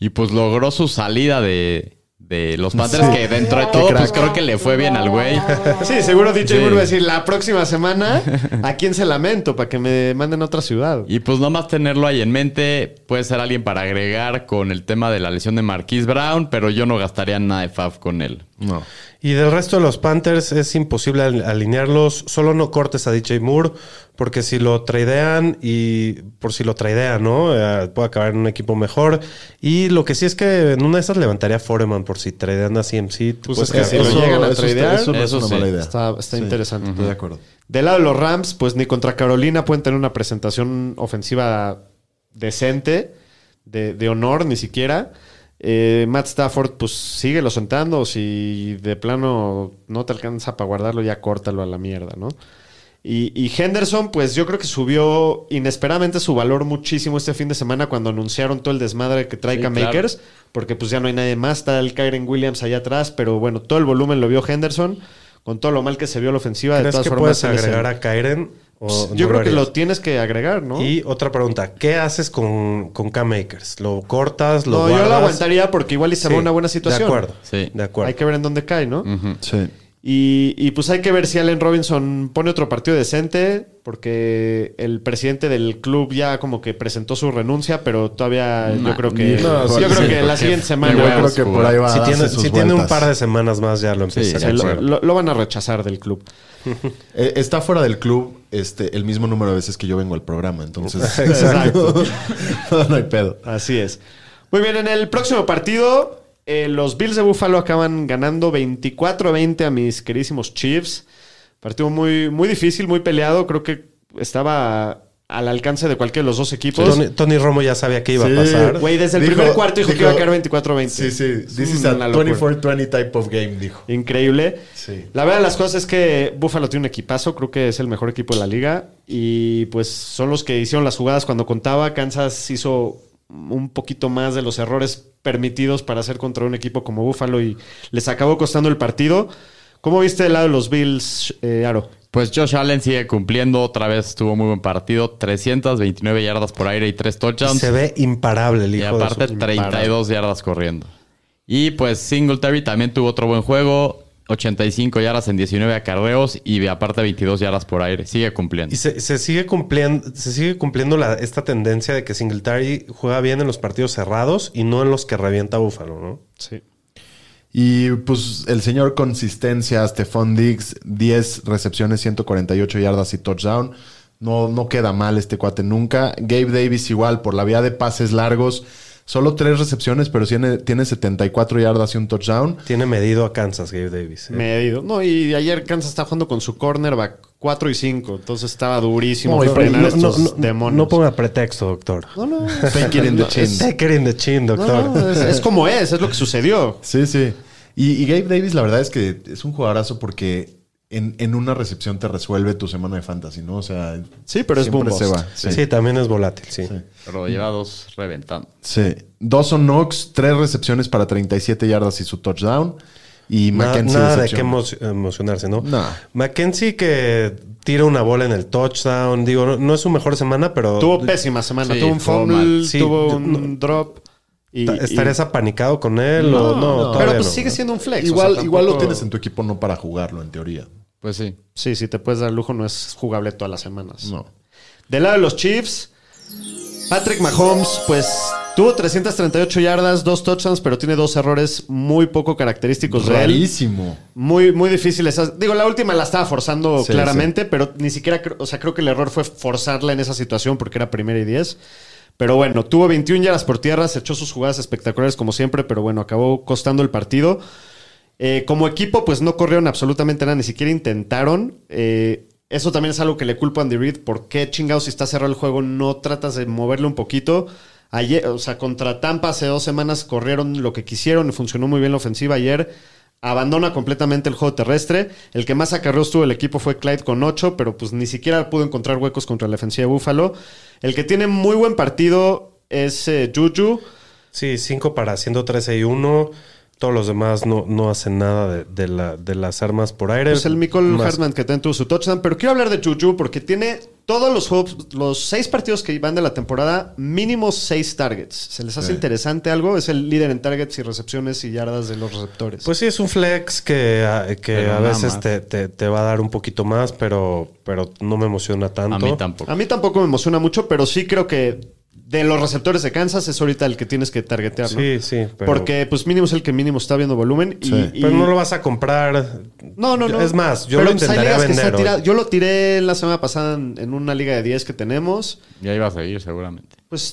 [SPEAKER 4] y pues logró su salida de, de los Panthers, que dentro de todo, pues creo que le fue bien al güey.
[SPEAKER 2] Sí, seguro DJ
[SPEAKER 4] Sí.
[SPEAKER 2] Moore va a decir la próxima semana a quién se lamento para que me manden a otra ciudad.
[SPEAKER 4] Y pues nomás tenerlo ahí en mente, puede ser alguien para agregar con el tema de la lesión de Marquise Brown, pero yo no gastaría nada de Fab con él.
[SPEAKER 5] No.
[SPEAKER 3] Y del resto de los Panthers es imposible al- alinearlos. Solo no cortes a DJ Moore, porque si lo tradean y por si lo tradean, ¿no? Eh, puede acabar en un equipo mejor. Y lo que sí es que en una de esas levantaría a Foreman por si tradean a CMC. te
[SPEAKER 2] Pues es
[SPEAKER 3] puedes
[SPEAKER 2] que
[SPEAKER 3] quedar
[SPEAKER 2] si
[SPEAKER 3] con-
[SPEAKER 2] lo
[SPEAKER 5] Eso-
[SPEAKER 2] llegan a
[SPEAKER 5] eso está-
[SPEAKER 2] tradear,
[SPEAKER 5] Eso no es
[SPEAKER 4] eso
[SPEAKER 5] una
[SPEAKER 4] sí.
[SPEAKER 5] mala idea.
[SPEAKER 2] Está, está
[SPEAKER 5] Sí,
[SPEAKER 2] interesante.
[SPEAKER 5] Estoy de acuerdo.
[SPEAKER 2] Del lado de los Rams, pues ni contra Carolina pueden tener una presentación ofensiva decente, de, de honor ni siquiera. Eh, Matt Stafford, pues síguelo sentando. Si de plano no te alcanza para guardarlo, ya córtalo a la mierda, ¿no? Y, y Henderson, pues yo creo que subió inesperadamente su valor muchísimo este fin de semana cuando anunciaron todo el desmadre que trae
[SPEAKER 4] Sí,
[SPEAKER 2] K-Makers, porque pues ya no hay nadie más, está el Kyren Williams allá atrás, pero bueno, todo el volumen lo vio Henderson, con todo lo mal que se vio la ofensiva, de
[SPEAKER 3] ¿Crees
[SPEAKER 2] todas
[SPEAKER 3] que
[SPEAKER 2] formas...
[SPEAKER 3] puedes
[SPEAKER 2] él es el-
[SPEAKER 3] agregar a Kyren? o
[SPEAKER 2] Pues,
[SPEAKER 3] no
[SPEAKER 2] yo creo que
[SPEAKER 3] harías?
[SPEAKER 2] lo tienes que agregar, ¿no?
[SPEAKER 3] Y otra pregunta, ¿qué haces con, con K-Makers? ¿Lo cortas? ¿Lo
[SPEAKER 2] no,
[SPEAKER 3] guardas?
[SPEAKER 2] yo lo aguantaría porque igual y se
[SPEAKER 3] Sí,
[SPEAKER 2] ve una buena situación.
[SPEAKER 3] De acuerdo,
[SPEAKER 4] Sí.
[SPEAKER 3] de acuerdo. Mm.
[SPEAKER 2] Hay que ver en dónde cae, ¿no?
[SPEAKER 5] Sí.
[SPEAKER 2] Y, y, pues hay que ver si Allen Robinson pone otro partido decente, porque el presidente del club ya como que presentó su renuncia, pero todavía yo
[SPEAKER 4] Nah,
[SPEAKER 2] creo que.
[SPEAKER 5] no,
[SPEAKER 2] yo
[SPEAKER 5] sí,
[SPEAKER 2] creo
[SPEAKER 5] sí,
[SPEAKER 2] que la
[SPEAKER 4] porque-
[SPEAKER 2] siguiente
[SPEAKER 4] Yo
[SPEAKER 5] Yo
[SPEAKER 2] semana
[SPEAKER 5] creo
[SPEAKER 4] huevos,
[SPEAKER 5] que por
[SPEAKER 4] jugar.
[SPEAKER 5] ahí va a
[SPEAKER 3] si
[SPEAKER 5] darse
[SPEAKER 3] tiene,
[SPEAKER 5] sus
[SPEAKER 3] si tiene un
[SPEAKER 5] vueltas.
[SPEAKER 3] par de semanas más ya lo
[SPEAKER 4] Sí,
[SPEAKER 3] empiezas
[SPEAKER 4] ya.
[SPEAKER 3] a...
[SPEAKER 2] se lo,
[SPEAKER 4] acuerdo.
[SPEAKER 2] lo- lo van a rechazar del club.
[SPEAKER 5] Eh, Está fuera del club este, el mismo número de veces que yo vengo al programa, entonces...
[SPEAKER 2] Exacto.
[SPEAKER 5] no hay pedo.
[SPEAKER 2] Así es. Muy bien, en el próximo partido, eh, los Bills de Buffalo acaban ganando 24-20 a mis queridísimos Chiefs. Partido muy, muy difícil, muy peleado. Creo que estaba al alcance de cualquiera de los dos equipos.
[SPEAKER 3] Tony, Tony Romo ya sabía que iba
[SPEAKER 5] Sí.
[SPEAKER 3] a pasar.
[SPEAKER 2] Güey, desde el
[SPEAKER 5] Dijo-
[SPEAKER 2] primer cuarto dijo, que
[SPEAKER 5] dijo-
[SPEAKER 2] iba a quedar 24-20.
[SPEAKER 5] Sí, sí.
[SPEAKER 2] Es
[SPEAKER 5] This is
[SPEAKER 2] una
[SPEAKER 5] a
[SPEAKER 2] locura.
[SPEAKER 5] 24-20 type of game, dijo.
[SPEAKER 2] Increíble.
[SPEAKER 5] Sí.
[SPEAKER 2] La verdad de las cosas es que Buffalo tiene un equipazo, creo que es el mejor equipo de la liga y pues son los que hicieron las jugadas cuando contaba. Kansas hizo un poquito más de los errores permitidos para hacer contra un equipo como Buffalo y les acabó costando el partido. ¿Cómo viste el lado de los Bills, eh, Aro?
[SPEAKER 4] Pues Josh Allen sigue cumpliendo. Otra vez tuvo muy buen partido. 329 yardas por aire y 3 touchdowns.
[SPEAKER 3] Se ve imparable el
[SPEAKER 4] Y
[SPEAKER 3] hijo
[SPEAKER 4] aparte
[SPEAKER 3] de su-
[SPEAKER 4] 32 yardas corriendo. Y pues Singletary también tuvo otro buen juego. 85 yardas en 19 acarreos y aparte 22 yardas por aire. Sigue cumpliendo.
[SPEAKER 3] Y se, se sigue cumpliendo, se sigue cumpliendo la- esta tendencia de que Singletary juega bien en los partidos cerrados y no en los que revienta Búfalo, ¿no?
[SPEAKER 2] Sí.
[SPEAKER 5] Y pues el señor consistencia, Stephon Diggs, 10 recepciones, 148 yardas y touchdown. No, no queda mal este cuate nunca. Gabe Davis igual por la vía de pases largos. Solo tres recepciones, pero tiene, tiene 74 yardas y un touchdown.
[SPEAKER 3] Tiene medido a Kansas, Gabe Davis. ¿eh?
[SPEAKER 2] Medido. No, y ayer Kansas está jugando con su cornerback 4 y 5, entonces estaba durísimo
[SPEAKER 3] No, y-
[SPEAKER 2] frenar
[SPEAKER 3] no,
[SPEAKER 2] estos
[SPEAKER 3] no, no,
[SPEAKER 2] demonios.
[SPEAKER 3] no ponga pretexto, doctor.
[SPEAKER 2] No, no.
[SPEAKER 5] Take it in the chin.
[SPEAKER 3] Take it in the chin, doctor.
[SPEAKER 2] No, no, es, es como es, es lo que sucedió.
[SPEAKER 5] Sí, sí. Y, y Gabe Davis, la verdad es que es un jugadorazo porque en, en una recepción te resuelve tu semana de fantasy, ¿no? O sea,
[SPEAKER 2] Sí, pero es
[SPEAKER 5] siempre
[SPEAKER 2] boom
[SPEAKER 5] se
[SPEAKER 2] bust.
[SPEAKER 5] va.
[SPEAKER 3] sí. también es volátil, sí.
[SPEAKER 4] Pero lleva dos reventando.
[SPEAKER 5] Sí. Dawson Knox, tres recepciones para 37 yardas y su touchdown. Y
[SPEAKER 3] Na-
[SPEAKER 5] Mackenzie
[SPEAKER 3] nada de qué
[SPEAKER 5] decepciona.
[SPEAKER 3] emo- emocionarse, ¿no?
[SPEAKER 5] No.
[SPEAKER 3] Mackenzie que tira una bola en el touchdown. Digo, no, no es su mejor semana, pero...
[SPEAKER 2] Tuvo pésima semana.
[SPEAKER 4] Sí,
[SPEAKER 2] tuvo un
[SPEAKER 4] estuvo
[SPEAKER 2] fumble,
[SPEAKER 3] mal. Sí,
[SPEAKER 2] tuvo
[SPEAKER 3] yo-
[SPEAKER 2] un drop. Y,
[SPEAKER 3] Ta- ¿Estarías
[SPEAKER 2] y-
[SPEAKER 3] apanicado con él o no?
[SPEAKER 2] pero
[SPEAKER 3] todavía
[SPEAKER 2] pues
[SPEAKER 3] no,
[SPEAKER 2] sigue
[SPEAKER 3] ¿no?
[SPEAKER 2] siendo un flex. o
[SPEAKER 5] Igual,
[SPEAKER 2] sea,
[SPEAKER 5] igual lo
[SPEAKER 2] tampoco-
[SPEAKER 5] tienes en tu equipo no para jugarlo, en teoría.
[SPEAKER 4] Pues sí.
[SPEAKER 2] Sí, si te puedes dar lujo, no es jugable todas las semanas.
[SPEAKER 5] No.
[SPEAKER 2] Del lado de los Chiefs, Patrick Mahomes, pues tuvo 338 yardas, dos touchdowns, pero tiene dos errores muy poco característicos de él.
[SPEAKER 5] Rarísimo.
[SPEAKER 2] Muy, muy difícil esa. Digo, la última la estaba forzando
[SPEAKER 5] Sí,
[SPEAKER 2] claramente, pero ni siquiera, cre- o sea, creo que el error fue forzarla en esa situación porque era primera y 10. Pero bueno, tuvo 21 yardas por tierra, se echó sus jugadas espectaculares como siempre, pero bueno, acabó costando el partido. Eh, como equipo, pues no corrieron absolutamente nada, ni siquiera intentaron. Eh, eso también es algo que le culpo a Andy Reid. ¿Por qué chingados si está cerrado el juego no tratas de moverle un poquito? Ayer, o sea, contra Tampa hace dos semanas corrieron lo que quisieron y funcionó muy bien la ofensiva ayer. Abandona completamente el juego terrestre. El que más acarreos tuvo el equipo fue Clyde con 8, pero pues ni siquiera pudo encontrar huecos contra la defensiva de Búfalo. El que tiene muy buen partido es eh, Juju.
[SPEAKER 3] Sí, 5 para 113 y 1. Todos los demás no, no hacen nada de, de la- de las armas por aire.
[SPEAKER 2] Pues el Michael
[SPEAKER 3] Más-
[SPEAKER 2] Hartman que también tuvo su touchdown. Pero quiero hablar de Juju porque tiene todos los juegos, los seis partidos que van de la temporada, mínimo seis targets. ¿Se les hace interesante algo? Es el líder en targets y recepciones y yardas de los receptores.
[SPEAKER 3] Pues sí, es un flex que, a- que
[SPEAKER 4] Pero
[SPEAKER 3] a
[SPEAKER 4] nada
[SPEAKER 3] veces
[SPEAKER 4] más.
[SPEAKER 3] te, te- te va a dar un poquito más, pero, pero no me emociona tanto.
[SPEAKER 4] A mí tampoco.
[SPEAKER 2] A mí tampoco me emociona mucho, pero sí creo que de los receptores de Kansas es ahorita el que tienes que targetear, ¿no?
[SPEAKER 3] Sí, sí, pero-
[SPEAKER 2] Porque pues mínimo es el que mínimo está viendo volumen. Y,
[SPEAKER 5] Sí.
[SPEAKER 2] y-
[SPEAKER 3] Pero no lo vas a comprar.
[SPEAKER 2] no, no, no.
[SPEAKER 3] Es más, yo
[SPEAKER 2] Pero,
[SPEAKER 3] lo
[SPEAKER 2] pues, hay
[SPEAKER 3] intentaría
[SPEAKER 2] ligas que se ha
[SPEAKER 3] vender. hoy.
[SPEAKER 2] tirado. Yo lo tiré la semana pasada en, en una liga de 10 que tenemos.
[SPEAKER 4] Ya iba a seguir seguramente.
[SPEAKER 2] Pues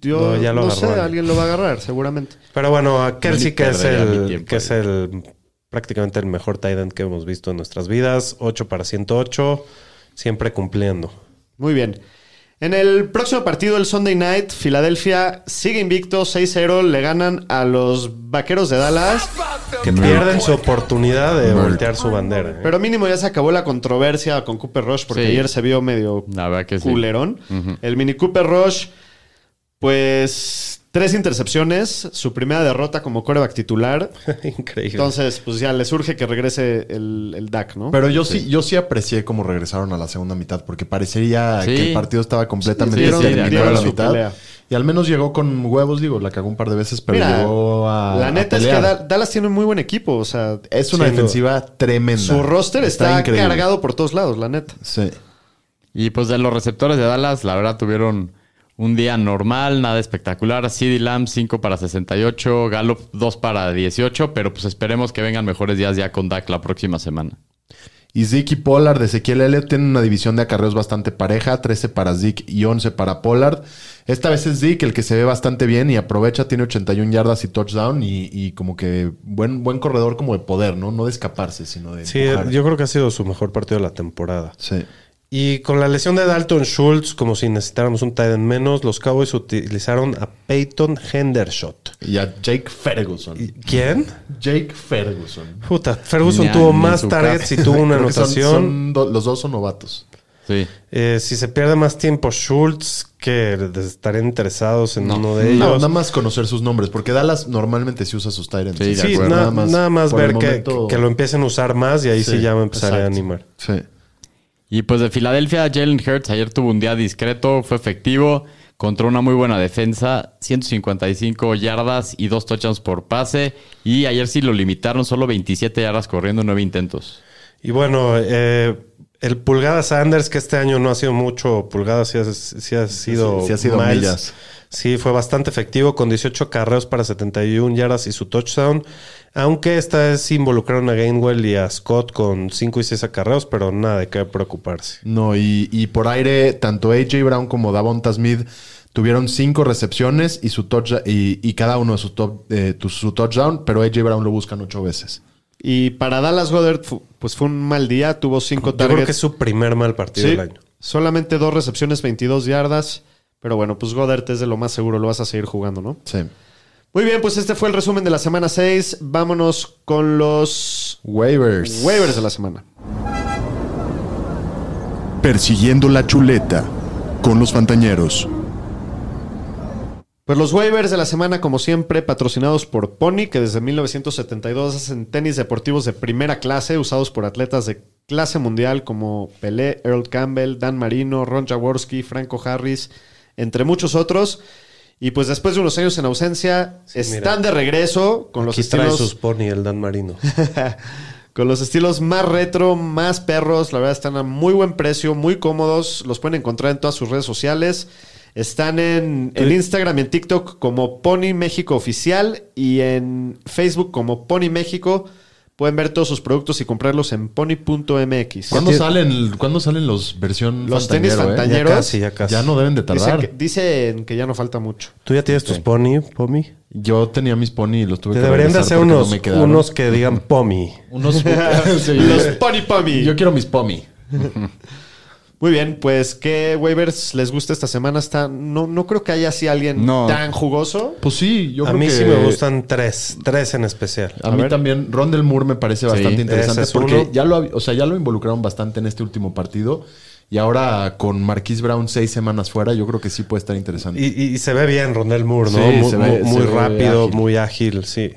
[SPEAKER 2] yo
[SPEAKER 3] No,
[SPEAKER 2] no,
[SPEAKER 3] ya lo
[SPEAKER 2] sé,
[SPEAKER 3] agarró alguien.
[SPEAKER 2] alguien lo va a agarrar, seguramente.
[SPEAKER 3] Pero bueno, a Kelsey, que es
[SPEAKER 4] perdería mi
[SPEAKER 3] el,
[SPEAKER 4] tiempo
[SPEAKER 3] que es
[SPEAKER 4] ahí.
[SPEAKER 3] el prácticamente el mejor tight end que hemos visto en nuestras vidas, 8 para 108, siempre cumpliendo.
[SPEAKER 2] Muy bien. En el próximo partido, el Sunday Night, Filadelfia sigue invicto 6-0. Le ganan a los Vaqueros de Dallas.
[SPEAKER 3] Que pierden su oportunidad de voltear su bandera. ¿eh?
[SPEAKER 2] Pero mínimo ya se acabó la controversia con Cooper Rush porque
[SPEAKER 4] Sí.
[SPEAKER 2] ayer se vio medio
[SPEAKER 4] La verdad que sí.
[SPEAKER 2] culerón. El mini Cooper Rush, pues tres intercepciones, su primera derrota como coreback titular.
[SPEAKER 3] ¿eh? Increíble.
[SPEAKER 2] Entonces, pues ya le surge que regrese el, el DAC, ¿no?
[SPEAKER 5] Pero yo sí. yo sí aprecié cómo regresaron a la segunda mitad, porque parecería
[SPEAKER 4] Sí.
[SPEAKER 5] que el partido estaba completamente
[SPEAKER 4] Sí, sí, sí,
[SPEAKER 5] terminado
[SPEAKER 4] de
[SPEAKER 5] a la
[SPEAKER 4] acuerdo.
[SPEAKER 5] mitad.
[SPEAKER 2] Su pelea.
[SPEAKER 5] Y al menos llegó con huevos, digo, la cagó un par de veces, pero
[SPEAKER 2] Mira,
[SPEAKER 5] llegó a.
[SPEAKER 2] la neta
[SPEAKER 5] a
[SPEAKER 2] es que
[SPEAKER 5] pelear.
[SPEAKER 2] Da- Dallas tiene un muy buen equipo, o sea,
[SPEAKER 5] es una
[SPEAKER 3] Sin duda.
[SPEAKER 5] defensiva tremenda.
[SPEAKER 2] su roster está,
[SPEAKER 5] increíble.
[SPEAKER 2] cargado por todos lados, la neta.
[SPEAKER 5] Sí.
[SPEAKER 4] Y pues de los receptores de Dallas, la verdad tuvieron un día normal, nada espectacular. CD Lamb 5 para 68, Gallup 2 para 18, pero pues esperemos que vengan mejores días ya con Dak la próxima semana.
[SPEAKER 5] Y Zeke y Pollard, Ezequiel Elliott, tienen una división de acarreos bastante pareja, 13 para Zeke y 11 para Pollard. Esta vez es Zeke el que se ve bastante bien y aprovecha, tiene 81 yardas y touchdown y, y como que buen, buen corredor como de poder, ¿no? No de escaparse, sino de...
[SPEAKER 3] Sí,
[SPEAKER 5] empujar.
[SPEAKER 3] yo creo que ha sido su mejor partido de la temporada.
[SPEAKER 5] Sí.
[SPEAKER 3] Y con la lesión de Dalton Schultz, como si necesitáramos un tight end menos, los Cowboys utilizaron a Peyton Hendershot.
[SPEAKER 5] Y a Jake Ferguson.
[SPEAKER 3] ¿Y ¿Quién?
[SPEAKER 5] Jake Ferguson.
[SPEAKER 3] Puta, Ferguson
[SPEAKER 4] Ni a-
[SPEAKER 3] tuvo
[SPEAKER 4] ni en
[SPEAKER 3] más
[SPEAKER 4] su
[SPEAKER 3] targets y tuvo una
[SPEAKER 5] Creo que son-
[SPEAKER 3] anotación.
[SPEAKER 5] son do- los dos son novatos.
[SPEAKER 4] Sí.
[SPEAKER 3] Eh, si se pierde más tiempo Schultz, que estarían interesados en uno de
[SPEAKER 5] No,
[SPEAKER 3] ellos.
[SPEAKER 5] nada más conocer sus nombres, porque Dallas normalmente sí usa sus Tyrants.
[SPEAKER 4] Sí, de
[SPEAKER 3] sí,
[SPEAKER 4] acuerdo.
[SPEAKER 3] na-
[SPEAKER 5] Nada
[SPEAKER 3] nada más,
[SPEAKER 5] más. Por el
[SPEAKER 3] ver que,
[SPEAKER 5] momento-
[SPEAKER 3] que lo empiecen a usar más y ahí sí,
[SPEAKER 5] Sí,
[SPEAKER 3] ya me empezaré a
[SPEAKER 5] exacto.
[SPEAKER 3] animar.
[SPEAKER 5] Sí.
[SPEAKER 4] Y pues de Filadelfia, Jalen Hurts ayer tuvo un día discreto, fue efectivo, contra una muy buena defensa, 155 yardas y dos touchdowns por pase. Y ayer sí lo limitaron, solo 27 yardas corriendo, 9 intentos.
[SPEAKER 3] Y bueno, eh, el Pulgada Sanders, que este año no ha sido mucho Pulgada, sí ha, sí ha sido.
[SPEAKER 5] sí ha sido
[SPEAKER 3] Miles.
[SPEAKER 5] millas.
[SPEAKER 3] Sí, fue bastante efectivo, con 18 carreos para 71 yardas y su touchdown. Aunque esta vez involucraron a Gainwell y a Scott con 5 y 6 acarreos, pero nada de qué preocuparse.
[SPEAKER 5] No, y, y por aire, tanto AJ Brown como Davonta Smith tuvieron cinco recepciones y, su touch- y, y cada uno de sus top- eh, tu- su touchdown, pero AJ Brown lo buscan ocho veces.
[SPEAKER 2] Y para Dallas Goddard, fu- pues fue un mal día, tuvo cinco
[SPEAKER 3] Yo creo que es
[SPEAKER 2] targets.
[SPEAKER 3] su primer mal partido
[SPEAKER 2] Sí,
[SPEAKER 3] del año.
[SPEAKER 2] solamente dos recepciones, 22 yardas. Pero bueno, pues Goddard es de lo más seguro, lo vas a seguir jugando, ¿no?
[SPEAKER 5] Sí.
[SPEAKER 2] Muy bien, pues este fue el resumen de la semana 6. Vámonos con los
[SPEAKER 5] Waivers.
[SPEAKER 2] waivers de la semana.
[SPEAKER 1] Persiguiendo la chuleta con los Fantañeros.
[SPEAKER 2] Pues los waivers de la semana, como siempre, patrocinados por Pony, que desde 1972 hacen tenis deportivos de primera clase, usados por atletas de clase mundial como Pelé, Earl Campbell, Dan Marino, Ron Jaworski, Franco Harris, entre muchos otros. Y pues después de unos años en ausencia, están de regreso con los
[SPEAKER 3] Aquí trae
[SPEAKER 2] estilos
[SPEAKER 3] sus pony el Dan Marino.
[SPEAKER 2] Con los estilos más retro, más perros, la verdad están a muy buen precio, muy cómodos, los pueden encontrar en todas sus redes sociales. Están en, en Instagram y en TikTok como Pony México Oficial y en Facebook como Pony México. Pueden ver todos sus productos y comprarlos en pony.mx.
[SPEAKER 5] ¿Cuándo salen, ¿Cuándo salen los versión
[SPEAKER 2] Los
[SPEAKER 5] Fantañero,
[SPEAKER 2] tenis
[SPEAKER 5] eh?
[SPEAKER 3] ya
[SPEAKER 2] Fantañeros
[SPEAKER 3] casi, ya casi.
[SPEAKER 5] Ya no deben de
[SPEAKER 2] dicen
[SPEAKER 5] tardar.
[SPEAKER 2] que, dicen que ya no falta mucho.
[SPEAKER 3] ¿Tú ya tienes tus pony, Pomi?
[SPEAKER 5] Yo tenía mis pony y los tuve
[SPEAKER 3] Te
[SPEAKER 5] que
[SPEAKER 3] deberían de hacer
[SPEAKER 5] regresar porque no
[SPEAKER 3] unos,
[SPEAKER 5] me quedaron.
[SPEAKER 3] unos que digan Pomi.
[SPEAKER 5] Unos- Sí.
[SPEAKER 2] Los Pony Pony.
[SPEAKER 5] Yo quiero mis pomi.
[SPEAKER 2] Muy bien, pues ¿qué waivers les gusta esta semana? Está, no, no creo que haya así alguien
[SPEAKER 4] No.
[SPEAKER 2] tan jugoso.
[SPEAKER 5] Pues sí, yo
[SPEAKER 3] A
[SPEAKER 5] creo
[SPEAKER 3] mí
[SPEAKER 5] que-
[SPEAKER 3] sí me gustan tres, tres en especial.
[SPEAKER 5] A, mí también, Rondel Moore me parece bastante interesante
[SPEAKER 3] ese es
[SPEAKER 5] porque
[SPEAKER 3] uno.
[SPEAKER 5] ya lo, hab- o sea, ya lo involucraron bastante en este último partido y ahora con Marquise Brown seis semanas fuera, yo creo que sí puede estar interesante.
[SPEAKER 3] Y, y- y se ve bien Rondel Moore, ¿no?
[SPEAKER 5] Sí,
[SPEAKER 3] muy
[SPEAKER 5] se ve-
[SPEAKER 3] muy- muy
[SPEAKER 5] se ve
[SPEAKER 3] rápido,
[SPEAKER 5] ágil.
[SPEAKER 3] muy ágil, sí.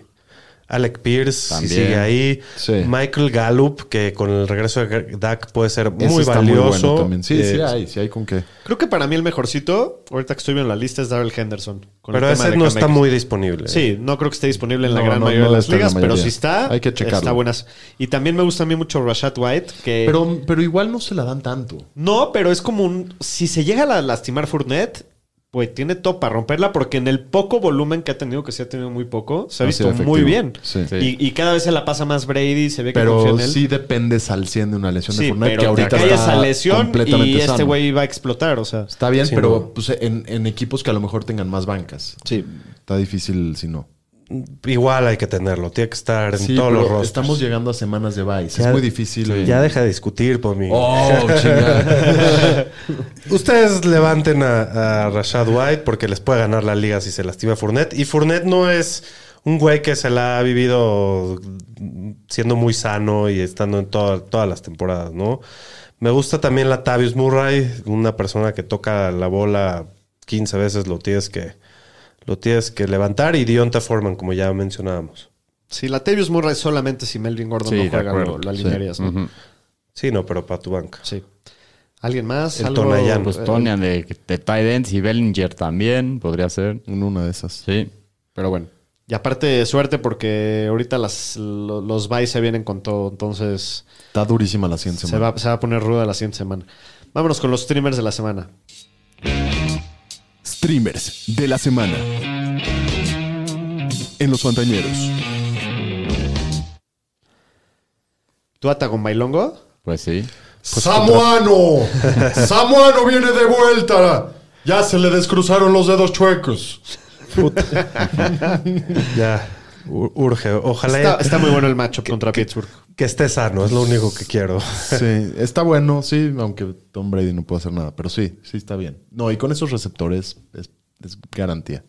[SPEAKER 3] Alec Pierce si
[SPEAKER 4] También.
[SPEAKER 3] sigue ahí.
[SPEAKER 5] Sí.
[SPEAKER 3] Michael Gallup, que con el regreso de Dak puede ser
[SPEAKER 5] Ese
[SPEAKER 3] muy
[SPEAKER 5] está
[SPEAKER 3] valioso.
[SPEAKER 5] bueno también. Sí, sí
[SPEAKER 3] Eh,
[SPEAKER 5] hay, sí hay con qué.
[SPEAKER 2] Creo que para mí el mejorcito, ahorita que estoy viendo la lista, es Darrell Henderson. con el
[SPEAKER 3] Pero
[SPEAKER 2] tema
[SPEAKER 3] ese
[SPEAKER 2] de
[SPEAKER 3] no
[SPEAKER 2] Cam
[SPEAKER 3] está
[SPEAKER 2] Akers.
[SPEAKER 3] muy disponible.
[SPEAKER 2] Sí, no creo que esté disponible en la
[SPEAKER 5] No,
[SPEAKER 2] gran
[SPEAKER 5] no,
[SPEAKER 2] mayoría
[SPEAKER 5] no
[SPEAKER 2] de las
[SPEAKER 5] está en la
[SPEAKER 2] ligas, pero
[SPEAKER 5] mayoría.
[SPEAKER 2] si está,
[SPEAKER 5] Hay que checarlo.
[SPEAKER 2] está buenas. Y también me gusta a mí mucho Rashad White, que
[SPEAKER 5] Pero, pero igual no se la dan tanto.
[SPEAKER 2] no, pero es como un... Si se llega a la- lastimar Fournette, pues tiene todo para romperla porque en el poco volumen que ha tenido, que sí ha tenido muy poco, se ha visto
[SPEAKER 5] sido
[SPEAKER 2] muy
[SPEAKER 5] efectivo.
[SPEAKER 2] bien.
[SPEAKER 5] Sí.
[SPEAKER 4] Sí.
[SPEAKER 2] Y, y cada vez se la pasa más Brady, se ve que confía
[SPEAKER 5] Pero
[SPEAKER 2] en él.
[SPEAKER 5] sí dependes al 100 de una lesión de
[SPEAKER 2] Sí,
[SPEAKER 5] Fournette
[SPEAKER 2] pero
[SPEAKER 5] que
[SPEAKER 2] te
[SPEAKER 5] ahorita
[SPEAKER 2] cae
[SPEAKER 5] está
[SPEAKER 2] esa lesión
[SPEAKER 5] completamente
[SPEAKER 2] y este
[SPEAKER 5] sano.
[SPEAKER 2] güey va a explotar, o sea.
[SPEAKER 5] Está bien,
[SPEAKER 3] Sí,
[SPEAKER 5] pero
[SPEAKER 3] no.
[SPEAKER 5] pues, en, en equipos que a lo mejor tengan más bancas.
[SPEAKER 2] Sí.
[SPEAKER 5] Está difícil si no.
[SPEAKER 3] Igual hay que tenerlo. Tiene que estar en
[SPEAKER 5] Sí,
[SPEAKER 3] todos
[SPEAKER 5] pero
[SPEAKER 3] los rostros.
[SPEAKER 5] estamos llegando a semanas de bye. Es
[SPEAKER 3] Ya-
[SPEAKER 5] muy difícil.
[SPEAKER 3] Ya deja de discutir pues, por mí.
[SPEAKER 5] Oh, chingada.
[SPEAKER 3] Ustedes levanten a, a Rashad White porque les puede ganar la liga si se lastima Fournette. Y Fournette no es un güey que se la ha vivido siendo muy sano y estando en toda- todas las temporadas, ¿no? Me gusta también la Tavius Murray, una persona que toca la bola 15 veces, lo tienes que, lo tienes que levantar. Y Dionta Foreman, como ya mencionábamos.
[SPEAKER 2] Sí, la Latavius Murray solamente si Melvin Gordon
[SPEAKER 4] Sí,
[SPEAKER 2] no
[SPEAKER 4] de
[SPEAKER 2] juega
[SPEAKER 4] acuerdo.
[SPEAKER 2] lo, lo alinearías, ¿no?
[SPEAKER 4] Ujú.
[SPEAKER 3] Sí, no, pero para tu banca.
[SPEAKER 2] Sí. ¿Alguien más?
[SPEAKER 3] El
[SPEAKER 2] ¿Algo?
[SPEAKER 3] Tonayan,
[SPEAKER 2] Eh,
[SPEAKER 4] Pues Tonya de, de tight ends y Bellinger también podría ser.
[SPEAKER 5] en una de esas.
[SPEAKER 4] Sí.
[SPEAKER 2] Pero bueno. Y aparte, suerte porque ahorita las, lo- los buys se vienen con todo. Entonces,
[SPEAKER 5] Está durísima la siguiente
[SPEAKER 2] se
[SPEAKER 5] semana.
[SPEAKER 2] va, se va a poner ruda la siguiente semana. Vámonos con los streamers de la semana.
[SPEAKER 1] Streamers de la semana. En los Fantañeros.
[SPEAKER 2] ¿Tú ata con Bailongo?
[SPEAKER 4] Pues sí.
[SPEAKER 5] ¡Samuano! ¡Samuano viene de vuelta! Ya se le descruzaron los dedos chuecos.
[SPEAKER 3] Ya, u- urge. Ojalá
[SPEAKER 2] Está, está muy bueno el matchup contra Pittsburgh.
[SPEAKER 3] que esté sano, es lo único que quiero.
[SPEAKER 5] Sí, está bueno, sí, aunque Tom Brady no puede hacer nada, pero sí, sí está bien. No, y con esos receptores es, es garantía.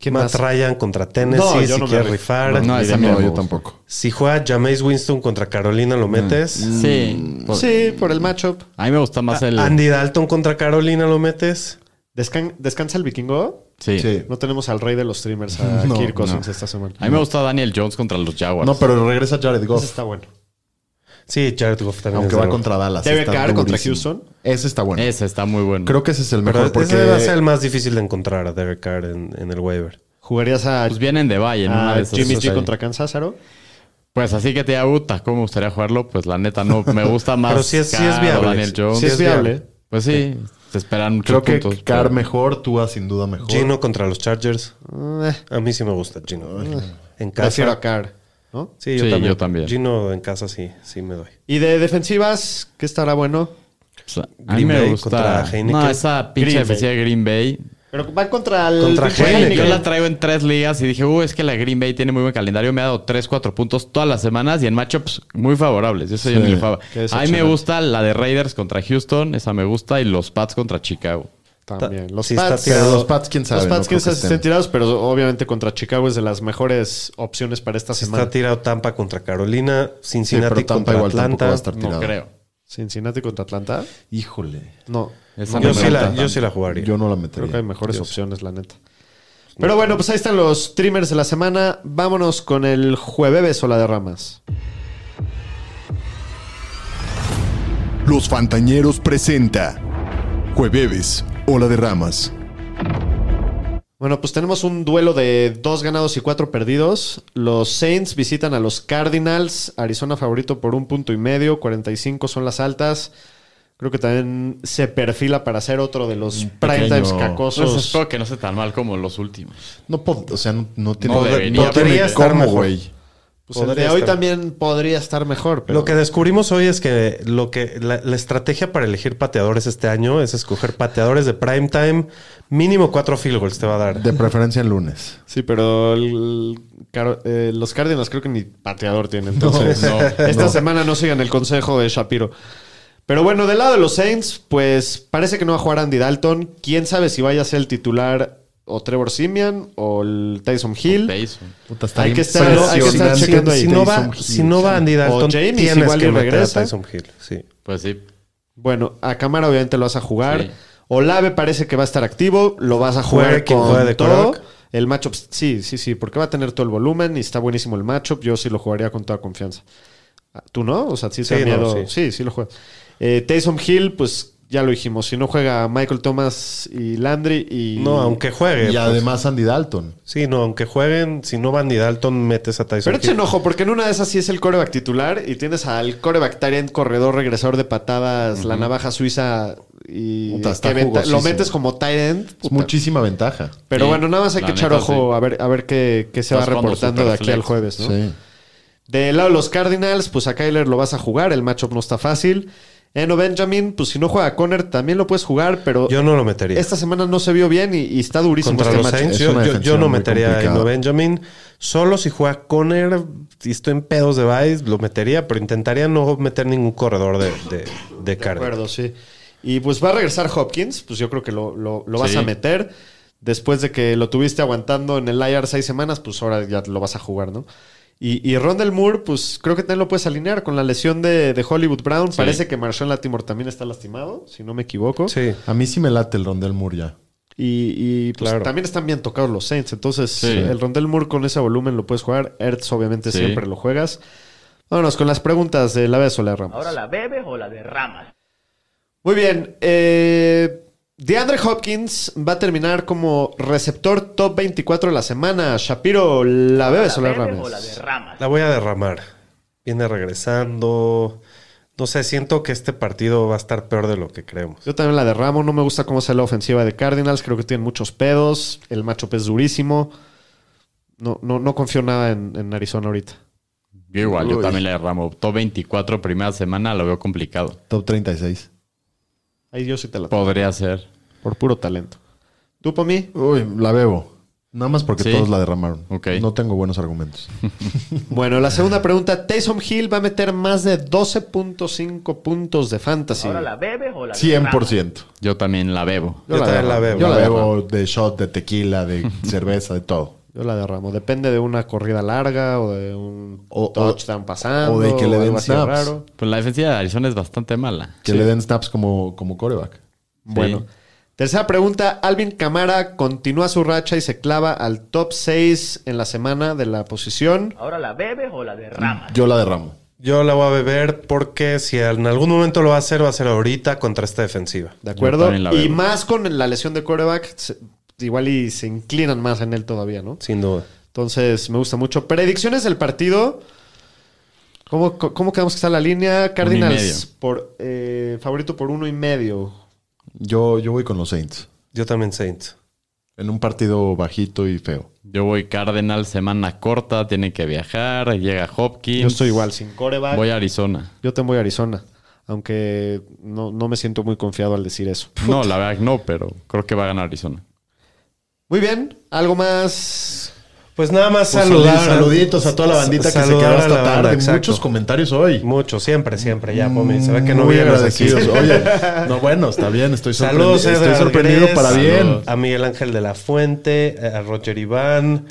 [SPEAKER 2] ¿Quién
[SPEAKER 3] Matt
[SPEAKER 2] más?
[SPEAKER 3] Ryan contra Tennessee,
[SPEAKER 2] No, yo
[SPEAKER 3] si
[SPEAKER 2] no me
[SPEAKER 3] quieres
[SPEAKER 2] rifo.
[SPEAKER 3] rifar.
[SPEAKER 4] No, esa
[SPEAKER 5] no,
[SPEAKER 4] mierda
[SPEAKER 5] yo
[SPEAKER 4] me gusta.
[SPEAKER 5] tampoco.
[SPEAKER 3] Si juega Jameis Winston contra Carolina,
[SPEAKER 5] Mm.
[SPEAKER 3] lo metes.
[SPEAKER 4] Sí. por-
[SPEAKER 2] Sí, por el matchup.
[SPEAKER 4] A mí me gusta más el.
[SPEAKER 3] Andy Dalton contra Carolina, lo metes.
[SPEAKER 2] Descan- ¿Descansa el vikingo?
[SPEAKER 4] Sí.
[SPEAKER 5] Sí.
[SPEAKER 2] No tenemos al rey de los streamers, a
[SPEAKER 5] No,
[SPEAKER 2] Kirk Cousins esta semana.
[SPEAKER 4] A mí me gusta Daniel Jones contra los Jaguars.
[SPEAKER 5] No, pero regresa Jared
[SPEAKER 2] Ese
[SPEAKER 5] Goff,
[SPEAKER 2] está bueno.
[SPEAKER 3] Sí, Jared Goff también.
[SPEAKER 5] aunque
[SPEAKER 3] es de
[SPEAKER 5] va
[SPEAKER 3] lo-
[SPEAKER 5] contra Dallas.
[SPEAKER 2] Derek
[SPEAKER 5] está
[SPEAKER 2] Carr contra
[SPEAKER 5] durísimo.
[SPEAKER 2] Houston.
[SPEAKER 5] Ese está bueno.
[SPEAKER 4] Ese está muy bueno.
[SPEAKER 5] Creo que ese es el
[SPEAKER 3] Pero
[SPEAKER 5] mejor porque
[SPEAKER 3] ese va a ser el más difícil de encontrar a Derek Carr en, en el waiver.
[SPEAKER 2] ¿Jugarías a,
[SPEAKER 4] Pues vienen de Valle, en
[SPEAKER 2] a
[SPEAKER 4] una de esas.
[SPEAKER 2] Ah, Jimmy
[SPEAKER 4] O sea,
[SPEAKER 2] G contra Kansas, Aro?
[SPEAKER 4] Pues así que te diga, puta, ¿cómo me gustaría jugarlo? Pues la neta no. Me gusta más.
[SPEAKER 3] Pero sí es- sí es
[SPEAKER 4] Carr o
[SPEAKER 3] viable.
[SPEAKER 4] Daniel Jones.
[SPEAKER 2] Sí es
[SPEAKER 3] es viable.
[SPEAKER 2] viable.
[SPEAKER 4] Pues sí. Te esperan
[SPEAKER 5] creo
[SPEAKER 4] muchos
[SPEAKER 5] que
[SPEAKER 4] puntos.
[SPEAKER 5] Carr
[SPEAKER 4] pero-
[SPEAKER 5] mejor, Tua sin duda mejor.
[SPEAKER 3] Gino contra los Chargers.
[SPEAKER 2] Eh,
[SPEAKER 3] A mí sí me gusta Gino. En casa.
[SPEAKER 2] prefiero a Carr, ¿no?
[SPEAKER 3] Sí, yo,
[SPEAKER 4] Sí,
[SPEAKER 3] también.
[SPEAKER 4] yo también.
[SPEAKER 3] Gino en casa sí, sí me doy.
[SPEAKER 2] Y de defensivas, ¿qué estará bueno?
[SPEAKER 4] O sea, pues, a mí
[SPEAKER 3] Green
[SPEAKER 4] me
[SPEAKER 3] Bay
[SPEAKER 4] gusta.
[SPEAKER 3] contra Heineken.
[SPEAKER 4] No, esa pinche
[SPEAKER 2] Green
[SPEAKER 4] defensiva de Green Bay.
[SPEAKER 2] Pero va contra el...
[SPEAKER 3] Contra
[SPEAKER 2] pinche
[SPEAKER 3] Heineken.
[SPEAKER 4] Güey, Yo
[SPEAKER 2] Heineken.
[SPEAKER 4] la traigo en tres ligas y dije, uh, es que la Green Bay tiene muy buen calendario. Me ha dado 3, 4 puntos todas las semanas y en matchups muy favorables. Yo soy
[SPEAKER 5] Sí.
[SPEAKER 4] Johnny Lefava.
[SPEAKER 2] Qué
[SPEAKER 4] A mí me
[SPEAKER 2] decepcionante.
[SPEAKER 4] gusta la de Raiders contra Houston, esa me gusta, y los Pats contra Chicago.
[SPEAKER 2] También. Los
[SPEAKER 3] Sí, está
[SPEAKER 2] Pats...
[SPEAKER 3] tirado.
[SPEAKER 5] Pero los Pats, quién sabe.
[SPEAKER 2] Los Pats
[SPEAKER 5] no creo
[SPEAKER 2] que se
[SPEAKER 5] estén.
[SPEAKER 2] estén tirados, pero obviamente contra Chicago es de las mejores opciones para esta semana.
[SPEAKER 3] Está tirado Tampa contra Carolina,
[SPEAKER 5] Sí,
[SPEAKER 3] Cincinnati
[SPEAKER 5] pero Tampa
[SPEAKER 3] contra
[SPEAKER 5] igual tampoco va
[SPEAKER 3] Atlanta.
[SPEAKER 5] a estar
[SPEAKER 4] No
[SPEAKER 5] tirado.
[SPEAKER 4] creo.
[SPEAKER 2] Cincinnati contra Atlanta.
[SPEAKER 5] Híjole.
[SPEAKER 2] No.
[SPEAKER 4] Esa
[SPEAKER 3] Yo
[SPEAKER 4] no me
[SPEAKER 3] sí, la,
[SPEAKER 4] gusta.
[SPEAKER 3] yo sí la jugaría.
[SPEAKER 5] Yo no la
[SPEAKER 2] Creo
[SPEAKER 5] metería.
[SPEAKER 2] que hay mejores opciones, la neta. Pero bueno, pues ahí están los streamers de la semana. Vámonos con el jueves o la de ramas.
[SPEAKER 1] Los Fantañeros presenta. Jueves, Ola de Ramas.
[SPEAKER 2] Bueno, pues tenemos un duelo de dos ganados y cuatro perdidos. Los Saints visitan a los Cardinals. Arizona favorito por un punto y medio. 45 son las altas. Creo que también se perfila para ser otro de los prime
[SPEAKER 5] pequeño-
[SPEAKER 2] times
[SPEAKER 4] Pues
[SPEAKER 2] cacosos.
[SPEAKER 4] espero que no sea tan mal como los últimos.
[SPEAKER 5] No, pod- o sea, no, no tiene,
[SPEAKER 4] No
[SPEAKER 5] no
[SPEAKER 4] debería,
[SPEAKER 5] tiene
[SPEAKER 3] podría estar
[SPEAKER 5] cómo,
[SPEAKER 3] mejor.
[SPEAKER 5] güey.
[SPEAKER 2] Pues el de
[SPEAKER 3] Podría
[SPEAKER 2] hoy
[SPEAKER 3] estar-
[SPEAKER 2] también podría estar mejor. Pero
[SPEAKER 3] Lo que descubrimos hoy es que lo que la, la estrategia para elegir pateadores este año es escoger pateadores de prime time, mínimo cuatro field goals te va a dar.
[SPEAKER 5] De preferencia el lunes.
[SPEAKER 2] Sí, pero el- Car- eh, los Cardinals creo que ni pateador tienen. Entonces,
[SPEAKER 4] No, no,
[SPEAKER 2] esta semana no sigan el consejo de Shapiro. Pero bueno, del lado de los Saints, pues parece que no va a jugar Andy Dalton. Quién sabe si vaya a ser el titular o Trevor Simian o el Tyson Hill.
[SPEAKER 4] Tyson.
[SPEAKER 5] Puta,
[SPEAKER 2] Hay
[SPEAKER 5] estaría
[SPEAKER 2] que estar- hay que estar
[SPEAKER 5] impresionante.
[SPEAKER 2] checando ahí.
[SPEAKER 3] Si no, va,
[SPEAKER 5] Taysom Hill,
[SPEAKER 3] si no va Andy Dalton,
[SPEAKER 2] James
[SPEAKER 3] tienes
[SPEAKER 2] igual y
[SPEAKER 3] que meter a
[SPEAKER 2] regresa.
[SPEAKER 3] Tyson Hill. Sí.
[SPEAKER 4] Pues sí.
[SPEAKER 2] Bueno, a cámara obviamente lo vas a jugar.
[SPEAKER 4] Sí.
[SPEAKER 2] Olave parece que va a estar activo, lo vas a jugar
[SPEAKER 3] Juegue quien
[SPEAKER 2] con
[SPEAKER 3] juegue de
[SPEAKER 2] todo.
[SPEAKER 3] quarterback.
[SPEAKER 2] El matchup, sí, sí, sí, porque va a tener todo el volumen y está buenísimo el matchup. Yo sí lo jugaría con toda confianza. Ah, ¿Tú no? O sea, sí, te
[SPEAKER 3] Sí,
[SPEAKER 2] da
[SPEAKER 3] no,
[SPEAKER 2] miedo. sí.
[SPEAKER 3] sí.
[SPEAKER 2] sí, lo juega. Eh, Taysom Hill, pues ya lo dijimos. Si no juega Michael Thomas y Landry y.
[SPEAKER 3] No, aunque juegue.
[SPEAKER 5] Y
[SPEAKER 3] pues.
[SPEAKER 5] además Andy Dalton.
[SPEAKER 3] Sí, no, aunque jueguen, si no va Andy Dalton, metes a Tyson
[SPEAKER 2] Pero
[SPEAKER 3] Hill.
[SPEAKER 2] echen ojo, porque en una de esas sí es el coreback titular y tienes al coreback target, corredor, regresador de patadas, la navaja suiza y
[SPEAKER 5] Puta, está
[SPEAKER 2] que venta-
[SPEAKER 5] jugosísimo.
[SPEAKER 2] lo metes como tight end.
[SPEAKER 5] Es
[SPEAKER 2] puta.
[SPEAKER 5] muchísima ventaja.
[SPEAKER 2] Pero
[SPEAKER 4] Sí,
[SPEAKER 2] bueno, nada más hay
[SPEAKER 4] la
[SPEAKER 2] que echar
[SPEAKER 4] neta,
[SPEAKER 2] ojo a ver, a ver qué, qué se va
[SPEAKER 4] Estás jugando
[SPEAKER 2] reportando de aquí
[SPEAKER 4] superflex.
[SPEAKER 2] al jueves, ¿no?
[SPEAKER 5] Sí.
[SPEAKER 2] Del lado de los Cardinals, pues a Kyler lo vas a jugar, el matchup no está fácil. Eno Benjamin, pues si no juega a Conner, también lo puedes jugar, pero
[SPEAKER 3] Yo no lo metería.
[SPEAKER 2] esta semana no se vio bien y, y está durísimo
[SPEAKER 3] Contra
[SPEAKER 2] este
[SPEAKER 3] los
[SPEAKER 2] matchup.
[SPEAKER 3] Saints,
[SPEAKER 5] Es
[SPEAKER 3] yo,
[SPEAKER 5] una
[SPEAKER 3] yo- yo
[SPEAKER 5] defensiva
[SPEAKER 3] no
[SPEAKER 5] muy
[SPEAKER 3] metería a
[SPEAKER 5] complicada.
[SPEAKER 3] Eno Benjamin. Solo si juega Conner y estoy en pedos de Vice, lo metería, pero intentaría no meter ningún corredor de, de, de
[SPEAKER 2] De
[SPEAKER 3] Cardinals.
[SPEAKER 2] acuerdo, sí. Y pues va a regresar Hopkins, pues yo creo que lo, lo- lo vas
[SPEAKER 4] Sí.
[SPEAKER 2] a meter. Después de que lo tuviste aguantando en el IR seis semanas, pues ahora ya lo vas a jugar, ¿no? Y, y Rondell Moore, pues creo que también lo puedes alinear con la lesión de, de Hollywood Brown. Parece que Marshawn Latimore también está lastimado, si no me equivoco.
[SPEAKER 3] Sí.
[SPEAKER 5] A mí sí me late el rondel Moore ya.
[SPEAKER 2] Y, y, pues,
[SPEAKER 3] Claro.
[SPEAKER 2] también están bien tocados los Saints. Entonces,
[SPEAKER 4] Sí.
[SPEAKER 2] el Rondell Moore con ese volumen lo puedes jugar. Ertz, obviamente,
[SPEAKER 4] Sí.
[SPEAKER 2] siempre lo juegas. Vámonos con las preguntas de la Besola Ramos.
[SPEAKER 7] ¿Ahora la bebes o la derramas?
[SPEAKER 2] Muy bien. Eh, DeAndre Hopkins va a terminar como receptor top 24 de la semana. Shapiro, la bebes o la
[SPEAKER 7] bebes o la
[SPEAKER 2] Ramos.
[SPEAKER 7] derramas?
[SPEAKER 3] La voy a derramar. Viene regresando. No sé, siento que este partido va a estar peor de lo que creemos.
[SPEAKER 2] Yo también la derramo. No me gusta cómo sale la ofensiva de Cardinals. Creo que tienen muchos pedos. El matchup es durísimo. No, no, no confío nada en, en Arizona ahorita.
[SPEAKER 4] Yo igual, yo
[SPEAKER 5] Uy.
[SPEAKER 4] también le derramo. Top 24, primera semana, lo veo complicado.
[SPEAKER 5] Top 36.
[SPEAKER 2] Ahí yo sí te la
[SPEAKER 4] Podría ser.
[SPEAKER 2] Por puro talento. ¿Tú, por mí?
[SPEAKER 5] Uy, la bebo. Nada más porque
[SPEAKER 4] Sí.
[SPEAKER 5] todos la derramaron.
[SPEAKER 4] Ok.
[SPEAKER 5] No tengo buenos argumentos.
[SPEAKER 2] Bueno, la segunda pregunta. Taysom Hill va a meter más de 12.5 puntos de fantasy.
[SPEAKER 7] ¿Ahora la bebes o la derramas?
[SPEAKER 5] 100%.
[SPEAKER 4] Yo también la bebo.
[SPEAKER 3] Yo, también la veo.
[SPEAKER 5] Yo la bebo de shot, de tequila, de cerveza, de todo.
[SPEAKER 2] Yo la derramo. Depende de una corrida larga o de un
[SPEAKER 5] O- o-
[SPEAKER 2] touchdown pasando.
[SPEAKER 5] o de que le
[SPEAKER 2] algo
[SPEAKER 5] den
[SPEAKER 2] así
[SPEAKER 5] snaps.
[SPEAKER 2] raro.
[SPEAKER 4] Pues la defensiva de Arizona es bastante mala.
[SPEAKER 5] Que le den snaps como, como coreback.
[SPEAKER 2] Bueno. Tercera pregunta. Alvin Camara continúa su racha y se clava al top 6 en la semana de la posición.
[SPEAKER 7] ¿Ahora la bebes o la derramas?
[SPEAKER 5] Yo la derramo.
[SPEAKER 3] Yo la voy a beber porque si en algún momento lo va a hacer, va a ser ahorita contra esta defensiva.
[SPEAKER 2] ¿De
[SPEAKER 4] Yo
[SPEAKER 2] acuerdo?
[SPEAKER 4] también la
[SPEAKER 2] Y
[SPEAKER 4] veo.
[SPEAKER 2] más con la lesión de quarterback. se- igual y se inclinan más en él todavía, ¿no?
[SPEAKER 3] Sin duda.
[SPEAKER 2] Entonces, me gusta mucho. Predicciones del partido. ¿Cómo, cómo quedamos que está la línea? Cardinals
[SPEAKER 4] medio.
[SPEAKER 2] por eh, favorito por uno y medio.
[SPEAKER 5] Yo, yo voy con los Saints.
[SPEAKER 3] Yo también Saints.
[SPEAKER 5] En un partido bajito y feo.
[SPEAKER 4] Yo voy Cardinal, semana corta, tiene que viajar, llega Hopkins.
[SPEAKER 2] Yo estoy igual, sin coreback.
[SPEAKER 4] Voy a Arizona.
[SPEAKER 2] Yo te voy a Arizona. Aunque no, no me siento muy confiado al decir eso.
[SPEAKER 4] No, la verdad no, pero creo que va a ganar Arizona.
[SPEAKER 2] Muy bien. ¿Algo más?
[SPEAKER 3] Pues nada más
[SPEAKER 5] Pues,
[SPEAKER 3] saludar.
[SPEAKER 5] saluditos a toda la bandita que se quedó
[SPEAKER 3] saludar a la
[SPEAKER 5] hasta
[SPEAKER 3] banda,
[SPEAKER 5] tarde.
[SPEAKER 3] exacto.
[SPEAKER 5] Muchos comentarios hoy.
[SPEAKER 3] Mucho, siempre, siempre. Ya, Pomi. Se ve que no
[SPEAKER 5] Muy
[SPEAKER 3] vienes aquí.
[SPEAKER 5] agradecidos. Oye, no, bueno, está bien. Estoy sorprendido,
[SPEAKER 3] Saludos,
[SPEAKER 5] estoy
[SPEAKER 3] Edgar
[SPEAKER 5] sorprendido
[SPEAKER 3] Gres,
[SPEAKER 5] para bien.
[SPEAKER 3] A Miguel Ángel de la Fuente, a Roger Iván,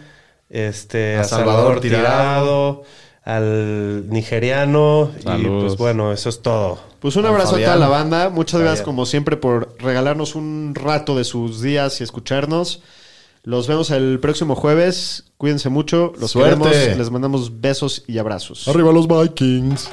[SPEAKER 3] este,
[SPEAKER 5] A
[SPEAKER 3] a,
[SPEAKER 5] Salvador
[SPEAKER 3] Salvador, Tirado, al nigeriano.
[SPEAKER 4] Saludos.
[SPEAKER 3] Y pues bueno, eso es todo.
[SPEAKER 2] Pues un
[SPEAKER 5] Con
[SPEAKER 2] abrazo
[SPEAKER 5] Fabián.
[SPEAKER 2] a toda la banda. Muchas gracias,
[SPEAKER 3] Fabián.
[SPEAKER 2] como siempre, por regalarnos un rato de sus días y escucharnos. Los vemos el próximo jueves. Cuídense mucho. Los
[SPEAKER 5] Suerte.
[SPEAKER 2] queremos. Les mandamos besos y abrazos.
[SPEAKER 5] Arriba los Vikings.